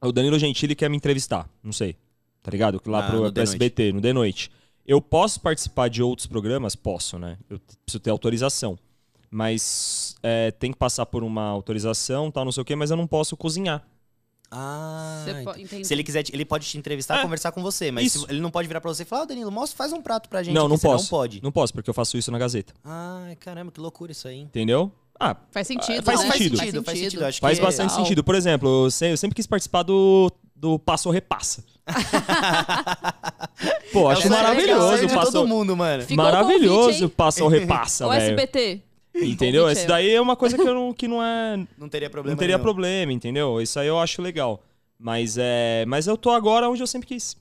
S2: O Danilo Gentili quer me entrevistar, não sei. Tá ligado? Lá
S1: Ah,
S2: pro,
S1: no
S2: pro
S1: The Noite.
S2: SBT, no The Noite. Eu posso participar de outros programas? Posso, né? Eu t- preciso ter autorização. Mas é, tem que passar por uma autorização, tal, não sei o quê, mas eu não posso cozinhar.
S1: Ah,
S3: Você
S1: então.
S3: po- entendi.
S1: se ele quiser, te- ele pode te entrevistar,
S2: É.
S1: conversar com você, mas
S2: Isso.
S1: se- ele não pode virar pra você e falar, "Ô, Danilo, mostra, faz um prato pra gente.
S2: não,
S1: aqui",
S2: não
S1: você
S2: posso.
S1: Não pode.
S2: Não posso, porque eu faço isso na Gazeta.
S1: Ai, caramba, que loucura isso aí. hein?
S2: Entendeu? Ah,
S3: Faz sentido,
S2: Faz
S3: né?
S2: sentido. é
S1: faz sentido, faz sentido. Acho
S2: Faz
S1: que
S2: bastante
S3: Legal.
S2: sentido. Por exemplo, eu se- eu sempre quis participar do, do Passo ou Repassa. Pô, acho
S1: É o sonho- é o
S2: maravilhoso
S1: sonho
S2: o
S1: de
S2: Passo.
S1: todo mundo, mano.
S3: né? Fica- Ficou o convite,
S2: Maravilhoso o
S3: hein?
S2: Passo ou Repassa,
S3: O
S2: velho.
S3: SBT.
S2: Entendeu?
S3: Convite
S2: Isso
S3: é.
S2: daí é uma coisa que, eu não, que não é.
S1: Não teria problema.
S2: Não teria
S1: nenhum.
S2: problema, entendeu? Isso aí eu acho legal. Mas é. Mas eu tô agora onde eu sempre quis.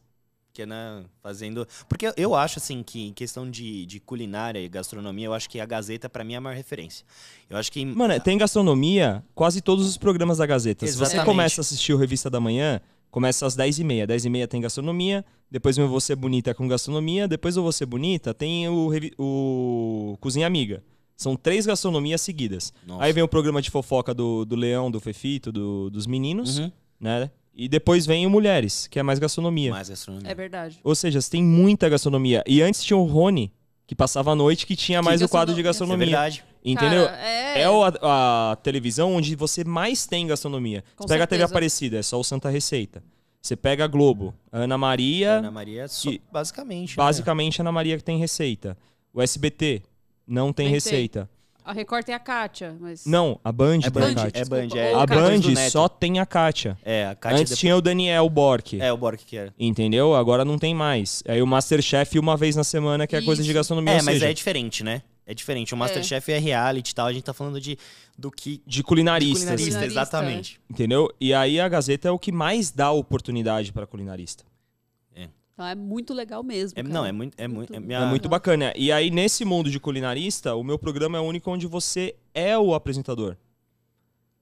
S1: Que, né, fazendo. Porque eu acho, assim, que em questão de, de culinária e gastronomia, eu acho que a Gazeta, pra mim, é a maior referência. Eu acho que. ah,
S2: Mano, é, tem gastronomia quase todos os programas da Gazeta. Se você
S1: Exatamente.
S2: começa a assistir o Revista da Manhã, começa às 10h30. 10h30 tem gastronomia, depois o Você Bonita com gastronomia, depois o Você Bonita tem o, revi- o Cozinha Amiga. São três gastronomias seguidas.
S1: Nossa.
S2: Aí vem o programa de fofoca do, do Leão, do Fefito, do- dos meninos,
S1: Uhum.
S2: né? E depois vem o Mulheres, que é mais gastronomia.
S1: Mais gastronomia.
S3: É verdade.
S2: Ou seja, você tem muita gastronomia. E antes tinha o Rony, que passava a noite, que tinha
S3: Que
S2: mais o quadro de
S1: Isso é
S2: gastronomia.
S1: verdade.
S2: entendeu?
S3: Cara, é...
S2: É o- a, a televisão onde você mais tem gastronomia.
S3: Com
S2: você pega a TV
S3: certeza.
S2: Aparecida, é só o Santa Receita. Você pega a Globo, a Ana Maria,
S1: Ana Maria, só-
S2: E-
S1: basicamente. né?
S2: basicamente a Ana Maria que tem receita. O SBT, não tem
S3: Tentei.
S2: receita.
S3: A Record tem a Kátia, mas.
S2: Não, a Band
S1: É
S2: tem a
S1: Band,
S2: Kátia.
S1: é Band.
S3: desculpa.
S1: É,
S3: Ou
S2: A
S3: Kátia
S1: depois do
S2: Band
S1: Neto.
S2: só tem a Kátia.
S1: É, a Kátia
S2: Antes
S1: depois-
S2: tinha o Daniel Bork.
S1: É, o Borg que era.
S2: Entendeu? Agora não tem mais. Aí o Masterchef uma vez na semana, que é coisa de
S3: Isso.
S2: gastronomia.
S1: É,
S2: ou
S1: mas
S2: seja,
S1: é diferente, né? É diferente. O Masterchef é reality e tal. A gente tá falando de do que.
S2: de
S1: de
S2: culinaristas.
S1: Culinarista,
S3: Culinarista,
S1: exatamente.
S2: Entendeu? E aí a Gazeta é o que mais dá oportunidade para culinarista.
S3: Então é muito legal mesmo.
S1: É,
S3: cara.
S1: não, é muito. É, muito, é,
S3: Muito-
S1: minha-
S2: É muito bacana. E aí, nesse mundo de culinarista, o meu programa é o único onde você é o apresentador.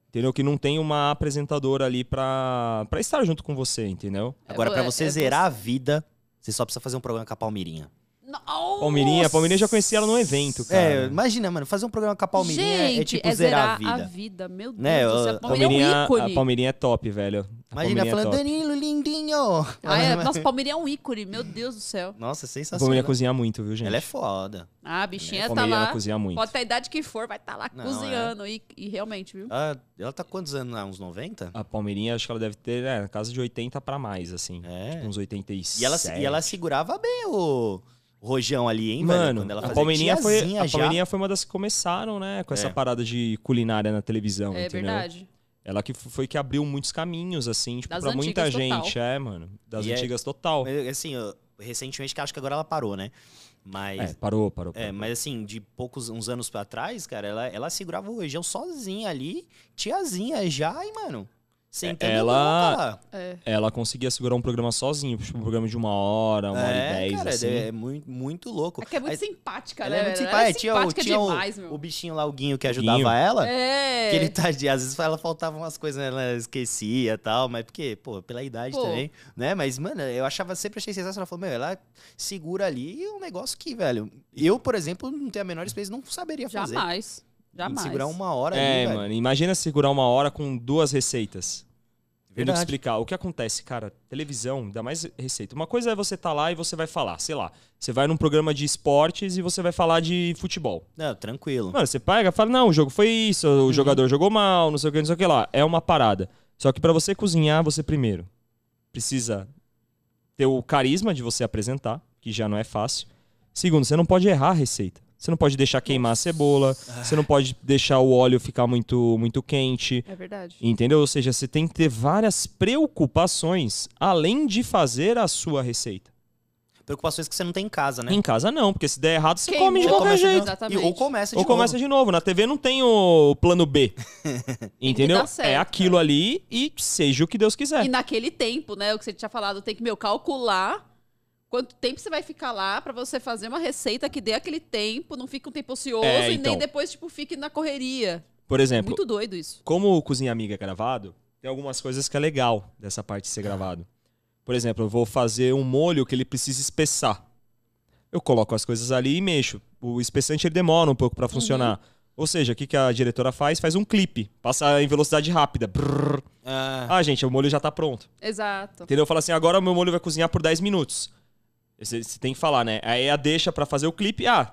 S2: Entendeu? Que não tem uma apresentadora ali pra, pra estar junto com você, entendeu?
S1: Agora,
S3: É,
S1: pra
S3: é,
S1: você
S3: é
S1: zerar
S3: você.
S1: a vida, você só precisa fazer um programa com a Palmeirinha.
S3: Nossa!
S2: Palmeirinha, a Palmeirinha eu já conheci ela num evento, cara.
S1: É, imagina, mano. Fazer um programa com a Palmeirinha
S3: Gente,
S1: é tipo
S3: é
S1: zerar a vida.
S3: meu Deus.
S1: Né,
S3: do
S1: eu-
S3: céu, a
S1: a
S3: Palmeirinha é um ícone.
S2: a Palmeirinha é top, velho.
S1: Imagina
S2: A Palmeirinha é
S1: falando,
S2: top.
S1: Danilo, lindinho.
S3: Ah, é, nossa, Palmeirinha é um ícone, meu Deus do céu.
S1: Nossa, é
S2: A
S1: sensacional.
S2: Palmeirinha cozinha muito, viu, gente?
S1: Ela é foda.
S3: Ah, a
S2: A
S3: bichinha tá
S2: Palmeirinha
S3: lá.
S2: é cozinha muito.
S3: Pode ter a idade que for, vai estar lá
S1: Não, é.
S3: cozinhando. E, e realmente, viu?
S1: Ela, ela tá quantos anos lá? Uns 90?
S2: A Palmeirinha, acho que ela deve ter, é, na casa de 80 pra mais, assim.
S1: É.
S2: Tipo, uns 87.
S1: E ela, se- e ela segurava bem o o rojão ali, hein, velho?
S2: Mano,
S1: Quando ela
S2: a
S1: fazia
S2: Palmeirinha, foi,
S1: tiazinha
S2: a
S1: já.
S2: Palmeirinha é foi uma das que começaram, né? Com essa
S1: É.
S2: parada de culinária na televisão,
S3: é
S2: entendeu?
S3: verdade.
S2: Ela que f- foi que abriu muitos caminhos, assim, tipo,
S3: Das
S2: pra muita
S3: antigas, total.
S2: gente. É, mano. Das
S1: E é-
S2: antigas total.
S1: Mas, Assim, eu- recentemente, que acho que agora ela parou, né?
S2: É,
S1: Mas.
S2: parou, parou.
S1: É,
S2: parou.
S1: mas assim, de poucos uns anos pra trás, cara, ela, ela segurava o rojão sozinha ali, tiazinha já, e, mano, sentando
S2: Ela-
S1: louca lá.
S3: É.
S2: Ela conseguia segurar um programa sozinha, tipo, um programa de uma hora, uma hora e
S1: É,
S2: dez,
S1: cara,
S2: assim.
S1: é muito, muito louco.
S3: É que é muito
S1: Aí-
S3: simpática,
S1: ela
S3: né?
S1: é muito
S3: velho?
S1: simpática.
S3: Ela
S1: É, tinha, o-
S3: simpática
S1: tinha o-
S3: demais, meu.
S1: o, bichinho lá, o Guinho, que
S2: Guinho.
S1: ajudava ela.
S3: É.
S1: Que ele tadinho, às vezes ela faltava umas coisas, né, ela esquecia e tal, mas porque, pô, pela idade
S3: Pô.
S1: também, né? Mas, mano, eu achava, sempre achei sensacional. Ela falou, meu, ela segura ali um negócio que, velho, eu, por exemplo, não tenho a menor experiência, não saberia fazer.
S3: Jamais. Jamais.
S1: Segurar uma hora
S2: É,
S1: ali, velho.
S2: mano. Imagina segurar uma hora com duas receitas. Tendo que
S1: Verdade.
S2: explicar. O que acontece, cara? Televisão, ainda mais receita. Uma coisa é você tá lá e você vai falar, sei lá. Você vai num programa de esportes e você vai falar de futebol.
S1: Não, tranquilo.
S2: Mano, você pega e fala, não, o jogo foi isso, o jogador jogou mal, não sei o que, não sei o que lá. É uma parada. Só que pra você cozinhar, você primeiro precisa ter o carisma de você apresentar, que já não é fácil. Segundo, você não pode errar a receita. Você não pode deixar queimar a cebola, você não pode deixar o óleo ficar muito, muito quente.
S3: É verdade.
S2: Entendeu? Ou seja, você tem que ter várias preocupações além de fazer a sua receita.
S1: Preocupações que você não tem em casa, né?
S2: Em casa não, porque se der errado, você
S3: Queimou.
S2: come de
S1: Já
S3: Ou
S2: qualquer
S1: começa
S2: jeito.
S1: de-
S3: Exatamente.
S1: e- Ou começa de
S2: Ou
S1: novo.
S2: começa de novo. Na TV não tem o plano B. Entendeu?
S3: dar certo,
S2: é aquilo ali e seja o que Deus quiser.
S3: E naquele tempo, né? O que você tinha falado, tem que, meu, calcular quanto tempo você vai ficar lá pra você fazer uma receita que dê aquele tempo, não fica um tempo ocioso
S2: É,
S3: e nem
S2: então. É
S3: depois, tipo, fique na correria.
S2: Por exemplo,
S3: Muito doido isso.
S2: como o Cozinha Amiga é gravado, tem algumas coisas que é legal dessa parte de ser gravado. Por exemplo, eu vou fazer um molho que ele precisa espessar. Eu coloco as coisas ali e mexo. O espessante ele demora um pouco pra funcionar. Ou seja, o que que a diretora faz? Faz um clipe. Passa em velocidade rápida. Brrr.
S1: Ah,
S2: Ah, gente, o molho já tá pronto.
S3: Exato.
S2: Entendeu? Fala assim, agora o meu molho vai cozinhar por 10 minutos. Você, você tem que falar, né? Aí a deixa pra fazer o clipe. Ah,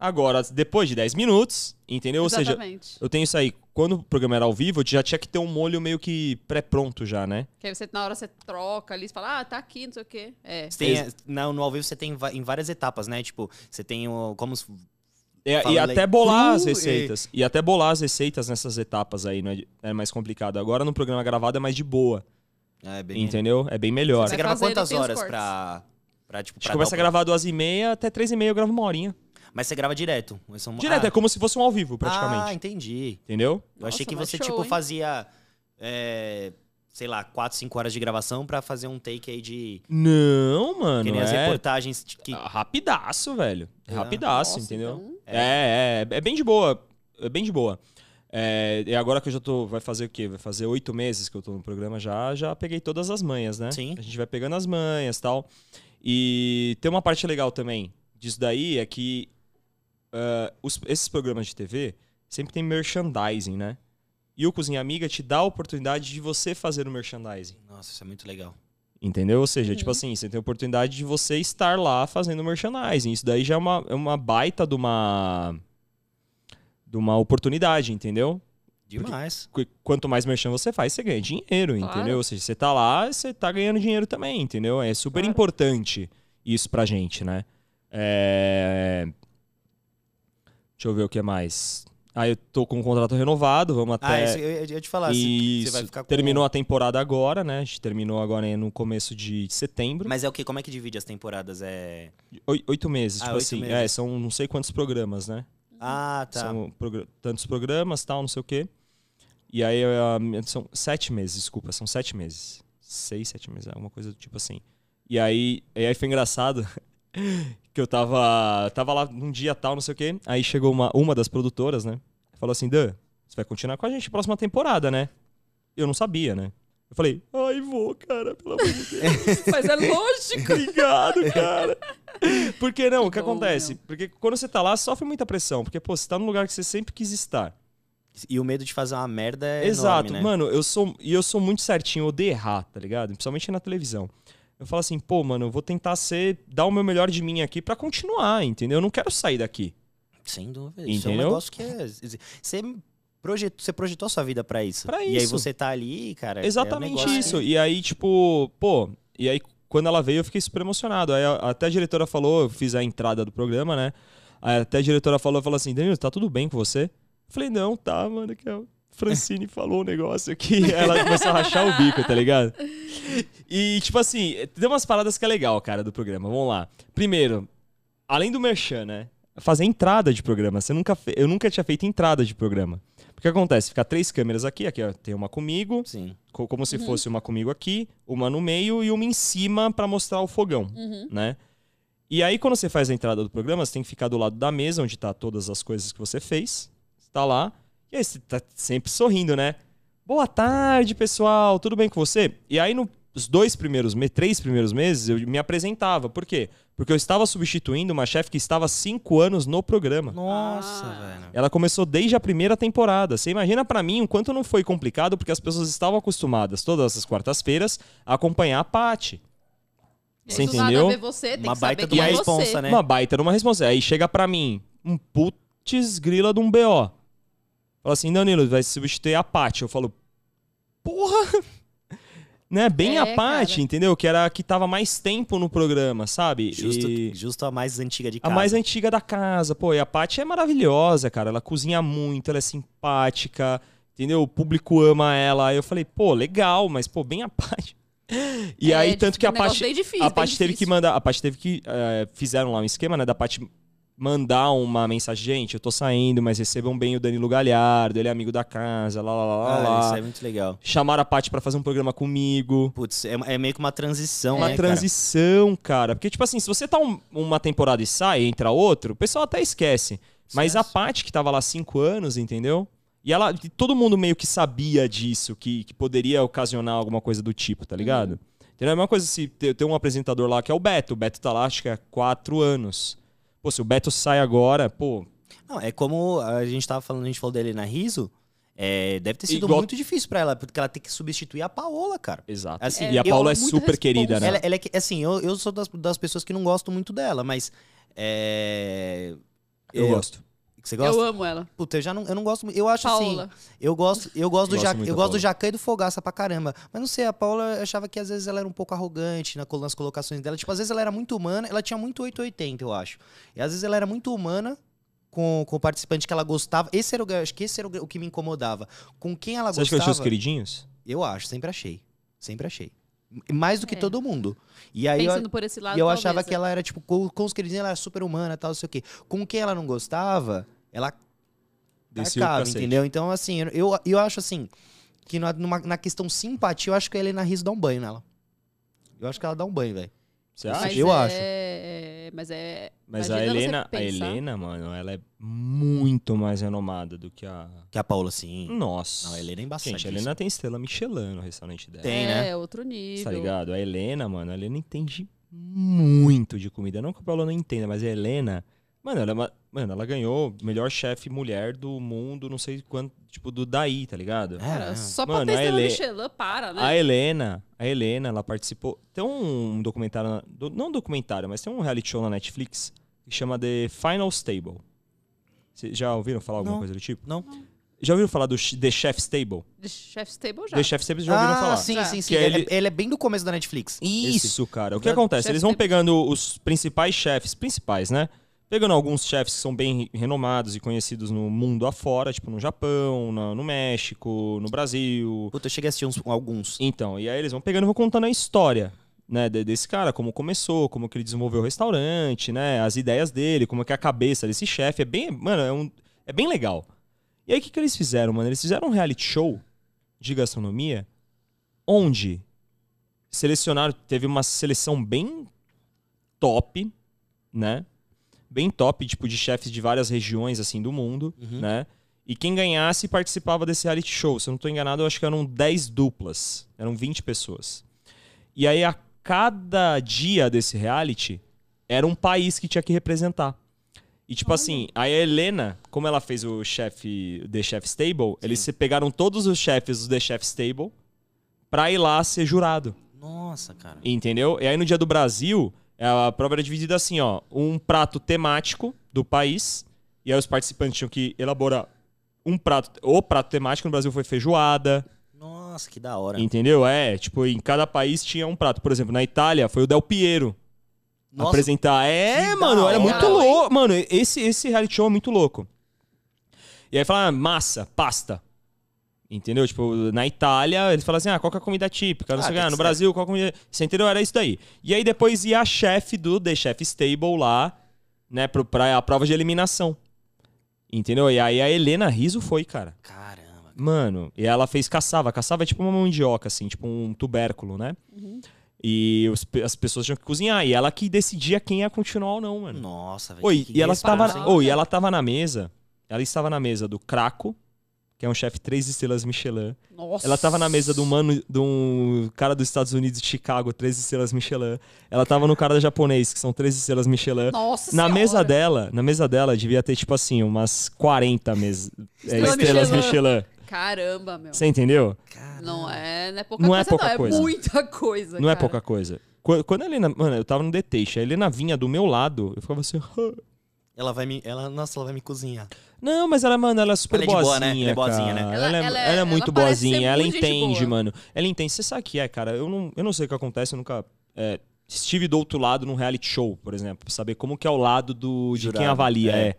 S2: agora, depois de 10 minutos, entendeu? Ou seja,
S3: Exatamente.
S2: eu tenho isso aí. Quando o programa era ao vivo, eu já tinha que ter um molho meio que pré-pronto já, né?
S3: Que aí você, na hora você troca ali, você fala, ah, tá aqui, não sei o quê. É.
S1: você tem- na- no ao vivo você tem va- em várias etapas, né? Tipo, você tem o, como se-
S2: É, E,
S1: Fala,
S2: e
S1: Leite.
S2: até bolar as
S1: Uh,
S2: receitas. E até bolar as receitas nessas etapas aí, não é, é mais complicado. Agora no programa gravado é mais de boa,
S1: É, bem-
S2: entendeu? É bem melhor.
S1: Você
S3: Vai
S2: A
S1: grava
S3: fazendo,
S1: quantas
S3: tem os
S1: horas
S3: cortes.
S1: pra, pra, tipo,
S2: gente
S1: pra
S2: começa a
S1: dar o-
S2: gravar duas e meia, até três e meia eu gravo uma horinha.
S1: Mas você grava direto. Mas são-
S2: Direto,
S1: Ah,
S2: é como se fosse um ao vivo, praticamente.
S1: Ah, entendi.
S2: Entendeu?
S1: Eu achei
S3: Nossa,
S1: que
S3: mas
S1: você,
S3: show,
S1: tipo,
S3: hein?
S1: fazia, é, sei lá, 4, 5 horas de gravação pra fazer um take aí de...
S2: Não,
S1: que
S2: mano.
S1: nem as
S2: É
S1: reportagens de que...
S3: Ah.
S2: rapidaço, velho. É
S1: Ah,
S2: rapidaço,
S3: Nossa,
S2: entendeu?
S3: então,
S2: É, é, é bem de boa. É bem de boa. É, e agora que eu já tô. Vai fazer o quê? Vai fazer oito meses que eu tô no programa já, já peguei todas as manhas, né?
S1: Sim.
S2: A gente vai pegando as manhas tal. E tem uma parte legal também disso daí é que ah, os- esses programas de TV sempre tem merchandising, né? E o Cozinha Amiga te dá a oportunidade de você fazer o merchandising.
S1: Nossa, isso é muito legal.
S2: Entendeu? Ou seja,
S3: Uhum.
S2: tipo assim, você tem a oportunidade de você estar lá fazendo merchandising. Isso daí já é uma, é uma baita de uma. de uma oportunidade, entendeu?
S1: Demais.
S2: Qu- Quanto mais merchan você faz, você ganha dinheiro,
S3: Claro.
S2: entendeu? Ou seja, você tá lá, você tá ganhando dinheiro também, entendeu? É super
S3: Claro.
S2: importante isso pra gente, né? É... Deixa eu ver o que é mais. Aí eu tô com um contrato renovado, vamos até.
S1: Ah, isso, eu, eu ia te falar. você-
S2: é
S1: Você
S2: Isso.
S1: vai ficar com... um.
S2: Terminou a temporada agora, né? A gente terminou agora no começo de setembro.
S1: Mas é o que? Como é que divide as temporadas? É...
S2: Oi- Oito meses,
S1: Ah,
S2: tipo
S1: oito
S2: assim.
S1: meses.
S2: É, são não sei quantos programas, né?
S3: Uhum.
S1: Ah, tá.
S2: São progra- tantos programas, tal, não sei o quê. E aí a minha- são sete meses, desculpa, são sete meses. Seis, sete meses, alguma coisa do tipo assim. E aí, e aí foi engraçado que eu tava, tava lá num dia tal, não sei o quê. Aí chegou uma, uma das produtoras, né? Falou assim, Dan, você vai continuar com a gente próxima temporada, né? Eu não sabia, né? Eu falei, ai, vou, cara, pelo amor de
S3: Mas é lógico.
S2: Obrigado, cara. Por que É. não? o que
S3: bom,
S2: acontece?
S3: meu.
S2: Porque quando você tá lá, sofre muita pressão. Porque, pô, você tá num lugar que você sempre quis estar.
S1: E o medo de fazer uma merda é enorme,
S2: Exato.
S1: né?
S2: Mano, eu sou. E eu sou muito certinho, eu odeio errar, tá ligado? Principalmente na televisão. Eu falo assim, pô, mano, eu vou tentar ser. dar o meu melhor de mim aqui pra continuar, entendeu? Eu não quero sair daqui.
S1: Sem dúvida. Isso é um
S2: Entendeu?
S1: negócio que é... Você projetou, você projetou a sua vida pra isso.
S2: Pra
S1: E aí
S2: isso.
S1: você tá ali, cara... é um
S2: Exatamente
S1: negócio
S2: isso. E aí, tipo, pô, e aí quando ela veio eu fiquei super emocionado. Aí a- até a diretora falou, eu fiz a entrada do programa, né? Aí até a diretora falou, falou assim, Danilo, tá tudo bem com você? Eu falei, não, tá, mano, que a Francine falou um negócio aqui. Ela começou a rachar o bico, tá ligado? E, tipo assim, tem umas paradas que é legal, cara, do programa. Vamos lá. Primeiro, além do merchan, né? Fazer entrada de programa. Você nunca fe- Eu nunca tinha feito entrada de programa. O que acontece? Fica três câmeras aqui, aqui ó, tem uma comigo,
S1: que- Sim.
S2: Co- como se fosse uma comigo aqui, uma no meio e uma em cima pra mostrar o fogão, né? E aí quando você faz a entrada do programa, você tem que ficar do lado da mesa onde tá todas as coisas que você fez. Você tá lá. E aí você tá sempre sorrindo, né? Boa tarde, pessoal. Tudo bem com você? E aí nos dois primeiros, me- três primeiros meses, eu me apresentava. Por quê? Porque eu estava substituindo uma chefe que estava há cinco anos no programa.
S1: Nossa,
S3: Ah.
S1: velho.
S2: Ela começou desde a primeira temporada. Você imagina pra mim o quanto não foi complicado, porque as pessoas estavam acostumadas todas as quartas-feiras a acompanhar a Paty.
S3: Isso
S2: Você entendeu?
S3: Nada a ver você, tem
S1: Uma
S3: que
S1: baita
S3: saber
S1: de
S3: quem
S1: uma
S3: é
S1: responsa,
S3: você.
S1: né?
S2: Uma baita numa resposta. Aí chega pra mim, um putz grila de um BO. Fala assim, Danilo, vai substituir a Paty. Eu falo, porra! Né? Bem
S3: É,
S2: a Paty,
S3: cara.
S2: entendeu? Que era a que tava mais tempo no programa, sabe?
S1: Justo,
S2: E-
S1: justo a mais antiga de
S2: A
S1: casa.
S2: mais antiga da casa, pô. E a Paty é maravilhosa, cara. Ela cozinha muito, ela é simpática, entendeu? O público ama ela. Aí eu falei, pô, legal, mas, pô, bem a Paty. E
S3: É,
S2: aí,
S3: dif-
S2: tanto que a
S3: um negócio
S2: Paty.
S3: bem difícil,
S2: A
S3: bem
S2: Paty teve que
S3: difícil.
S2: mandar. A Paty teve que. eh, fizeram lá um esquema, né? Da Paty mandar uma mensagem. Gente, eu tô saindo, mas recebam bem o Danilo Galhardo, ele é amigo da casa, lá, lá, lá, lá.
S1: Ah,
S2: lá.
S1: isso é muito legal.
S2: Chamaram a Paty pra fazer um programa comigo.
S1: Putz, é, é meio que uma transição,
S2: Uma
S1: né, cara?
S2: transição, cara. Porque, tipo assim, se você tá um- uma temporada e sai, entra outro, o pessoal até esquece. Mas a
S1: Esquece.
S2: Paty, que tava lá há cinco anos, entendeu? E ela. e Todo mundo meio que sabia disso, que, que poderia ocasionar alguma coisa do tipo, tá ligado?
S1: Uhum.
S2: Entendeu? É a mesma coisa se te- tem um apresentador lá que é o Beto. O Beto tá lá, acho que há quatro anos. Pô, se o Beto sai agora, pô.
S1: Não, é como a gente tava falando, a gente falou dele na Riso. É, deve ter sido
S2: Igual-
S1: muito difícil pra ela, porque ela tem que substituir a Paola, cara.
S2: Exato.
S1: Assim,
S2: e a
S1: eu-
S2: Paula é
S3: muita
S2: super querida, né?
S1: Ela, ela é que- assim, eu, eu sou das, das pessoas que não gosto muito dela, mas. É,
S2: Eu gosto.
S1: Você
S3: Eu
S1: gosta?
S3: amo ela.
S1: Puta, eu já não, eu não gosto muito. Eu acho assim.
S3: Paola.
S1: Eu gosto, eu gosto, do,
S2: Gosto
S1: Ja-
S2: muito
S1: eu
S2: da
S1: gosto do
S2: Paula.
S1: Jacan e do Fogaça pra caramba. Mas não sei, a Paula eu achava que às vezes ela era um pouco arrogante na col- nas colocações dela. Tipo, às vezes ela era muito humana, ela tinha muito 880, eu acho. E às vezes ela era muito humana com, com o participante que ela gostava. Esse era o, gra- acho que esse era o, gra- o que me incomodava. Com quem ela
S2: Você acha que eu
S1: gostava.
S2: achei os queridinhos?
S1: eu acho, sempre achei. Sempre achei. M- Mais do que
S3: É.
S1: todo mundo. E aí eu-
S3: Pensando por esse lado,
S1: e eu
S3: talvez,
S1: achava
S3: é.
S1: que ela era, tipo, com, com os queridinhos ela era super humana e tal, não sei o quê. Com quem ela não gostava, ela
S2: Desceu o
S1: tacava,
S2: cacete.
S1: entendeu? Então, assim, eu- eu, eu acho assim, que na, numa- na questão simpatia, eu acho que a Helena Rizzo dá um banho nela. Eu acho que ela dá um banho, velho.
S2: Você
S1: Mas
S2: acha?
S1: eu
S3: é-
S1: acho.
S3: é- Mas é.
S2: Mas
S3: Imagina
S2: a
S3: você
S2: Helena, a
S3: pensar.
S2: Helena, mano, ela é muito mais renomada do que a.
S1: Que a assim, Paula, sim.
S2: Nossa.
S1: Não, a Helena é embaçadíssima.
S2: Gente, a Helena tem estrela Michelin no restaurante dela.
S1: Tem,
S3: é
S1: né?
S3: outro nível.
S2: Tá ligado? A Helena, mano, a Helena entende muito de comida. Não que a Paula não entenda, mas a Helena. Mano, ela, é uma- mano, ela ganhou melhor chefe mulher do mundo, não sei quanto, tipo, do Daí, tá ligado?
S3: Cara,
S1: É,
S3: só
S2: Mano,
S3: pra ter
S2: a
S3: estrela
S2: Hele-
S3: Michelin, para, né?
S2: A Helena, a Helena, ela participou. Tem um documentário, na- do- não um documentário, mas tem um reality show na Netflix que chama The Final Stable. Vocês já ouviram falar alguma
S1: Não.
S2: coisa do tipo?
S1: Não?
S2: Já ouviram falar do Ch- The Chef's Table?
S3: De Chef's Table já.
S2: The Chef's Table vocês já ouviram
S1: ah,
S2: falar.
S1: sim,
S3: Já.
S1: sim, sim.
S2: Que
S1: Ele,
S2: ele-
S1: ele é bem do começo da Netflix.
S2: Isso, cara. O que
S1: Da-
S2: acontece?
S3: Chef's
S2: Eles vão
S3: Table.
S2: pegando os principais chefes, principais, né? Pegando alguns chefes que são bem re- renomados e conhecidos no mundo afora, tipo no Japão, na- no México, no Brasil.
S1: Puta, eu cheguei a assistir uns- alguns.
S2: Então, e aí eles vão pegando e vão contando a história, né, de- desse cara, como começou, como que ele desenvolveu o restaurante, né, as ideias dele, como é que é a cabeça desse chefe, é bem, mano, é, um- é bem legal. E aí o que que eles fizeram, mano? Eles fizeram um reality show de gastronomia onde selecionaram, teve uma seleção bem top, né? Bem top, tipo, de chefes de várias regiões, assim, do mundo,
S1: Uhum.
S2: né? E quem ganhasse participava desse reality show. Se eu não tô enganado, eu acho que eram 10 duplas. Eram 20 pessoas. E aí, a cada dia desse reality, era um país que tinha que representar. E tipo assim, a Helena, como ela fez o chefe The Chef's Table, eles se- pegaram todos os chefes do The Chef's Table pra ir lá ser jurado.
S1: Nossa, cara.
S2: Entendeu? E aí no dia do Brasil, é a prova era dividida assim, ó. Um prato temático do país. E aí os participantes tinham que elaborar um prato. O prato temático no Brasil foi feijoada.
S1: Nossa, que da hora.
S2: Entendeu? É, tipo, em cada país tinha um prato. Por exemplo, na Itália foi o Del Piero.
S1: Nossa,
S2: apresentar. É,
S1: que
S2: mano,
S1: da hora,
S2: era muito
S3: hein?
S2: louco. Mano, esse, esse reality show é muito louco. E aí fala ah, massa, pasta. Entendeu? Tipo, na Itália, eles falam assim: ah, qual que é a comida típica? Não
S1: Ah,
S2: sei o que.
S1: tem
S2: Ah,
S1: que
S2: no
S1: ser.
S2: Brasil, qual a comida. Você entendeu? Era isso daí. E aí depois ia a chefe do The Chef Stable lá, né, pro, pra a prova de eliminação. Entendeu? E aí a Helena Riso foi, cara.
S1: caramba.
S2: Mano, e ela fez caçava. Caçava é tipo uma mandioca, assim, tipo um tubérculo, né?
S3: Uhum.
S2: E os pe- as pessoas tinham que cozinhar. E ela que decidia quem ia continuar ou não, mano.
S1: Nossa, velho.
S2: Oi,
S1: que
S2: e ela,
S1: resposta,
S2: estava,
S1: hein?
S2: oi, e ela tava na mesa. Ela estava na mesa do Craco, que é um chefe três estrelas Michelin.
S3: Nossa.
S2: Ela tava na mesa de um mano, de um cara dos Estados Unidos, de Chicago, três estrelas Michelin. Ela tava no cara da japonês, que são três estrelas Michelin.
S3: Nossa
S2: Na
S3: Senhora.
S2: mesa dela, na mesa dela, devia ter, tipo assim, umas 40 mes... é,
S3: Estrela
S2: estrelas
S3: Michelin.
S2: Michelin.
S3: Caramba, meu.
S2: Você entendeu?
S1: Caramba.
S3: Não é, não é pouca
S2: Não é
S3: coisa,
S2: pouca
S3: não.
S2: coisa.
S3: É muita coisa.
S2: Não é
S3: cara.
S2: pouca coisa. Qu- Quando a Helena. Mano, eu tava no Detation, a Helena vinha do meu lado, eu ficava assim. "Ah".
S1: Ela vai me. Ela, nossa, ela vai me cozinhar.
S2: Não, mas ela, mano, ela é super
S1: Ela é de boa,
S2: boazinha.
S1: né? Ela é boazinha, né?
S2: cara.
S3: Ela-
S2: Ela, é,
S3: ela é-
S2: ela é
S3: ela
S2: muito
S3: parece ser
S2: boazinha, ela
S3: muito gente
S2: entende,
S3: boa.
S2: mano. Ela entende. Você sabe o que é, cara? Eu não, eu não sei o que acontece, eu nunca. é, estive do outro lado num reality show, por exemplo, pra saber como que é o lado do, de quem
S1: Jurado,
S2: avalia. É.
S1: é.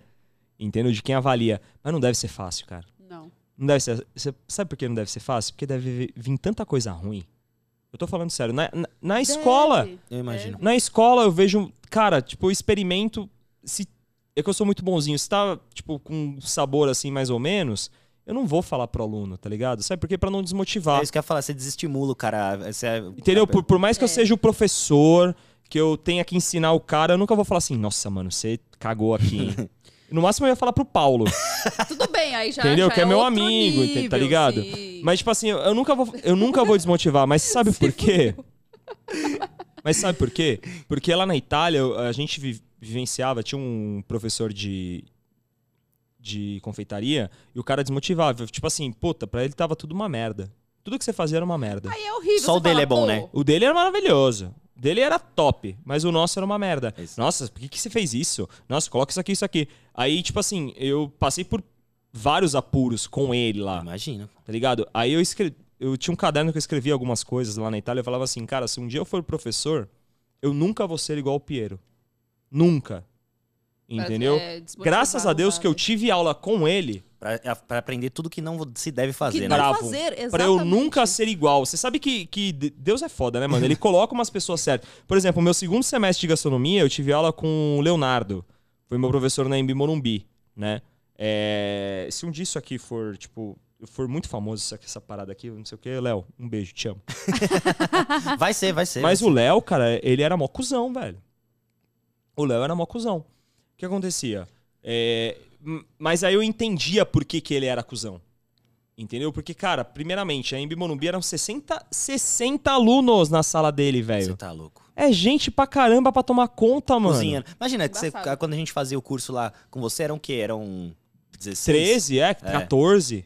S2: Entendeu? De quem avalia. Mas não deve ser fácil, cara.
S3: Não.
S2: Não deve ser. Você sabe por que não deve ser fácil? Porque deve vir- vir tanta coisa ruim. Eu tô falando sério. Na, na, na escola.
S3: Deve.
S1: Eu imagino.
S2: Na escola eu vejo, cara, tipo, eu experimento se é que eu sou muito bonzinho, se tá, tipo, com um sabor assim mais ou menos, eu não vou falar pro aluno, tá ligado? Sabe por quê? Pra não desmotivar.
S1: É isso que eu ia falar, você desestimula o cara. Você, é-
S2: Entendeu? Por, por mais que eu
S3: É.
S2: seja o professor, que eu tenha que ensinar o cara, eu nunca vou falar assim, nossa, mano, você cagou aqui. hein?" no máximo eu ia falar pro Paulo.
S3: Tudo bem, aí já.
S2: Entendeu?
S3: já
S2: Que é meu
S3: outro
S2: amigo, ente-
S3: nível,
S2: tá ligado?
S3: sim.
S2: Mas, tipo assim, eu- eu nunca vou, eu nunca vou desmotivar, mas sabe por quê? Mas sabe por quê? Porque lá na Itália, eu- a gente vi- vivenciava, tinha um professor de, de confeitaria, e o cara desmotivava. Tipo assim, puta, pra ele tava tudo uma merda. Tudo que você fazia era uma merda.
S3: Aí é horrível.
S1: Só o
S3: você
S1: dele
S3: fala,
S1: é bom,
S3: pô,
S1: né?
S2: O dele era maravilhoso. O dele era top, mas o nosso era uma merda.
S1: Isso.
S2: Nossa, por que, que você fez isso? Nossa, coloca isso aqui, isso aqui. Aí, tipo assim, eu passei por vários apuros com ele lá
S1: Imagina.
S2: tá ligado? Aí eu escrevi, eu tinha um caderno que eu escrevia algumas coisas lá na Itália, eu falava assim, cara, se um dia eu for professor, eu nunca vou ser igual o Piero. Nunca. Entendeu?
S3: É, desmotivar,
S2: Graças a Deus
S3: não
S2: que eu
S3: vale.
S2: tive aula com ele
S1: Pra, pra aprender tudo que não se deve fazer,
S3: que
S1: né?
S3: não
S2: bravo,
S3: fazer, exatamente.
S2: pra eu nunca ser igual. Você sabe que, que de- Deus é foda, né, mano? Ele coloca umas pessoas certas. Por exemplo, meu segundo semestre de gastronomia, eu tive aula com o Leonardo. Foi meu professor na Embi Morumbi, né? É, se um dia isso aqui for, tipo, for muito famoso, isso aqui, essa parada aqui, não sei o que, Léo, um beijo, te amo.
S1: Vai ser, vai ser.
S2: Mas
S1: vai
S2: o Léo, cara, ele era mó cuzão, velho. O Léo era mó cuzão. O que acontecia? É, m- mas aí eu entendia por que, que ele era cuzão. Entendeu? Porque, cara, primeiramente, a Embi Morumbi eram 60, 60 alunos na sala dele,
S1: ser.
S2: velho.
S1: Você tá louco.
S2: É gente pra caramba pra tomar conta, mano.
S1: Cozinha. né? Imagina que você-
S3: Embaçado.
S1: quando a gente fazia o curso lá com você, eram o quê? um Eram 16?
S2: 13, é, 14.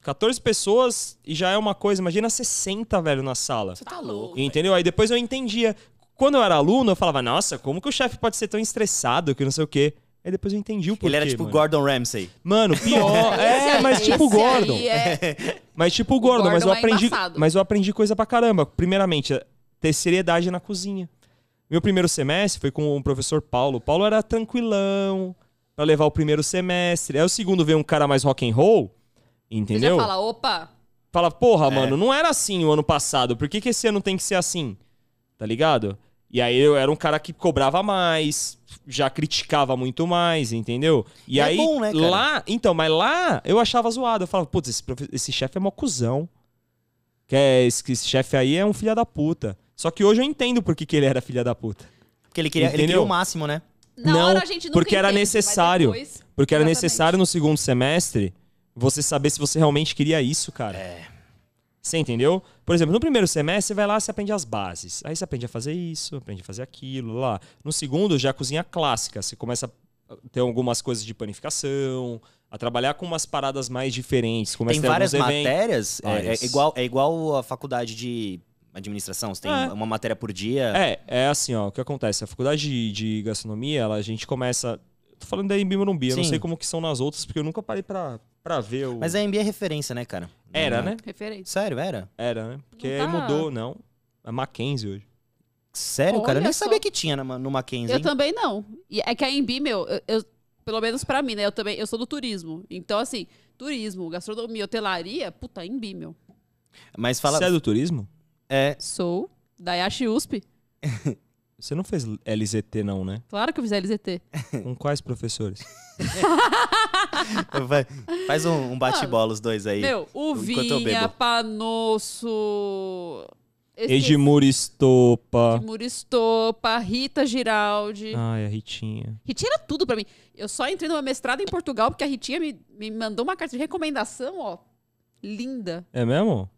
S2: 14 pessoas e já é uma coisa. Imagina 60, velho, na sala.
S3: Você tá louco.
S2: Entendeu? Aí depois eu entendia. Quando eu era aluno, eu falava, nossa, como que o chefe pode ser tão estressado que não sei o quê? Aí depois eu entendi o porquê.
S1: Ele era tipo
S2: mano.
S1: Gordon Ramsay.
S2: Mano, pior. é, mas tipo o
S3: Esse aí
S2: Gordon.
S3: é-
S2: Mas tipo o Gordon, mas eu
S3: Gordon é
S2: aprendi.
S3: embaçado.
S2: mas eu aprendi coisa pra caramba. Primeiramente, ter seriedade na cozinha. Meu primeiro semestre foi com o professor Paulo. O Paulo era tranquilão pra levar o primeiro semestre. Aí o segundo veio um cara mais rock and roll,
S3: Você já
S2: entendeu?
S3: fala, opa,
S2: Fala,
S1: É.
S2: porra, mano, não era assim o ano passado. Por que, que esse ano tem que ser assim? Tá ligado? E aí eu era um cara que cobrava mais, já criticava muito mais, entendeu? E
S1: É
S2: aí
S1: bom, né, cara?
S2: lá, então, mas lá eu achava zoado. Eu falava, putz, esse, profe- esse chefe é mó cuzão. Que é, esse, esse chefe aí é um filha da puta. Só que hoje eu entendo por que, que ele era filha da puta.
S1: Porque ele queria, ele
S2: Entendeu?
S1: queria o máximo, né?
S3: na
S2: Não,
S3: hora a gente nunca
S2: porque era
S3: entende, mas
S2: necessário.
S3: depois-
S2: Porque era
S3: Exatamente.
S2: necessário no segundo semestre você saber se você realmente queria isso, cara.
S1: É.
S2: Você entendeu? Por exemplo, no primeiro semestre você vai lá, você aprende as bases. Aí você aprende a fazer isso, aprende a fazer aquilo, lá. No segundo já é a cozinha clássica, você começa a ter algumas coisas de panificação, a trabalhar com umas paradas mais diferentes, começa
S1: Tem
S2: a ter
S1: várias
S2: alguns eventos.
S1: matérias. é- É,
S2: Várias.
S1: igual, é igual a faculdade de administração. Você tem
S2: É.
S1: uma matéria por dia.
S2: É, é assim, ó, o que acontece? A faculdade de, de gastronomia, ela, a gente começa. Tô falando da Embi Morumbi, eu não
S1: Sim.
S2: sei como que são nas outras, porque eu nunca parei pra, pra ver o.
S1: Mas a MBA é referência, né, cara?
S2: Era,
S1: Não-
S2: né?
S3: Referência.
S1: Sério, era?
S2: Era, né? Porque
S3: Não
S2: aí
S3: tá-
S2: mudou, não. É Mackenzie hoje.
S1: Sério, cara? Eu
S3: Olha
S1: nem
S3: só.
S1: sabia que tinha na, no Mackenzie,
S3: Eu
S1: hein?
S3: também não. E é que a Embi, meu, eu, eu- pelo menos pra mim, né? Eu também, eu sou do turismo. Então, assim, turismo, gastronomia, hotelaria, puta, Embi, meu.
S1: Mas fala...
S2: Você é do turismo?
S1: É,
S3: Sou da Yashi USP.
S2: Você não fez LZT, não, né?
S3: Claro que eu fiz LZT.
S2: Com quais professores?
S1: vai- faz um, um bate-bola os dois aí.
S3: Meu,
S1: enquanto eu
S3: uvinha,
S1: bebo.
S3: panosso. esqueci,
S2: Edmur Estopa.
S3: Edmur Estopa, Rita Giraldi.
S1: Ah.
S2: Ai, a Ah, é, Ritinha.
S3: Ritinha era tudo pra mim. Eu só entrei numa mestrada em Portugal porque a Ritinha me, me mandou uma carta de recomendação, ó. Linda.
S2: É mesmo?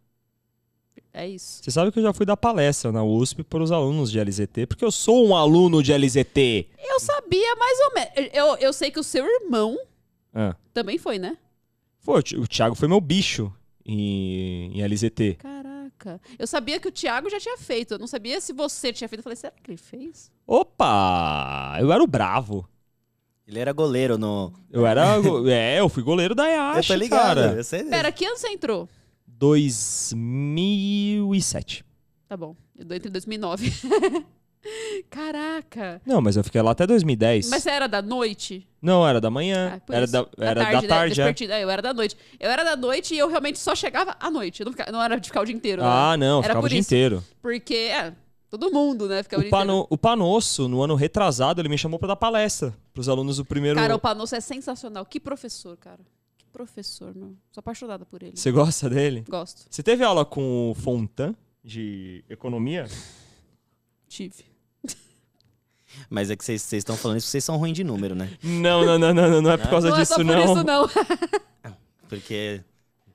S3: É isso.
S2: Você sabe que eu já fui dar palestra na USP para os alunos de LZT, porque eu sou um aluno de LZT.
S3: Eu sabia mais ou menos. Eu, eu sei que o seu irmão
S2: Ah.
S3: também foi, né?
S2: Foi, o Thi- o Thiago foi meu bicho em, em LZT.
S3: Caraca. Eu sabia que o Thiago já tinha feito. Eu não sabia se você tinha feito. Eu falei, será que ele fez?
S2: Opa! Eu era o bravo.
S1: Ele era goleiro no...
S2: Eu era. go- é, eu fui goleiro da Yash,
S1: eu tô ligado.
S2: cara.
S1: Eu sei disso.
S3: Pera, que ano você entrou?
S2: 2007.
S3: Tá bom. Eu dou entre 2009. Caraca.
S2: Não, mas eu fiquei lá até 2010.
S3: Mas você era da noite?
S2: Não, era da manhã.
S3: Ah, por
S2: É. era
S3: isso.
S2: da, era da tarde,
S3: né?
S2: é.
S3: Despertida. é. Eu era da noite. Eu era da noite e eu realmente só chegava à noite. Eu não, ficava- não era de ficar o dia inteiro. né?
S2: Ah, não,
S3: Era
S2: ficava o
S3: por
S2: dia
S3: isso.
S2: inteiro.
S3: Porque, é, todo mundo, né? Ficava o
S2: O,
S3: dia inteiro.
S2: pano, o Panosso, no ano retrasado, ele me chamou pra dar palestra pros alunos do primeiro.
S3: Cara, o Panosso é sensacional. Que professor, cara. Que professor, meu. Sou apaixonada por ele.
S2: Você gosta dele?
S3: Gosto.
S2: Você teve aula com o Fontan de economia?
S3: Tive.
S1: Mas é que vocês vocês estão falando isso porque vocês são ruins de número, né?
S2: Não, não, não, não, não, não é por causa
S3: não é
S2: disso,
S3: só
S2: não.
S3: por isso, não.
S1: Porque,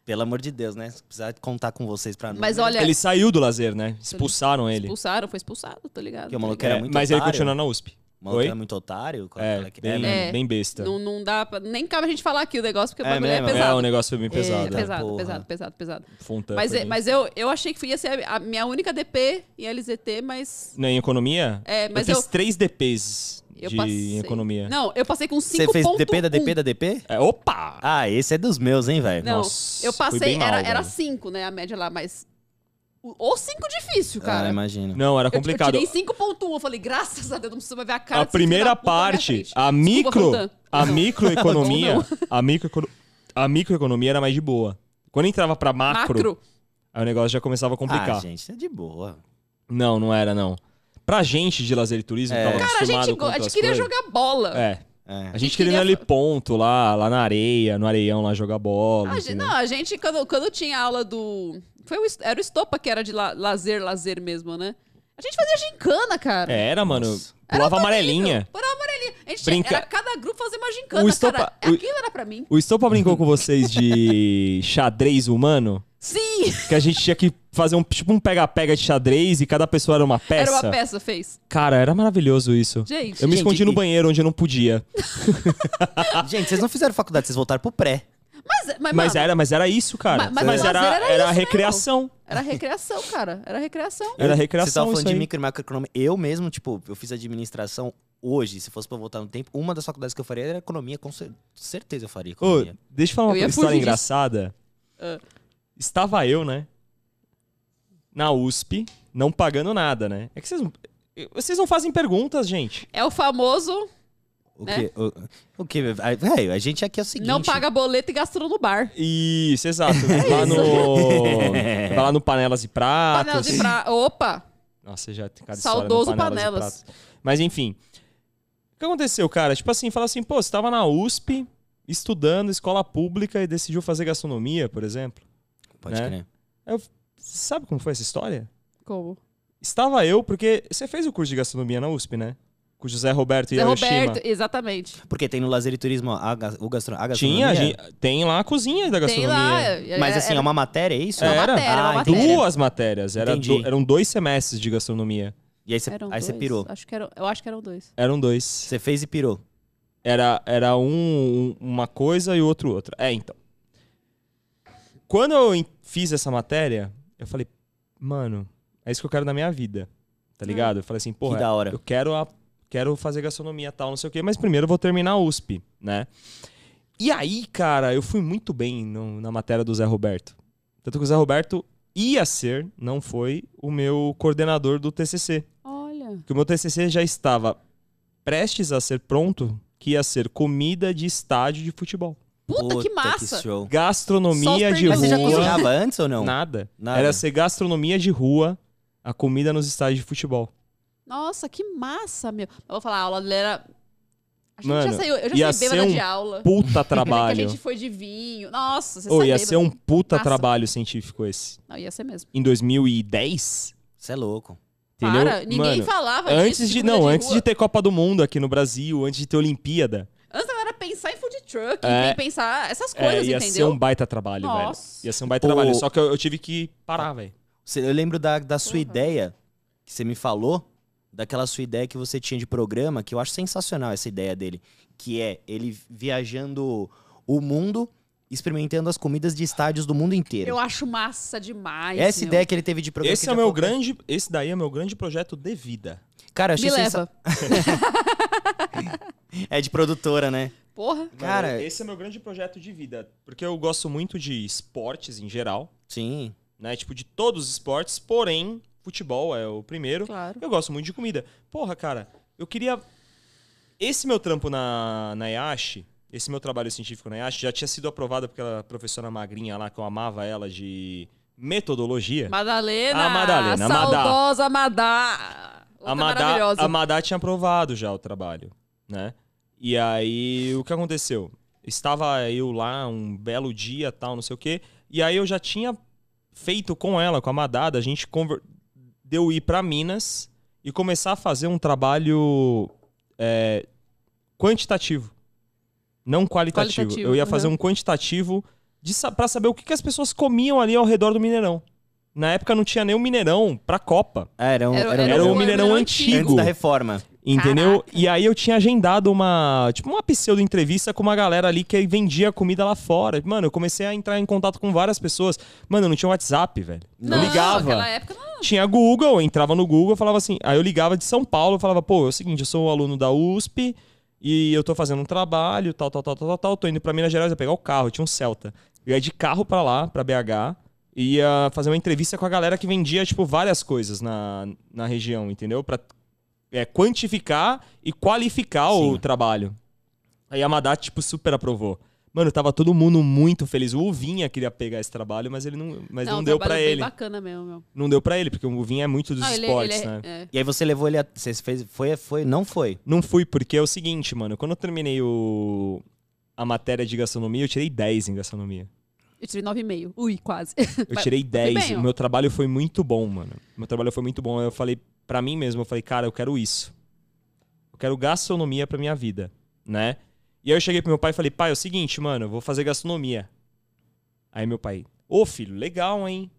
S1: pelo amor de Deus, né? Se precisar contar com vocês pra número...
S3: Mas olha,
S2: Ele saiu do lazer, né? Expulsaram ele.
S3: expulsaram, foi expulsado, tô ligado.
S1: Porque o maluco
S3: Tá
S1: era
S2: É,
S1: muito
S2: mas ele
S1: otário.
S2: continua na USP.
S1: O maluco
S2: Oi?
S1: era muito otário. com aquela
S2: É,
S1: que-
S2: bem,
S1: né?
S3: né?
S2: bem
S3: ligado?
S2: besta.
S3: Não, não dá pra... Nem cabe a gente falar aqui o negócio, porque o
S1: É
S3: bagulho é
S1: mesmo?
S2: É,
S3: pesado.
S2: o negócio foi bem pesado.
S3: É,
S2: né?
S3: pesado,
S1: Porra.
S3: pesado, pesado, pesado.
S2: Fontan.
S3: Mas,
S2: foi
S3: é-
S2: bem-
S3: mas eu, eu achei que ia ser a minha única DP em LZT, mas...
S2: Não, em economia?
S3: É, mas
S2: eu
S3: eu...
S2: fiz três DPs
S3: Eu
S2: de
S3: passei.
S2: em economia.
S3: Não, eu passei com 5.1.
S1: Você fez DP da DP da DP?
S2: É, opa!
S1: Ah, esse é dos meus, hein, velho?
S3: um. Não,
S2: Nossa,
S3: eu
S2: foi
S3: passei,
S2: bem mal,
S3: era, era
S2: velho.
S3: 5, né, a média lá, mas... o- Ou 5 difícil, cara.
S1: Ah, imagina.
S2: Não, era
S3: Eu-
S2: complicado.
S3: Eu, tirei 5.1, eu falei, graças a Deus, não precisa ver a cara
S2: a
S3: desse filho da
S2: primeira
S3: puta na minha
S2: parte,
S3: frente. Desculpa,
S2: a micro,
S3: Fontan.
S2: a
S3: Não.
S2: microeconomia,
S3: Não.
S2: a microecono- a microeconomia era mais de boa. Quando entrava pra macro,
S3: Macro.
S2: aí o negócio já começava a complicar.
S1: Ah, gente, é de boa.
S2: não, não era não. Pra gente de lazer e turismo,
S1: É.
S2: que tava
S3: Cara, a
S2: acostumado
S3: gente,
S2: com
S3: go- a
S2: outras
S3: gente queria
S2: coisas,
S3: jogar bola.
S2: É,
S1: É.
S2: a gente queria ir no
S3: queria-
S2: heliponto lá, lá na areia, no areião lá jogar bola.
S3: A Ah, gente,
S2: entendeu?
S3: não, a gente, quando, quando tinha aula do. Foi o, est- era o Estopa que era de la- lazer, lazer mesmo, né? A gente fazia gincana, cara.
S2: Era, mano,
S1: Nossa.
S2: pulava amarelinha.
S3: Por amarelinha. A gente
S2: Brinca-
S3: era cada grupo fazia uma gincana,
S2: O Estopa-
S3: cara.
S2: o-
S3: Aquilo era pra mim.
S2: O Estopa brincou com vocês de xadrez humano,
S3: Sim!
S2: que a gente tinha que fazer um tipo um pega-pega de xadrez e cada pessoa era uma
S3: Era
S2: peça.
S3: uma peça, fez.
S2: Cara, era maravilhoso isso.
S3: Gente.
S2: Eu me
S1: Gente,
S2: escondi no
S1: e-
S2: banheiro onde eu não podia.
S1: Gente, vocês não fizeram faculdade, vocês voltaram pro pré.
S3: Mas, mas,
S2: Mas é-
S3: mano,
S2: era, mas era isso, cara.
S3: Ma- mas o
S2: era,
S3: lazer era
S2: era
S3: isso né,
S2: recreação.
S3: era recreação, cara. Era recreação.
S2: Era
S1: Vocês
S2: recreação
S1: estavam
S2: isso
S1: falando de
S2: aí.
S1: micro e macroeconomia. Eu mesmo, tipo, eu fiz administração hoje. Se fosse pra eu voltar no tempo, uma das faculdades que eu faria era economia. Com cer- certeza eu faria
S2: Ô,
S1: economia.
S2: deixa eu falar uma
S3: Eu ia
S2: coisa-
S3: fugir
S2: história
S3: disso.
S2: engraçada.
S3: Ah.
S2: Estava eu, né? Na USP, não pagando nada, né? É que vocês não... Vocês não fazem perguntas, gente.
S3: É o famoso
S1: O
S3: né?
S1: que, o, o que a, velho, a gente aqui é o seguinte.
S3: não paga boleto e gastou no bar.
S2: Isso, exato.
S1: É
S2: Vai lá no. Vai lá no Panelas e Pratos.
S3: Panela de pra... Opa!
S2: Nossa, já tem cada
S3: Saudoso
S2: história no panelas. e
S3: Panelas.
S2: Pratos. Mas enfim. O que aconteceu, cara? Tipo assim, fala assim, pô, você tava na USP, estudando escola pública e decidiu fazer gastronomia, por exemplo.
S1: Pode
S2: né?
S1: crer.
S2: Sabe como foi essa história?
S3: Como?
S2: Estava eu, porque você fez o curso de gastronomia na USP, né? Com o José Roberto e
S3: Zé
S2: a
S3: Roberto, exatamente.
S1: Porque tem no Lazer e Turismo a, ga- o gastro, a gastronomia.
S2: Tinha, a gente- tem lá a cozinha da
S3: Tem
S2: gastronomia.
S3: lá.
S1: Mas
S3: é-
S1: assim, é,
S3: é-
S1: uma matéria, é isso?
S2: É uma
S1: Era?
S3: matéria, é uma
S1: Ah,
S3: matéria.
S1: entendi.
S2: Duas matérias, era
S1: Entendi.
S2: do- eram dois semestres de gastronomia.
S1: E aí você
S3: eram
S1: aí você
S3: dois.
S1: pirou.
S3: Acho que eram, eu acho que eram dois.
S2: Eram dois.
S1: Você fez e pirou.
S2: Era, era um, um- uma coisa e o outro outra. É, então. Quando eu en- fiz essa matéria, eu falei, mano, é isso que eu quero na minha vida. Tá ligado? Eu falei assim, porra,
S1: Ah. da hora.
S2: eu quero, a, quero fazer gastronomia tal, não sei o quê, mas primeiro eu vou terminar a USP, né? E aí, cara, eu fui muito bem no- na matéria do Zé Roberto. Tanto que o Zé Roberto ia ser, não foi, o meu coordenador do TCC
S3: Olha.
S2: que o meu TCC já estava prestes a ser pronto, que ia ser comida de estádio de futebol.
S3: Puta, que
S1: Que
S3: massa!
S1: show.
S2: Gastronomia
S3: Só os
S2: de
S3: perguntas.
S1: Mas você já
S2: rua.
S1: cozinhava antes ou não?
S2: Nada.
S1: Nada.
S2: Era ser gastronomia de rua, a comida nos estádios de futebol.
S3: Nossa, que massa, meu. Eu vou falar, a aula dele era. A gente
S2: Mano,
S3: já saiu, eu
S2: ia
S3: já saí bêbada
S2: ser um
S3: de aula. Trabalho. é Que
S2: Puta
S3: a
S2: trabalho.
S3: gente foi de vinho. Nossa, você
S2: Ô,
S3: sabe.
S2: ia ser um puta
S3: Massa.
S2: trabalho científico esse.
S3: Não, ia ser mesmo.
S2: Em 2010?
S1: Você é louco.
S2: Entendeu?
S3: Para, ninguém
S2: Mano,
S3: falava disso,
S2: Antes de.
S3: comida
S2: Não, antes
S3: rua.
S2: de ter Copa do Mundo aqui no Brasil, antes de ter Olimpíada.
S3: Antes da galera pensar em food truck,
S2: É.
S3: em pensar essas
S2: É,
S3: coisas,
S2: ia ser
S3: entendeu?
S2: um baita trabalho,
S3: Nossa.
S2: velho. Ia ser um baita
S1: Pô.
S2: trabalho. Só que eu, eu tive que parar, velho.
S1: Você- Eu lembro da, da sua
S3: Porra.
S1: ideia que você me falou, daquela sua ideia que você tinha de programa, que eu acho sensacional essa ideia dele, que é ele viajando o mundo, experimentando as comidas de estádios do mundo inteiro.
S3: Eu acho massa demais.
S1: Essa
S3: meu.
S1: ideia que ele teve de programa.
S2: Esse
S1: que
S2: é o
S1: já
S2: meu
S1: foi-
S2: grande, esse daí é o meu grande projeto de vida.
S1: Cara, eu achei
S3: Me
S1: sensa...
S3: leva.
S1: É de produtora, né?
S3: Porra.
S1: Cara,
S2: esse é meu grande projeto de vida, porque eu gosto muito de esportes em geral,
S1: sim.
S2: né? Tipo de todos os esportes, porém futebol é o primeiro.
S3: Claro.
S2: Eu gosto muito de comida. Porra, cara, eu queria esse meu trampo na na IASH, esse meu trabalho científico na IASH já tinha sido aprovado pela professora magrinha lá que eu amava ela de metodologia.
S3: Madalena.
S2: É. A Madalena, a Madá.
S3: Saudosa Madá. Outra
S2: A Madá,
S3: tá maravilhosa.
S2: a Madá tinha aprovado já o trabalho, né? E aí, o que aconteceu? Estava eu lá um belo dia, tal, não sei o quê. E aí eu já tinha feito com ela, com a Madá, a gente conver... deu ir para Minas e começar a fazer um trabalho é, quantitativo, não qualitativo.
S3: Qualitativo,
S2: eu ia fazer
S3: aham.
S2: um quantitativo de sa para saber o que, que as pessoas comiam ali ao redor do Mineirão. Na época não tinha nem o Mineirão para Copa.
S1: Ah, era um,
S3: Era-
S1: era, um-
S3: era
S2: Era o
S3: um
S2: Mineirão
S3: Mineirão
S2: antigo.
S1: antes da reforma.
S2: Entendeu?
S3: Caraca.
S2: E aí eu tinha agendado uma, tipo, uma pseudo entrevista com uma galera ali que vendia comida lá fora. Mano, eu comecei a entrar em contato com várias pessoas. Mano, eu não tinha WhatsApp, velho.
S3: Não,
S2: eu ligava.
S3: Naquela época não.
S2: Tinha Google, eu entrava no Google, eu falava assim, aí eu ligava de São Paulo, eu falava, pô, é o seguinte, eu sou um aluno da USP e eu tô fazendo um trabalho, tal, tal, tal, tal, tal, tal, tô indo pra Minas Gerais, eu ia pegar o carro, eu tinha um Celta. Eu ia de carro pra lá, pra BH, e ia fazer uma entrevista com a galera que vendia, tipo, várias coisas na, na região, entendeu? Pra é, quantificar e qualificar o
S1: Sim.
S2: trabalho. Aí a Madá, tipo, super aprovou. Mano, tava todo mundo muito feliz. O Uvinha queria pegar esse trabalho, mas ele não, mas não,
S3: um
S2: deu
S3: trabalho
S2: pra
S3: bem
S2: ele
S3: bacana mesmo, meu.
S2: não deu pra ele, porque o Vinha é muito dos
S3: Não, ele-
S2: esportes,
S3: ele é-
S2: né?
S3: é.
S1: E aí você levou ele a. Você fez. Foi, foi, não foi.
S2: Não fui, porque é o seguinte, mano. Quando eu terminei o... a matéria de gastronomia, eu tirei 10 em gastronomia.
S3: Eu tirei 9,5. Ui, quase.
S2: Eu
S3: Mas
S2: tirei
S3: bem,
S2: 10.
S3: ó.
S2: O meu trabalho foi muito bom, mano. Meu trabalho foi muito bom. Aí Eu falei pra mim mesmo, eu falei, cara, eu quero isso. Eu quero gastronomia pra minha vida, né? E aí eu cheguei pro meu pai e falei, pai, é o seguinte, mano, eu vou fazer gastronomia. Aí meu pai, ô filho, legal, hein?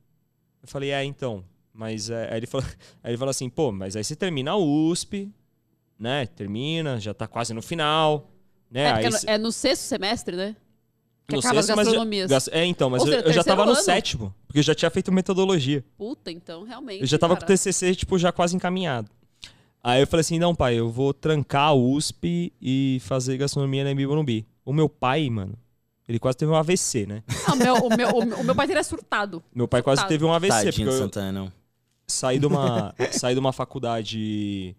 S2: Eu falei, é, então. Mas é, aí, ele falou, aí ele falou assim, pô, mas aí você termina a USP, né? Termina, já tá quase no final, né?
S3: É,
S2: aí
S3: porque é no-
S2: cê-
S3: é no sexto semestre, né? Que
S2: no
S3: acaba as
S2: sexto, mas já-
S3: gastronomias.
S2: gas- É, então, mas
S3: Ou
S2: eu,
S3: seja,
S2: eu já
S3: terceiro
S2: tava no
S3: ano.
S2: sétimo, porque eu já tinha feito metodologia.
S3: Puta, então, realmente.
S2: Eu já tava
S3: cara.
S2: com o TCC, tipo, já quase encaminhado. Aí eu falei assim, não, pai, eu vou trancar a USP e fazer gastronomia na Morumbi. O meu pai, mano, ele quase teve um AVC, né?
S3: Ah, Não, meu- o, meu, o, meu, o meu pai teria surtado.
S2: Meu pai quase
S3: Coitado.
S2: teve um AVC,
S1: Tadinho
S2: porque
S1: do
S2: eu-
S1: Santana, não.
S2: saí de uma, saí de uma faculdade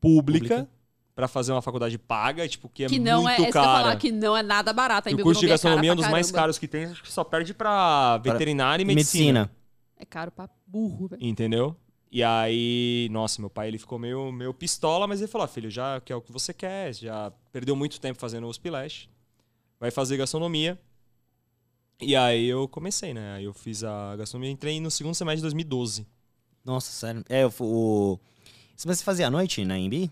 S2: pública
S1: Pública.
S2: pra fazer uma faculdade paga, tipo, que é
S3: que não
S2: muito
S3: é, isso que eu ia
S2: cara.
S3: falar, que não é nada barato.
S2: E
S3: Aí
S2: o curso de
S3: Biblioteca cara
S2: gastronomia é um
S3: pra
S2: dos mais
S3: caramba.
S2: caros que tem, acho que só perde pra veterinária e medicina.
S3: É caro pra burro, velho.
S2: Entendeu? E aí, nossa, meu pai ele ficou meio, meio pistola, mas ele falou: "Ah, filho, já que é o que você quer, já perdeu muito tempo fazendo os pilates, vai fazer gastronomia. E aí eu comecei, né? Aí eu fiz a gastronomia, entrei no segundo semestre de 2012.
S1: Nossa, sério. É, eu fu- o. Se você fazia à noite na EMB?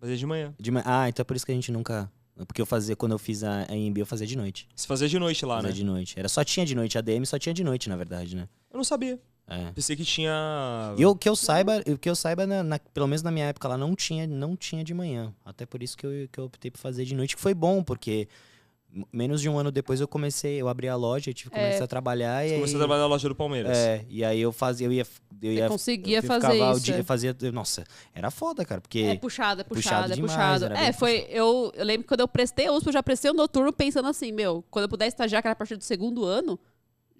S2: Fazia de manhã.
S1: De ma- Ah, então é por isso que a gente nunca. Porque eu fazia, quando eu fiz a a EMB, eu fazia de noite.
S2: Se fazia de noite lá,
S1: fazia
S2: né?
S1: de noite. Era só tinha de noite, a DM só tinha de noite, na verdade, né?
S2: Eu não sabia.
S1: É.
S2: Pensei que tinha.
S1: E o que eu saiba, o que eu saiba né, na- na- pelo menos na minha época lá, não tinha, não tinha de manhã. Até por isso que eu, que eu optei por fazer de noite, que foi bom, porque m- menos de um ano depois eu comecei, eu abri a loja, eu tive que
S3: É.
S1: começar a trabalhar.
S2: Você
S1: e
S2: começou a
S1: aí-
S2: trabalhar na loja do Palmeiras.
S1: É, e aí eu fazia, eu ia. Eu
S3: Você
S1: ia
S3: conseguia
S1: eu
S3: fazer
S1: ficava o
S3: isso,
S1: dia-
S3: é.
S1: eu fazia, eu- nossa, era foda, cara, porque.
S3: É puxado, é puxado,
S1: Puxado
S3: é
S1: demais,
S3: puxado.
S1: era
S3: É,
S1: bem
S3: foi. Eu, eu lembro que quando eu prestei a USP, eu já prestei o noturno pensando assim, meu, quando eu puder estagiar, que era a partir do segundo ano,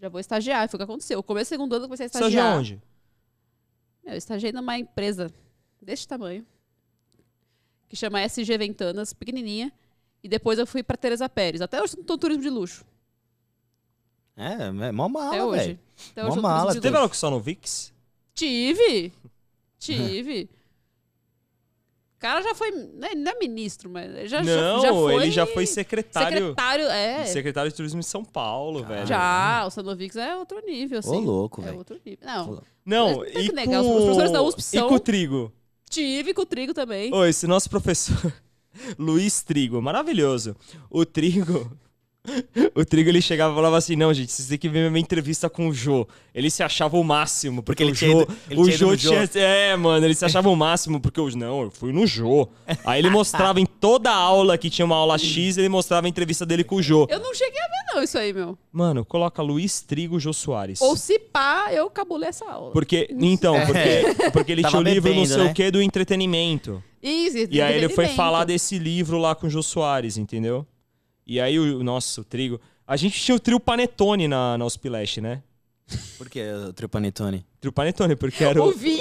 S3: já vou estagiar. Foi o que aconteceu. Eu comecei o segundo ano, eu comecei a
S2: Você
S3: estagiar.
S2: é de onde?
S3: Meu, eu estagiei numa empresa deste tamanho, que chama SG Ventanas, pequenininha. E depois eu fui pra Teresa Pérez. Até hoje eu não tô no turismo de luxo.
S1: É, é mó mala,
S3: até hoje.
S1: velho.
S3: Até hoje
S1: Mó
S3: eu
S1: mala,
S3: tô no turismo de
S2: Teve
S3: luxo.
S2: ela que só no VIX?
S3: Tive! Tive! O cara já foi. né, Não é ministro, mas. Já, já-
S2: não,
S3: já foi
S2: ele já foi secretário.
S3: secretário. É.
S2: Secretário de Turismo de São Paulo, velho.
S3: Já, o Sanovics é outro nível, assim.
S1: Ô, louco,
S3: É
S1: velho.
S3: outro nível. Não,
S2: Não,
S3: Mas tem
S2: e
S3: que negar,
S2: com...
S3: os professores da USP
S2: E
S3: são-
S2: com o Trigo.
S3: tive com o trigo também.
S2: Ô, esse nosso professor, Luiz Trigo, maravilhoso. O Trigo... O Trigo, ele chegava e falava assim, não, gente, vocês têm que ver minha entrevista com o Jô. Ele se achava o máximo, porque,
S1: Porque ele tinha
S2: o Jô...
S1: ido- ele
S2: o
S1: tinha ido
S2: Jô
S1: no
S2: tinha...
S1: Jô.
S2: É, mano, ele se achava o máximo, porque eu... Não, eu fui no Jô. Aí
S3: Ah, tá.
S2: ele mostrava em toda aula, que tinha uma aula X, ele mostrava a entrevista dele com o Jô.
S3: Eu não cheguei a ver, não, isso aí, meu.
S2: Mano, coloca Luiz Trigo, Jô Soares.
S3: Ou se É. pá, eu cabulei essa aula.
S2: Porque, então, porque, porque ele
S1: Tava
S2: tinha o livro não
S1: bebendo,
S2: sei o
S1: né?
S2: que do entretenimento.
S3: Isso,
S2: E aí ele foi
S3: entretenimento.
S2: falar desse livro lá com o Jô Soares, entendeu? E aí o nosso trigo. A gente tinha o trio Panetone na, na Uspileste, né?
S1: Por que o trio Panetone?
S2: Trio Panetone, porque era o,
S3: Ouvi.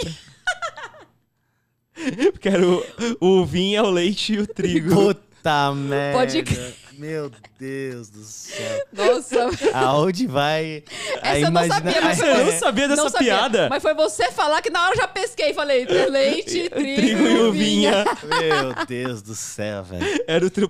S2: porque era o, o vinho, o leite e o trigo.
S1: Puta merda.
S3: Pode
S1: Meu Deus do céu.
S3: Nossa,
S1: Aonde vai a
S3: Essa eu não
S1: imagina-
S3: sabia, mas
S2: Você não
S1: É.
S2: sabia dessa
S3: não sabia.
S2: piada?
S3: Mas foi você falar que na hora eu já pesquei. Falei, leite, trigo,
S2: Trigo e o né?
S3: vinha.
S2: vinha
S1: Meu Deus do céu, velho.
S2: era o trio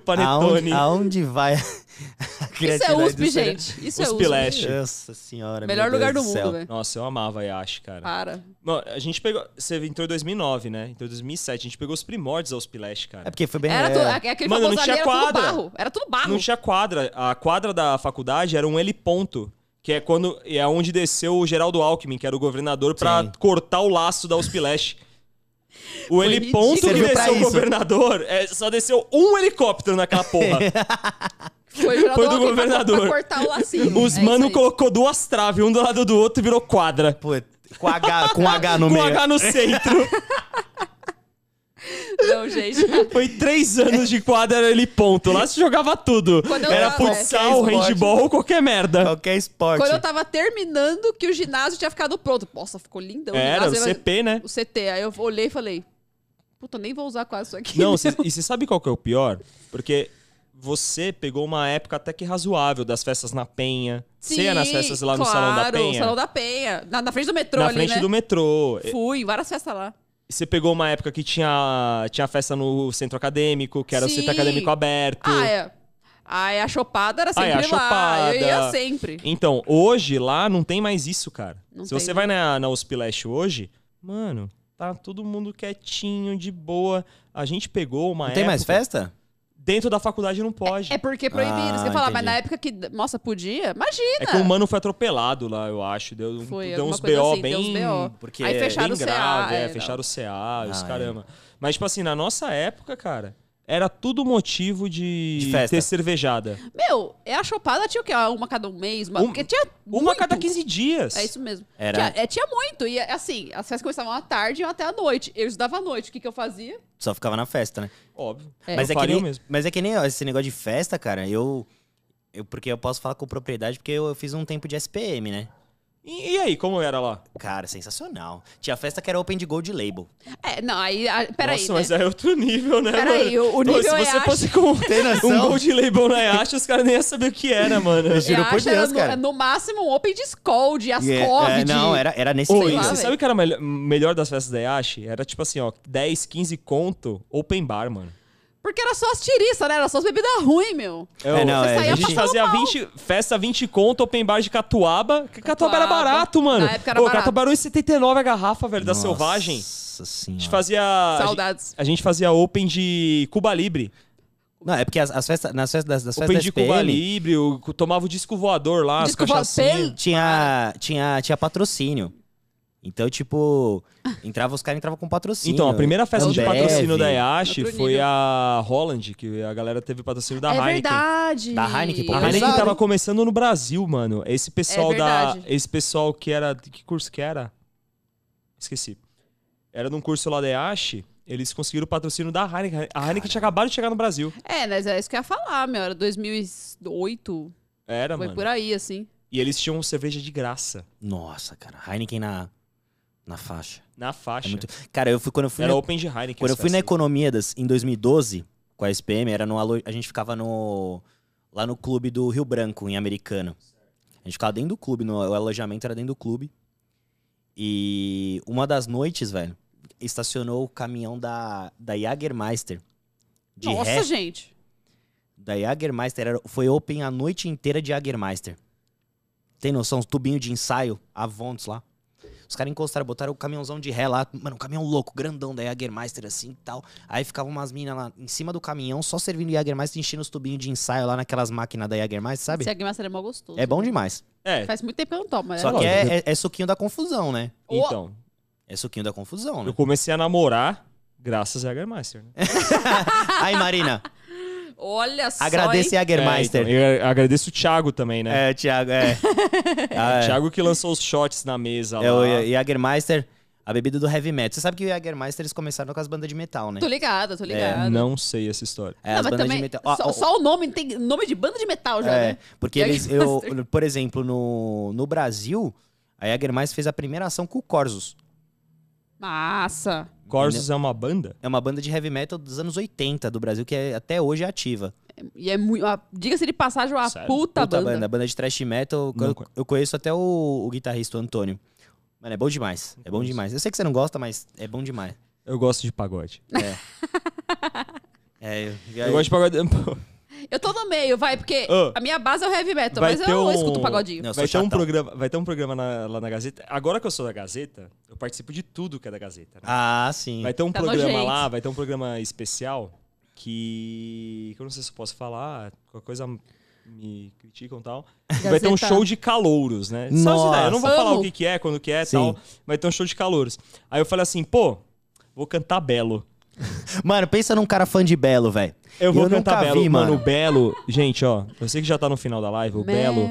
S1: Aonde,
S2: Panetone.
S1: aonde vai a
S3: Isso é
S1: criatividade
S3: USP,
S1: desse-
S3: gente. Isso é USP.
S2: Uspileste.
S1: Nossa senhora,
S3: Melhor
S1: meu Deus
S3: lugar do mundo, né?
S1: céu.
S3: velho.
S2: Nossa, eu amava a Yash, cara.
S3: Para.
S2: Mano, a gente pegou. Você entrou em 2009, né? Entrou em 2007. A gente pegou os primórdios da Uspileste, cara.
S1: É porque foi bem...
S3: Era
S1: é,
S3: tudo, aquele
S2: Mano, não
S3: famoso ali
S2: tinha
S3: era
S2: quadra.
S3: tudo barro. Era tudo barro.
S2: Ah, Não tinha quadra. A quadra da faculdade era um L ponto. Que é quando é onde desceu o Geraldo Alckmin, que era o governador, pra
S1: Sim.
S2: cortar o laço da USPLESH. O
S3: Foi
S2: L ponto que
S1: ridículo. Serviu pra
S2: desceu o
S1: isso.
S2: governador, é, só desceu um helicóptero naquela porra.
S1: É
S3: Foi, o
S2: Foi do
S3: Alckmin pra-
S2: governador.
S3: Pra cortar o lacinho.
S2: Os
S3: É isso
S2: mano
S3: aí.
S2: colocou duas traves, um do lado do outro e virou quadra.
S1: pô, com, H, com H no
S2: Com
S1: meio.
S2: H no centro.
S3: Não, gente.
S2: Foi três anos de quadra L ponto. Lá se jogava tudo.
S3: Quando eu é,
S2: Era
S3: tava-
S2: futsal,
S1: Qualquer esporte.
S2: handball, qualquer merda.
S1: Qualquer esporte.
S3: Quando eu tava terminando, que o ginásio tinha ficado pronto. Nossa, ficou lindão.
S2: Era, o
S3: ginásio, eu-
S2: CP, né?
S3: O CT. Aí eu olhei e falei, puta, nem vou usar quase isso aqui.
S2: Não,
S3: meu.
S2: cê- e você sabe qual que é o pior? Porque você pegou uma época até que razoável das festas na Penha. Você ia nas
S3: Sim,
S2: festas lá no
S3: claro,
S2: Salão da Penha?
S3: Salão da Penha. Na, na frente do metrô
S2: na
S3: ali,
S2: frente
S3: né?
S2: do metrô. E-
S3: Fui, várias festas lá.
S2: Você pegou uma época que tinha, tinha festa no centro acadêmico, que era o
S3: Sim.
S2: centro acadêmico aberto.
S3: Ah, é. Ah, é, a chopada era
S2: Ah, é,
S3: sempre
S2: a
S3: lá.
S2: chopada.
S3: Eu ia sempre.
S2: Então, hoje lá não tem mais isso, cara.
S3: Não
S2: Se
S3: tem,
S2: você
S3: né?
S2: vai na, na USPLeste hoje, mano, tá todo mundo quietinho, de boa. A gente pegou uma
S1: Não é tem mais
S2: é época-
S1: festa?
S2: Dentro da faculdade não pode.
S3: É porque proibiram.
S1: Ah,
S3: Você falar, mas
S1: entendi.
S3: na época que, nossa, podia? Imagina!
S2: É que o mano foi atropelado lá, eu acho. Deu, um-
S3: Foi,
S2: deu
S3: alguma
S2: uns
S3: coisa
S2: BO
S3: assim,
S2: bem.
S3: deu uns BO.
S1: Porque
S3: Aí
S1: é
S2: bem
S3: fecharam o CA.
S2: grave, é,
S3: não.
S2: fecharam o CA, os
S1: Ah, é.
S2: caramba. Mas, tipo assim, na nossa época, cara, era tudo motivo de,
S1: De festa.
S2: ter cervejada.
S3: Meu, é a chopada tinha o quê? Ah, Uma cada um mês? Uma,
S2: Um-
S3: porque tinha
S2: Uma a
S3: muito.
S2: cada 15 dias.
S3: É isso mesmo.
S1: Era-
S3: Tinha, é, tinha muito. E assim, as festas começavam à tarde e iam até à noite. Eu estudava à noite. O que, que eu fazia?
S1: Só ficava na festa, né?
S2: Óbvio.
S3: É.
S1: Mas
S2: Eu
S1: é, que
S2: faria
S1: nem,
S2: o mesmo.
S1: mas é que nem ó, esse negócio de festa, cara, eu, eu. Porque eu posso falar com propriedade, porque eu, eu fiz um tempo de SPM, né?
S2: E, e aí, como era lá?
S1: Cara, sensacional. Tinha festa que era open de gold label.
S3: É, não, aí. a- Peraí.
S2: Nossa,
S3: né?
S2: mas é outro nível, né,
S3: Peraí,
S2: mano?
S3: o- o
S2: Pô,
S3: nível é
S2: Se você
S3: Yasha-
S2: fosse com
S1: Tem noção?
S2: um gold label na Yasha, os caras nem iam saber o que era, mano.
S1: Juro
S3: Eu
S1: por
S3: acho era
S1: Deus,
S3: é no,
S1: cara.
S3: no máximo um open de Skoll, de Ascov.
S1: É, é,
S3: de...
S1: não, era, era nesse
S2: Ô,
S3: Sei lá,
S2: e você
S1: nível.
S3: velho.
S2: sabe o que era melhor, melhor das festas da Yashi? Era tipo assim, ó, 10, 15 conto, open bar, mano.
S3: Porque era só as tiristas, né? Era só as bebidas ruins, meu.
S1: É, não, é,
S2: a
S3: saía
S2: gente
S3: passando
S2: fazia
S3: mal.
S2: 20, festa 20 conto, open bar de catuaba. que Catuaba, era
S3: Catuaba.
S2: barato, mano.
S3: Na época era
S2: Ô,
S3: barato.
S2: catuaba era 1,79 a garrafa, velho, da
S1: Nossa
S2: selvagem. A gente
S1: Senhora.
S2: fazia...
S3: Saudades.
S2: A gente fazia open de Cuba Libre.
S1: Não, é porque as, as festas, nas festas das, das
S2: open
S1: festas
S2: de
S1: da
S2: Cuba
S1: SPM,
S2: Libre, eu tomava o disco voador lá,
S3: Disco
S2: as cachaçinhas.
S3: voador.
S1: tinha, tinha, tinha patrocínio. Então, tipo, entrava os caras entravam com patrocínio.
S2: Então, a primeira festa de
S1: Ambev,
S2: patrocínio da Yashi
S3: Outro
S2: foi
S3: nível.
S2: a Holland, que a galera teve patrocínio da
S3: é
S2: Heineken.
S3: verdade.
S1: Da Heineken, pô.
S2: A
S1: Pesado,
S2: Heineken
S1: hein?
S2: tava começando no Brasil, mano. Esse pessoal
S3: É
S2: da.
S3: verdade.
S2: Esse pessoal que era. Que curso que era? Esqueci. Era num curso lá da EASH. Eles conseguiram o patrocínio da Heineken. A Heineken tinha acabado de chegar no Brasil.
S3: É, mas é isso que eu ia falar, meu. Era 2008.
S2: Era,
S3: foi
S2: mano.
S3: por aí, assim.
S2: E eles tinham cerveja de graça.
S1: Nossa, cara, Heineken na, na faixa.
S2: Na faixa.
S1: É muito... Cara, eu fui quando eu fui
S2: Era
S1: na,
S2: open de Heineken.
S1: quando eu
S2: as
S1: fui na
S2: festas.
S1: Economidas em 2012 com a SPM, era no alo- a gente ficava no lá no clube do Rio Branco em Americano. A gente ficava dentro do clube, no, o alojamento era dentro do clube. E uma das noites, velho, estacionou o caminhão da da Jagermeister. De
S3: Nossa,
S1: ré,
S3: gente.
S1: da Jagermeister era- foi open a noite inteira de Jagermeister. Tem noção? Os tubinhos de ensaio, Avontes lá. Os caras encostaram, botaram o caminhãozão de ré lá. Mano, um caminhão louco, grandão da Jagermeister assim e tal. Aí ficavam umas minas lá em cima do caminhão, só servindo Jagermeister, enchendo os tubinhos de ensaio lá naquelas máquinas da Jagermeister, sabe?
S3: Esse Agmaster é mó gostoso.
S1: É bom demais.
S2: É,
S3: Faz muito tempo que eu não tomo, mas
S1: Só
S3: era
S1: que
S2: lógico.
S1: é, é- é suquinho da confusão, né?
S2: então.
S1: É suquinho da confusão,
S2: Eu
S1: né?
S2: comecei a namorar graças a Jägermeister. Né?
S1: Aí, Marina,
S3: bom. Olha só,
S1: agradece
S3: hein?
S1: a Jagermeister.
S2: É, então, eu agradeço o Thiago também, né?
S1: É, Thiago, é. Ah,
S2: O Thiago que lançou os shots na mesa Tá lá.
S1: É o Jagermeister, a bebida do heavy metal. Você sabe que o Jagermeister eles começaram com as bandas de metal, né?
S3: Tô ligada, tô ligada.
S2: É, não sei essa história.
S1: É,
S3: Não,
S1: as
S3: mas
S1: bandas
S3: também,
S1: de metal. Ó,
S3: só,
S1: ó,
S3: só o nome, tem nome de banda de metal já,
S1: é,
S3: né?
S1: porque eles, eu, por exemplo, no, no Brasil, a Jagermeister fez a primeira ação com o Corsos.
S3: Massa.
S2: Corsos é uma banda?
S1: É uma banda de heavy metal dos anos 80 do Brasil, que é- até hoje é ativa.
S3: E é muito... a- Diga-se de passagem, uma
S2: Sério?
S3: puta,
S1: Puta
S3: banda.
S1: banda, banda de thrash metal.
S2: Não
S1: Eu,
S2: conhe-
S1: eu conheço até o, o guitarrista, o Antônio. Mano, é bom demais. É bom
S2: conheço.
S1: demais. Eu sei que você não gosta, mas é bom demais.
S2: Eu gosto de pagode.
S1: É, eu,
S2: Eu gosto de pagode.
S3: Eu tô no meio, vai, porque
S2: Ah.
S3: a minha base é o heavy metal,
S2: Vai
S3: mas
S2: ter
S3: eu
S2: um-
S3: escuto o pagodinho.
S1: Não, eu sou
S2: vai, ter um
S1: chatão.
S2: programa, vai ter um programa na- lá na Gazeta. Agora que eu sou da Gazeta, eu participo de tudo que é da Gazeta. né?
S1: Ah, sim.
S2: vai ter um
S3: Tá
S2: programa
S3: nojento.
S2: lá, vai ter um programa especial que. que eu não sei se eu posso falar, qualquer coisa me criticam e tal. Vai ter um
S3: Gazeta.
S2: show de calouros, né? Só
S1: Nossa.
S2: essa ideia, Eu não vou falar
S3: Amo.
S2: o que, que é, quando que é e
S1: Sim.
S2: tal. Vai ter um show de calouros. Aí eu falei assim, pô, vou cantar belo.
S1: Mano, pensa num cara fã de Belo, velho.
S2: Eu vou
S1: Eu
S2: cantar
S1: nunca
S2: Belo.
S1: vi,
S2: mano, o
S1: mano.
S2: Belo. Gente, ó, eu sei que já tá no final da live, o Belo.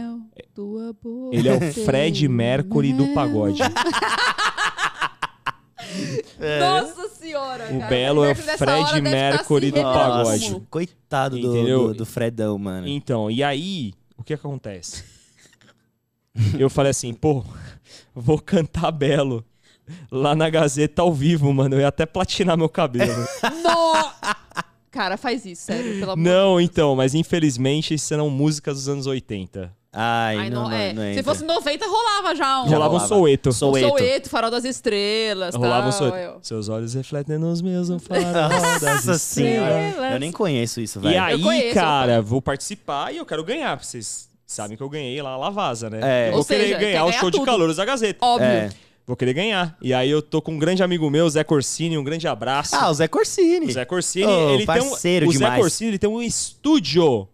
S3: tua boca
S2: Ele é o
S3: tem
S2: Fred Mercury do
S1: Hum.
S3: mel.
S2: pagode.
S1: É.
S3: Nossa senhora,
S2: O
S3: cara.
S2: Belo é o
S3: Mercury nessa
S2: Fred
S3: hora deve tá
S2: Mercury
S3: se
S2: do
S3: revelando.
S2: pagode.
S1: Nossa, coitado do,
S2: Entendeu?
S1: do, do Fredão, mano.
S2: Então, e aí, o que acontece? Eu falei assim, pô, vou cantar Belo lá na Gazeta ao vivo, mano. Eu ia até platinar meu cabelo.
S3: No... Cara, faz isso, sério,
S1: Tá
S3: pelo amor
S2: não, então, mas infelizmente serão músicas dos anos 80.
S1: Ai,
S3: Ai,
S1: não,
S3: não,
S1: não,
S3: é.
S1: não
S3: Se
S1: entra.
S3: fosse 90, rolava já um.
S1: Já
S2: Rolava um
S1: rolava.
S2: soueto.
S1: Sou-
S3: um
S1: Soweto.
S3: Soweto, Farol das Estrelas.
S2: Rolava um
S3: tal,
S2: soueto.
S3: eu-
S2: Seus olhos refletem nos meus, um farol das
S1: Nossa
S2: estrelas.
S1: senhora. Eu nem conheço isso,
S2: E
S1: velho.
S2: aí,
S3: conheço,
S2: cara, vou participar e eu quero ganhar. porque Vocês sabem que eu ganhei lá a Lavasa, né?
S1: É.
S2: Eu vou
S3: Ou seja,
S2: querer
S3: quer
S2: ganhar o
S3: ganhar
S2: show de
S3: tudo.
S2: calouros da Gazeta.
S3: Óbvio.
S1: É.
S2: Vou querer ganhar. E aí eu tô com um grande amigo meu, Zé Corsini, um grande abraço.
S1: Ah, o Zé Corsini.
S2: o Zé Corsini,
S1: Ô,
S2: ele tem um,
S1: parceiro
S2: o Zé
S1: demais.
S2: Corsini, ele tem um estúdio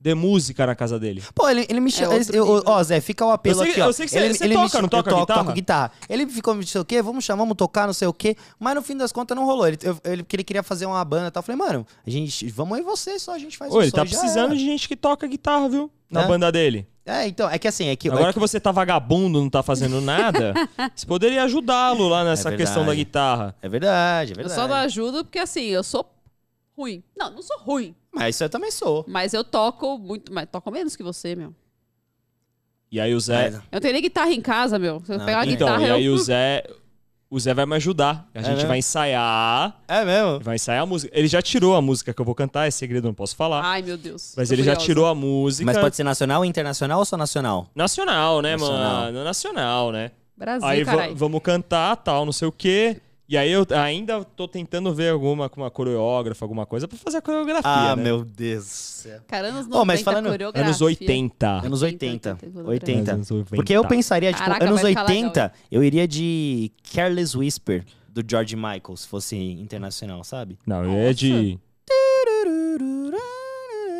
S2: de música na casa dele.
S1: Pô, ele, ele me chama.
S3: É outro
S1: eu-
S3: nível.
S1: ó, Zé, fica o apelo
S2: Eu sei-
S1: aqui, ó.
S2: eu sei que você-
S1: ele,
S2: você
S1: ele
S2: toca, não
S1: eu
S2: toca
S1: toco,
S2: guitarra?
S1: toco guitarra? Ele ficou me disse o quê? Vamos chamar, vamos tocar, não sei o quê. Mas no fim das contas não rolou. Ele, eu- ele, ele queria fazer uma banda e tal. Eu falei, mano, a gente, vamos aí você só, a gente faz
S2: Ô,
S1: um
S2: ele
S1: som
S2: tá
S1: e já
S2: precisando
S1: era.
S2: de gente que toca guitarra, viu? Na
S1: É.
S2: banda dele.
S1: É, então, é que assim, é que. é
S2: Agora que você tá vagabundo, não tá fazendo nada, você poderia ajudá-lo lá nessa
S1: É
S2: questão da
S1: verdade.
S2: guitarra.
S1: É verdade, é
S3: Eu
S1: verdade.
S3: só não ajudo porque, assim, eu sou ruim. Não, não sou ruim.
S1: Mas isso eu também sou.
S3: Mas eu toco muito... Mas toco menos que você, meu.
S2: E aí o Zé.
S1: Mas-
S3: Eu não tenho nem guitarra em casa, meu. Se eu
S1: Não,
S3: pegar uma
S2: Então,
S3: guitarra, é um
S2: e aí
S3: eu...
S2: o Zé. O Zé vai me ajudar. A gente
S1: mesmo?
S2: vai ensaiar.
S1: É mesmo?
S2: Vai ensaiar a música. Ele já tirou a música que eu vou cantar, é segredo, eu não posso falar.
S3: Ai, meu Deus.
S2: mas
S3: Tô
S2: ele já
S3: curiosa.
S2: tirou a música.
S1: Mas pode ser nacional, internacional ou só nacional?
S2: Nacional, né,
S1: Nacional.
S2: mano? Nacional, né?
S3: Brasil,
S2: aí va-
S3: caralho.
S2: vamos cantar, tal, não sei o quê. E aí eu ainda tô tentando ver alguma com uma coreógrafa, alguma coisa pra fazer a coreografia,
S1: Ah,
S2: né?
S1: meu Deus. do céu.
S3: Cara, anos
S1: Ô,
S3: 90,
S1: mas falando-
S3: coreografia.
S2: Anos 80.
S1: Anos 80.
S3: 80.
S1: 80.
S2: Anos 80.
S1: Porque eu pensaria, tipo,
S3: Caraca,
S1: anos
S3: vai ficar
S1: 80, eu iria de Careless Whisper, do George Michael, se fosse internacional, sabe?
S2: Não, é de.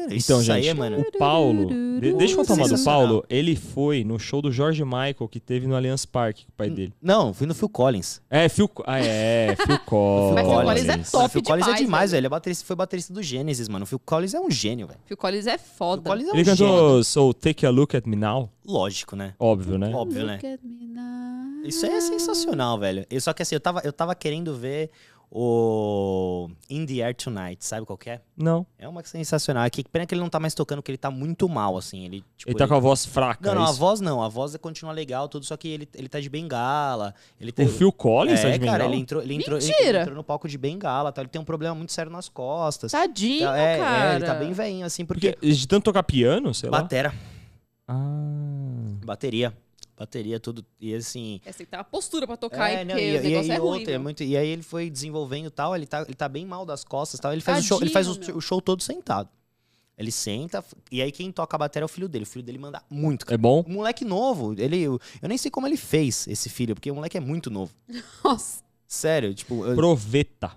S2: Então,
S1: Isso
S2: gente,
S1: aí, mano.
S2: o Paulo. de- deixa eu contar uma do
S1: Sensacional.
S2: Paulo. Ele foi no show do George Michael que teve no Allianz Parque com o pai
S1: Hum.
S2: dele.
S1: Não, fui no Phil Collins.
S2: É, Phil. Co- Ah, é, Phil Collins.
S3: Mas Phil Collins é
S1: Mano,
S3: top
S1: o Phil Collins é
S3: demais, velho.
S1: demais, velho. Ele é baterista, foi baterista do Gênesis, mano. O Phil Collins é um gênio, velho.
S3: Phil Collins é
S1: O Phil
S3: foda.
S1: Collins é um
S2: Ele
S1: gênio.
S2: cantou So Take a Look at Me Now.
S1: Lógico, né?
S2: Óbvio, né?
S1: Óbvio, né?
S3: Look at me now.
S1: Isso aí é sensacional, velho. Eu, só que assim, eu tava, eu tava querendo ver o In the Air Tonight, sabe qual que é?
S2: Não.
S1: É uma sensacional. É que pena que ele não tá mais tocando, porque ele tá muito mal, assim. Ele, tipo,
S2: Ele tá com a voz fraca.
S1: Não, não,
S2: é
S1: a
S2: isso?
S1: voz não. A voz continua legal, tudo, só que ele, ele tá de bengala. Ele
S2: O
S1: tem...
S2: Phil Collins tá
S1: é,
S2: de
S1: cara,
S2: Mingau?
S1: ele entrou, ele, entrou, ele,
S3: Mentira!
S1: entrou no palco de bengala, tá? ele tem um problema muito sério nas costas.
S3: Tadinho,
S1: Tá, é,
S3: cara.
S1: é, ele tá bem velhinho, assim, porque...
S2: Porque de tanto tocar piano, sei lá.
S1: Batera,
S2: Ah.
S1: bateria, bateria, tudo, e assim...
S3: É, tem que ter uma postura pra tocar,
S1: é,
S3: hein?
S1: não,
S3: Porque
S1: e,
S3: o
S1: e-
S3: negócio
S1: e
S3: é ruim.
S1: outra, é
S3: meu.
S1: muito- e aí ele foi desenvolvendo e tal, ele tá, ele tá bem mal das costas e tal, ele faz, o show, ele faz
S3: Tadinho,
S1: o,
S3: meu.
S1: o show todo sentado. Ele senta, e aí quem toca a bateria é o filho dele, o filho dele manda muito,
S2: É bom?
S1: O moleque novo, ele. Eu eu nem sei como ele fez esse filho, porque o moleque é muito novo.
S3: Nossa.
S1: Sério, tipo. eu-
S2: Proveta.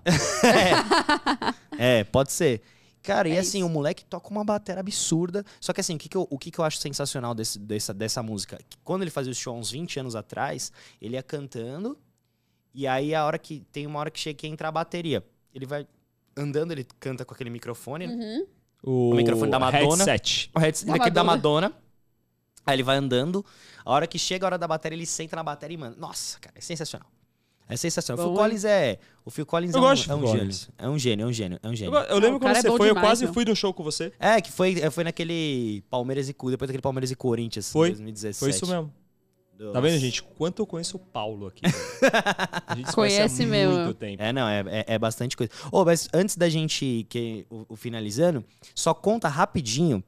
S1: é, pode ser. Cara, e
S3: É
S1: assim,
S3: isso.
S1: o moleque toca uma bateria absurda. Só que assim, o que, que, eu, o que, que eu acho sensacional desse, dessa, dessa música? Que Quando ele fazia o show há uns 20 anos atrás, ele ia cantando. E aí a hora que. Tem uma hora que chega que entra a bateria. Ele vai andando, ele canta com aquele microfone.
S3: Uhum.
S2: O,
S1: microfone da Madonna.
S2: Headset.
S1: O headset
S3: Da
S1: aquele da
S3: Madonna.
S1: Madonna. Aí ele vai andando. A hora que chega a hora da bateria, ele senta na bateria e manda. Nossa, cara, é sensacional. É sensacional. o
S3: Bom,
S1: Phil Collins é. O Phil Collins
S2: Eu
S1: é um,
S2: gosto do
S1: é um
S2: Phil
S1: gênio.
S2: Collins.
S1: É um gênio, é um gênio, é um
S2: Eu,
S1: gênio.
S2: eu lembro
S3: o
S2: quando
S3: cara é
S2: você
S3: bom
S2: foi, eu
S3: demais,
S2: quase
S3: meu.
S2: fui no show com você.
S1: É, que foi, é, foi naquele Palmeiras e Cu, depois daquele Palmeiras e Corinthians,
S2: Foi.
S1: em 2017.
S2: Foi isso mesmo.
S1: Do-
S2: Tá vendo, gente? Quanto eu conheço o Paulo aqui. A gente se
S3: Conhece
S2: há
S3: mesmo.
S2: muito tempo.
S1: É, não, é, é, é bastante coisa. Ô, mas antes da gente que, o, o finalizando, só conta rapidinho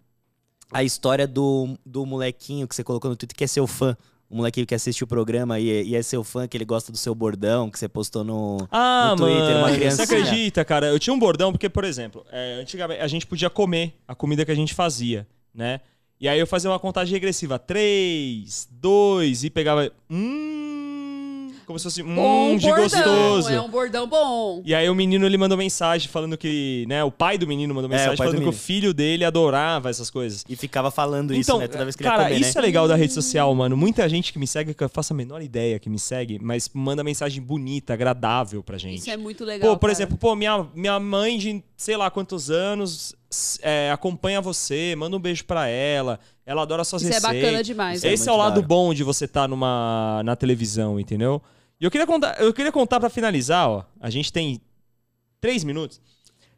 S1: a história do, do molequinho que você colocou no Twitter, que é seu fã. O molequinho que assiste o programa e, é- e é seu fã, que ele gosta do seu bordão, que você postou no.
S2: Ah,
S1: No Twitter, uma
S2: mano, você
S1: criancinha.
S2: acredita, cara? Eu tinha um bordão, porque, por exemplo, é, antigamente a gente podia comer a comida que a gente fazia, né? E aí eu fazia uma contagem regressiva. Três, dois, e pegava. Hum. Como se fosse hum de gostoso.
S3: É um bordão bom.
S2: E aí o menino ele mandou mensagem falando que, né, o pai do menino mandou
S1: É,
S2: mensagem
S1: o pai do
S2: falando que o
S1: menino.
S2: filho dele adorava essas coisas.
S1: E ficava falando isso, né? Toda vez que ele
S2: Então, cara,
S1: ia comer,
S2: isso
S1: né?
S2: é legal da rede social, mano. Muita gente que me segue, que eu faço a menor ideia que me segue, mas manda mensagem bonita, agradável pra gente.
S3: Isso é muito legal.
S2: Pô, por
S3: cara.
S2: exemplo, pô, minha, minha mãe de sei lá quantos anos s- é, acompanha você, manda um beijo pra ela, ela adora suas
S3: Isso é
S2: receitas.
S3: bacana demais.
S1: Isso é
S3: né?
S2: Esse é, o
S1: muito
S2: lado
S1: da hora.
S2: bom de você estar numa na televisão, entendeu? E eu queria contar, eu queria contar para finalizar, ó. A gente tem três minutos.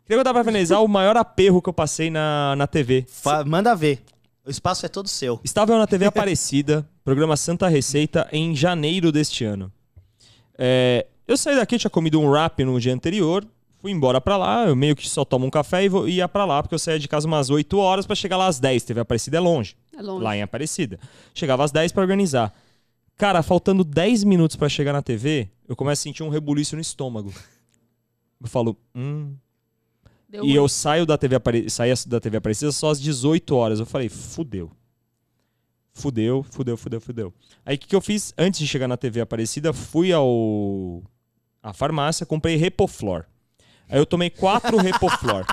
S2: Queria contar pra finalizar o maior aperro que eu passei na, na TV.
S1: Fa- Manda ver. O espaço é todo seu.
S2: Estava eu na TV Aparecida, programa Santa Receita, em janeiro deste ano. É, eu saí daqui, tinha comido um wrap no dia anterior, fui embora pra lá, eu meio que só tomo um café e vou, ia pra lá, porque eu saía de casa umas 8 horas pra chegar lá às 10. TV Aparecida é longe,
S3: É longe.
S2: lá em Aparecida. Chegava às 10 pra organizar. Cara, faltando 10 minutos pra chegar na TV, eu começo a sentir um rebuliço no estômago. Eu falo, hum,
S3: Deu
S2: e
S3: ruim.
S2: eu saio da TV Apare... saía da TV Aparecida só às 18 horas. Eu falei, fudeu. Fudeu, fudeu, fudeu, fudeu. Aí o que, que eu fiz? Antes de chegar na TV Aparecida, fui ao. à farmácia, comprei Repoflor. Aí eu tomei quatro Repoflor.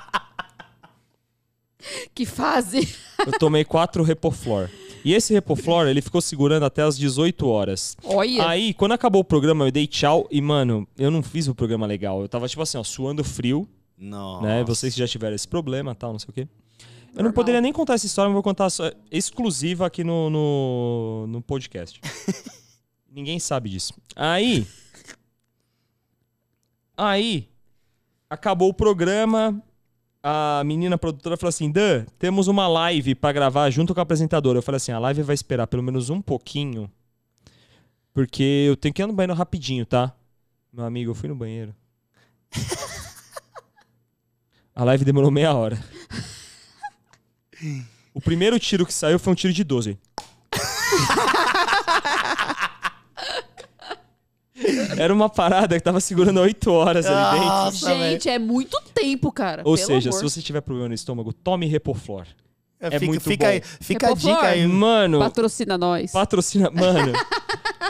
S3: Que fase.
S2: Eu tomei quatro Repoflor. E esse Repoflor, ele ficou segurando até as 18 horas.
S3: Olha.
S2: Aí, quando acabou o programa, eu dei tchau e, mano, eu não fiz o programa legal. Eu tava, tipo assim, ó, suando frio.
S1: Nossa.
S2: né? Vocês que já tiveram esse problema, tal, não sei o quê. Eu não
S3: Normal.
S2: poderia nem contar essa história, mas vou contar só exclusiva aqui no, no, no podcast. Ninguém sabe disso. Aí. Aí. Acabou o programa. a menina produtora falou assim: Dan, temos uma live pra gravar junto com a apresentadora. Eu falei assim: a live vai esperar pelo menos um pouquinho, porque eu tenho que ir no banheiro rapidinho, tá? Meu amigo, eu fui no banheiro. a live demorou meia hora. O primeiro tiro que saiu foi um tiro de 12. Era uma parada que tava segurando 8 horas ali dentro.
S1: Nossa, velho.
S3: Gente, é muito tempo, cara.
S2: Ou
S3: Ah, pelo
S2: seja,
S3: amor.
S2: se você tiver problema no estômago, tome Repoflor.
S1: É,
S2: é
S1: fica,
S2: muito
S1: fica
S2: bom.
S1: aí, fica a
S3: Repoflor.
S1: dica aí.
S2: Mano,
S3: Patrocina nós.
S2: patrocina. Mano,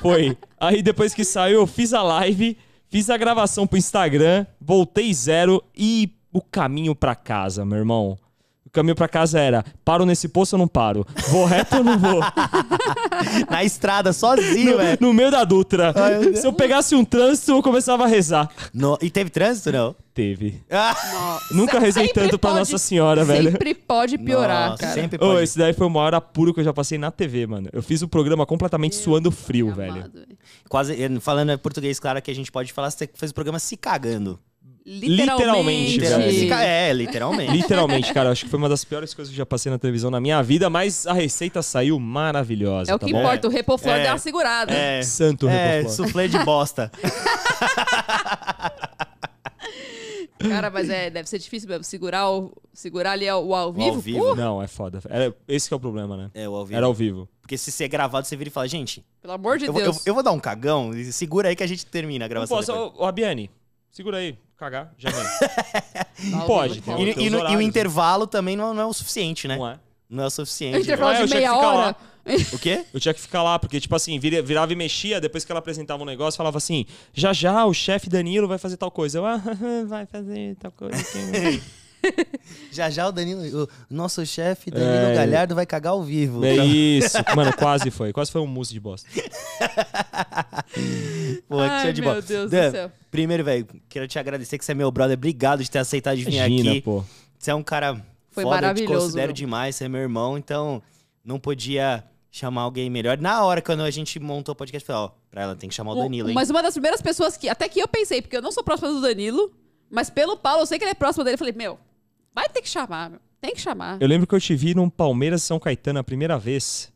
S2: foi. Aí depois que saiu, eu fiz a live, fiz a gravação pro Instagram, voltei zero e o caminho pra casa, meu irmão. O caminho pra casa era: paro nesse poço ou não paro? Vou reto ou não vou?
S1: Na estrada, sozinho, velho.
S2: No, no meio da Dutra.
S1: Ai, meu
S2: Se eu pegasse um trânsito, eu começava a rezar.
S1: No- E teve trânsito, não?
S2: Teve.
S1: Ah,
S3: Nossa,
S2: Nunca rezei
S3: sempre
S2: tanto pra
S3: pode-
S2: Nossa Senhora, velho.
S3: Sempre pode piorar,
S1: Nossa,
S3: cara.
S1: Sempre
S2: Ô,
S1: pode.
S2: esse daí foi o maior apuro que eu já passei na TV, mano. Eu fiz o programa completamente suando frio, velho.
S3: Amado, velho.
S1: Quase, eh, falando em português, claro que a gente pode falar, você fez o programa se cagando.
S2: Literalmente,
S3: Literalmente,
S2: velho.
S1: Literalmente.
S2: Sim.
S1: Se ca- É, literalmente.
S2: Literalmente, cara, acho que foi uma das piores coisas que eu já passei na televisão na minha vida, mas a receita saiu maravilhosa,
S3: É o
S2: tá
S3: que
S2: bom?
S3: importa, o Repoflor
S1: É.
S3: deu uma segurada.
S1: é,
S2: Santo
S1: é
S2: Repoflor.
S1: suflê de bosta.
S3: Cara, mas é, deve ser difícil mesmo segurar, o, segurar ali o, o ao vivo.
S1: vivo.
S3: Pô,
S2: Não, é foda. Era- esse que é o problema, né?
S1: É, o ao vivo.
S2: Era ao vivo.
S1: Porque se ser gravado, você vira e fala, gente,
S3: pelo amor de
S1: eu vou, eu,
S3: Deus.
S1: eu vou dar um cagão, e segura aí que a gente termina a
S2: Não
S1: gravação.
S2: posso,
S1: depois."
S2: ô, ô, Abiane, segura aí, cagar, já vem.
S3: Ao vivo,
S2: pode,
S3: pô.
S2: tem-
S1: E, e no- e
S2: horários,
S1: o
S2: né?
S1: intervalo também não, não é o suficiente, né?
S2: Não
S1: Não é,
S2: é?
S1: o
S3: O
S1: suficiente. né?
S3: intervalo
S2: É, eu
S3: de
S2: tinha que
S3: meia
S2: ficar
S3: hora.
S1: O quê?
S2: Eu tinha que ficar lá, porque, tipo assim, vira- virava e mexia, depois que ela apresentava um negócio, falava assim, já já o chefe Danilo vai fazer tal coisa. Eu, ah, vai fazer tal coisa. aqui."
S1: Já já o Danilo, o nosso chefe Danilo
S2: É.
S1: Galhardo vai cagar ao vivo.
S2: é isso. Mano, quase foi. Quase foi um mousse de bosta.
S1: Pô, é que
S3: Ai,
S1: show de
S3: meu
S1: bola.
S3: Deus do
S1: Dan,
S3: céu.
S1: Primeiro, velho, quero te agradecer que você é meu brother. Obrigado de ter aceitado de vir
S2: Imagina,
S1: aqui.
S2: pô.
S1: Você é um cara
S3: Foi
S1: foda, eu te
S3: maravilhoso,
S1: considero
S3: meu.
S1: demais, você é meu irmão, então não podia chamar alguém melhor. Na hora, quando a gente montou o podcast, eu falei, ó, pra ela tem que chamar o Danilo, hein?
S3: Mas uma das primeiras pessoas que. Até que eu pensei, porque eu não sou próxima do Danilo, mas pelo Paulo, eu sei que ele é próximo dele. Eu falei, meu, vai ter que chamar, meu. Tem que chamar.
S2: Eu lembro que eu te vi num Palmeiras São Caetano a primeira vez.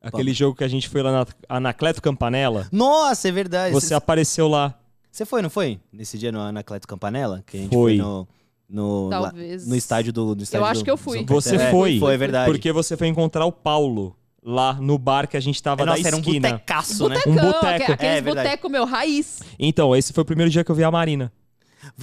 S2: Aquele jogo que a gente foi lá na Anacleto Campanella.
S1: Nossa, é verdade.
S2: Você
S1: Você...
S2: apareceu lá.
S1: você foi, não foi? Nesse dia no Anacleto Campanella? Que a gente
S2: Foi.
S1: foi, no, no, lá-
S3: Talvez.
S1: no estádio do... No estádio
S3: acho
S1: do-
S3: que eu fui.
S1: do São
S2: Você
S1: Caetano. É,
S2: foi.
S1: Foi, é verdade.
S2: Porque você foi encontrar o Paulo lá no bar que a gente tava na
S1: Nossa, era um
S2: esquina.
S1: botecaço, né?
S3: Botecão,
S2: Um boteco.
S3: aque-
S1: É,
S3: aqueles
S1: verdade.
S3: boteco, meu, raiz.
S2: Então, esse foi o primeiro dia que eu vi a Marina.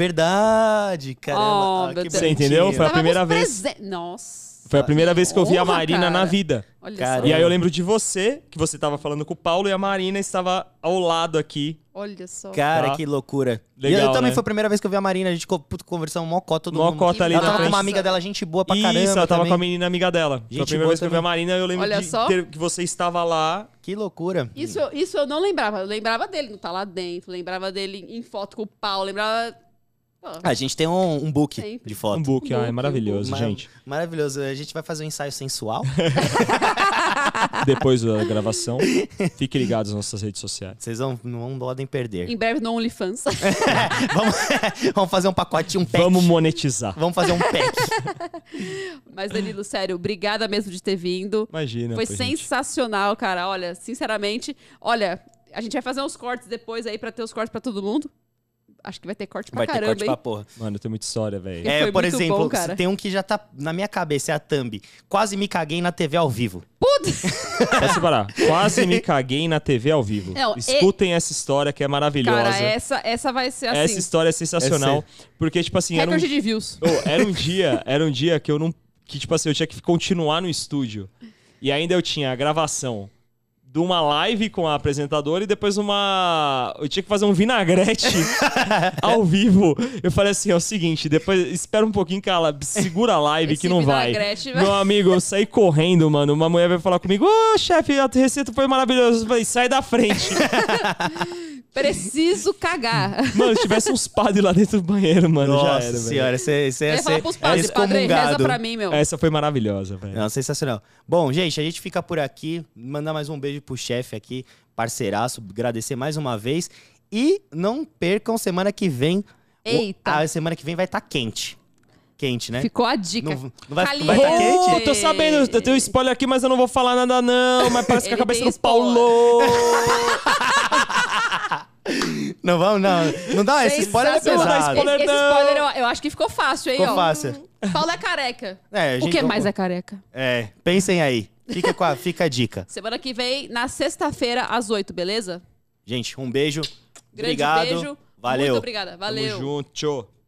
S1: Verdade,
S3: Oh,
S1: caramba. Ah,
S3: meu
S1: que
S3: Deus.
S2: Você entendeu? Foi
S1: bonitinho.
S2: a
S3: Távamos
S2: primeira vez.
S3: presen- Nossa.
S2: Foi a primeira vez que eu vi a
S3: Honra,
S2: Marina na
S3: cara.
S2: vida.
S3: Olha
S1: Cara,
S2: E
S3: só.
S2: aí eu lembro de você, que você tava falando com o Paulo e a Marina estava ao lado aqui.
S3: Olha só.
S1: Cara,
S2: Tá.
S1: que loucura.
S2: Legal,
S1: e eu também
S2: né?
S1: foi a primeira vez que eu vi a Marina, a gente ficou, puto, conversando mó cota do
S2: Mó cota ali
S1: Ela
S2: na
S1: tava com
S2: frente.
S1: uma amiga dela, gente boa pra
S2: Isso,
S1: caramba.
S2: ela tava
S1: também.
S2: com a menina amiga dela. Foi a
S1: Gente
S2: primeira
S1: boa
S2: vez que eu vi a
S1: também.
S2: Marina, eu lembro
S3: Olha
S2: de
S3: só.
S2: ter- que você estava lá.
S1: Que loucura.
S3: Isso, isso eu não lembrava. Eu lembrava dele, não tá lá dentro. Lembrava dele em foto com o Paulo. Lembrava. Pô,
S2: É.
S1: A gente tem um, um book
S3: Sempre.
S1: de
S2: Um
S1: foto.
S2: book, ah, é
S3: book,
S2: maravilhoso,
S1: Mar-
S2: gente.
S1: Maravilhoso. A gente vai fazer um ensaio sensual.
S2: Depois da gravação, fiquem ligados nas nossas redes sociais.
S1: Vocês vão, não podem perder.
S3: Em breve no OnlyFans.
S2: É.
S1: vamos, vamos fazer um pacotinho, um pack.
S2: Vamos monetizar.
S1: Vamos fazer um pack.
S3: Mas, Danilo, sério, obrigada mesmo de ter vindo.
S2: Imagina.
S3: Foi
S2: pô, gente.
S3: sensacional, cara. Olha, sinceramente, olha, a gente vai fazer uns cortes depois aí pra ter os cortes pra todo mundo. Acho que vai ter corte pra
S1: Vai ter
S3: caramba,
S1: corte
S3: hein?
S1: pra porra.
S2: Mano, tem muita história, velho.
S3: É,
S1: É,
S3: foi
S1: por
S3: muito
S1: exemplo,
S3: bom, cara.
S1: tem um que já tá na minha cabeça, é a thumb. Quase me caguei na TV ao vivo.
S2: Pode separar. Quase me caguei na TV ao vivo.
S3: Não, e-
S2: Escutem essa história que é maravilhosa.
S3: Cara, assim. essa, essa vai ser
S2: Essa
S3: assim.
S2: história é sensacional. Porque, tipo assim, era um,
S3: Recorde de views.
S2: Ô, era um dia, era um dia que eu não. Que, tipo assim, eu tinha que continuar no estúdio. E ainda eu tinha a gravação de uma live com a apresentadora e depois uma. Eu tinha que fazer um vinagrete ao vivo. Eu falei assim: é o seguinte, depois espera um pouquinho que ela segura a live
S3: Esse
S2: que não vai.
S3: vinagrete vai-
S2: Meu amigo, eu saí correndo, mano. Uma mulher veio falar comigo: Ô, chefe, a receita foi maravilhosa. Eu falei: sai da frente.
S3: Preciso cagar.
S2: mano, se tivesse uns padres lá dentro do banheiro, mano, já
S1: Nossa
S2: era, velho.
S1: senhora, você você
S3: Eu
S1: ia
S3: ia falar
S1: ser
S3: pros padres, padre, reza
S1: excomungado.
S3: pra mim, meu.
S2: é Essa foi maravilhosa, velho.
S1: É. Não, sensacional. Bom, gente, a gente fica por aqui. Mandar mais um beijo pro chefe aqui, parceiraço. Agradecer mais uma vez. E não percam semana que vem. O-
S3: Eita.
S1: A semana que vem vai estar tá quente. quente,
S2: é
S1: né?
S3: Ficou a dica.
S1: Não, não vai, não vai
S3: Caliente.
S1: tá quente?
S2: Oh, tô sabendo, eu tenho spoiler aqui, mas eu não vou falar nada não, mas parece que a
S3: Ele
S2: cabeça
S3: tem
S2: do Paulo.
S1: Não vamos, não. Não
S3: Ah,
S1: dá, esse spoiler é
S3: Sensacional.
S2: pesado.
S1: pesado.
S2: spoiler
S3: Esse, esse
S2: não.
S3: spoiler eu, eu acho que ficou fácil, hein?
S1: Ficou
S3: ó.
S1: fácil.
S3: Paulo é careca.
S1: É, a
S3: o
S1: gente-
S3: que mais é careca?
S1: É, pensem aí. Fica, com a, fica a dica.
S3: Semana que vem, na sexta-feira, às oito, beleza?
S1: Gente, um beijo.
S3: Grande
S1: obrigado.
S3: beijo.
S1: Valeu.
S3: Muito obrigada. Valeu.
S2: Tamo junto.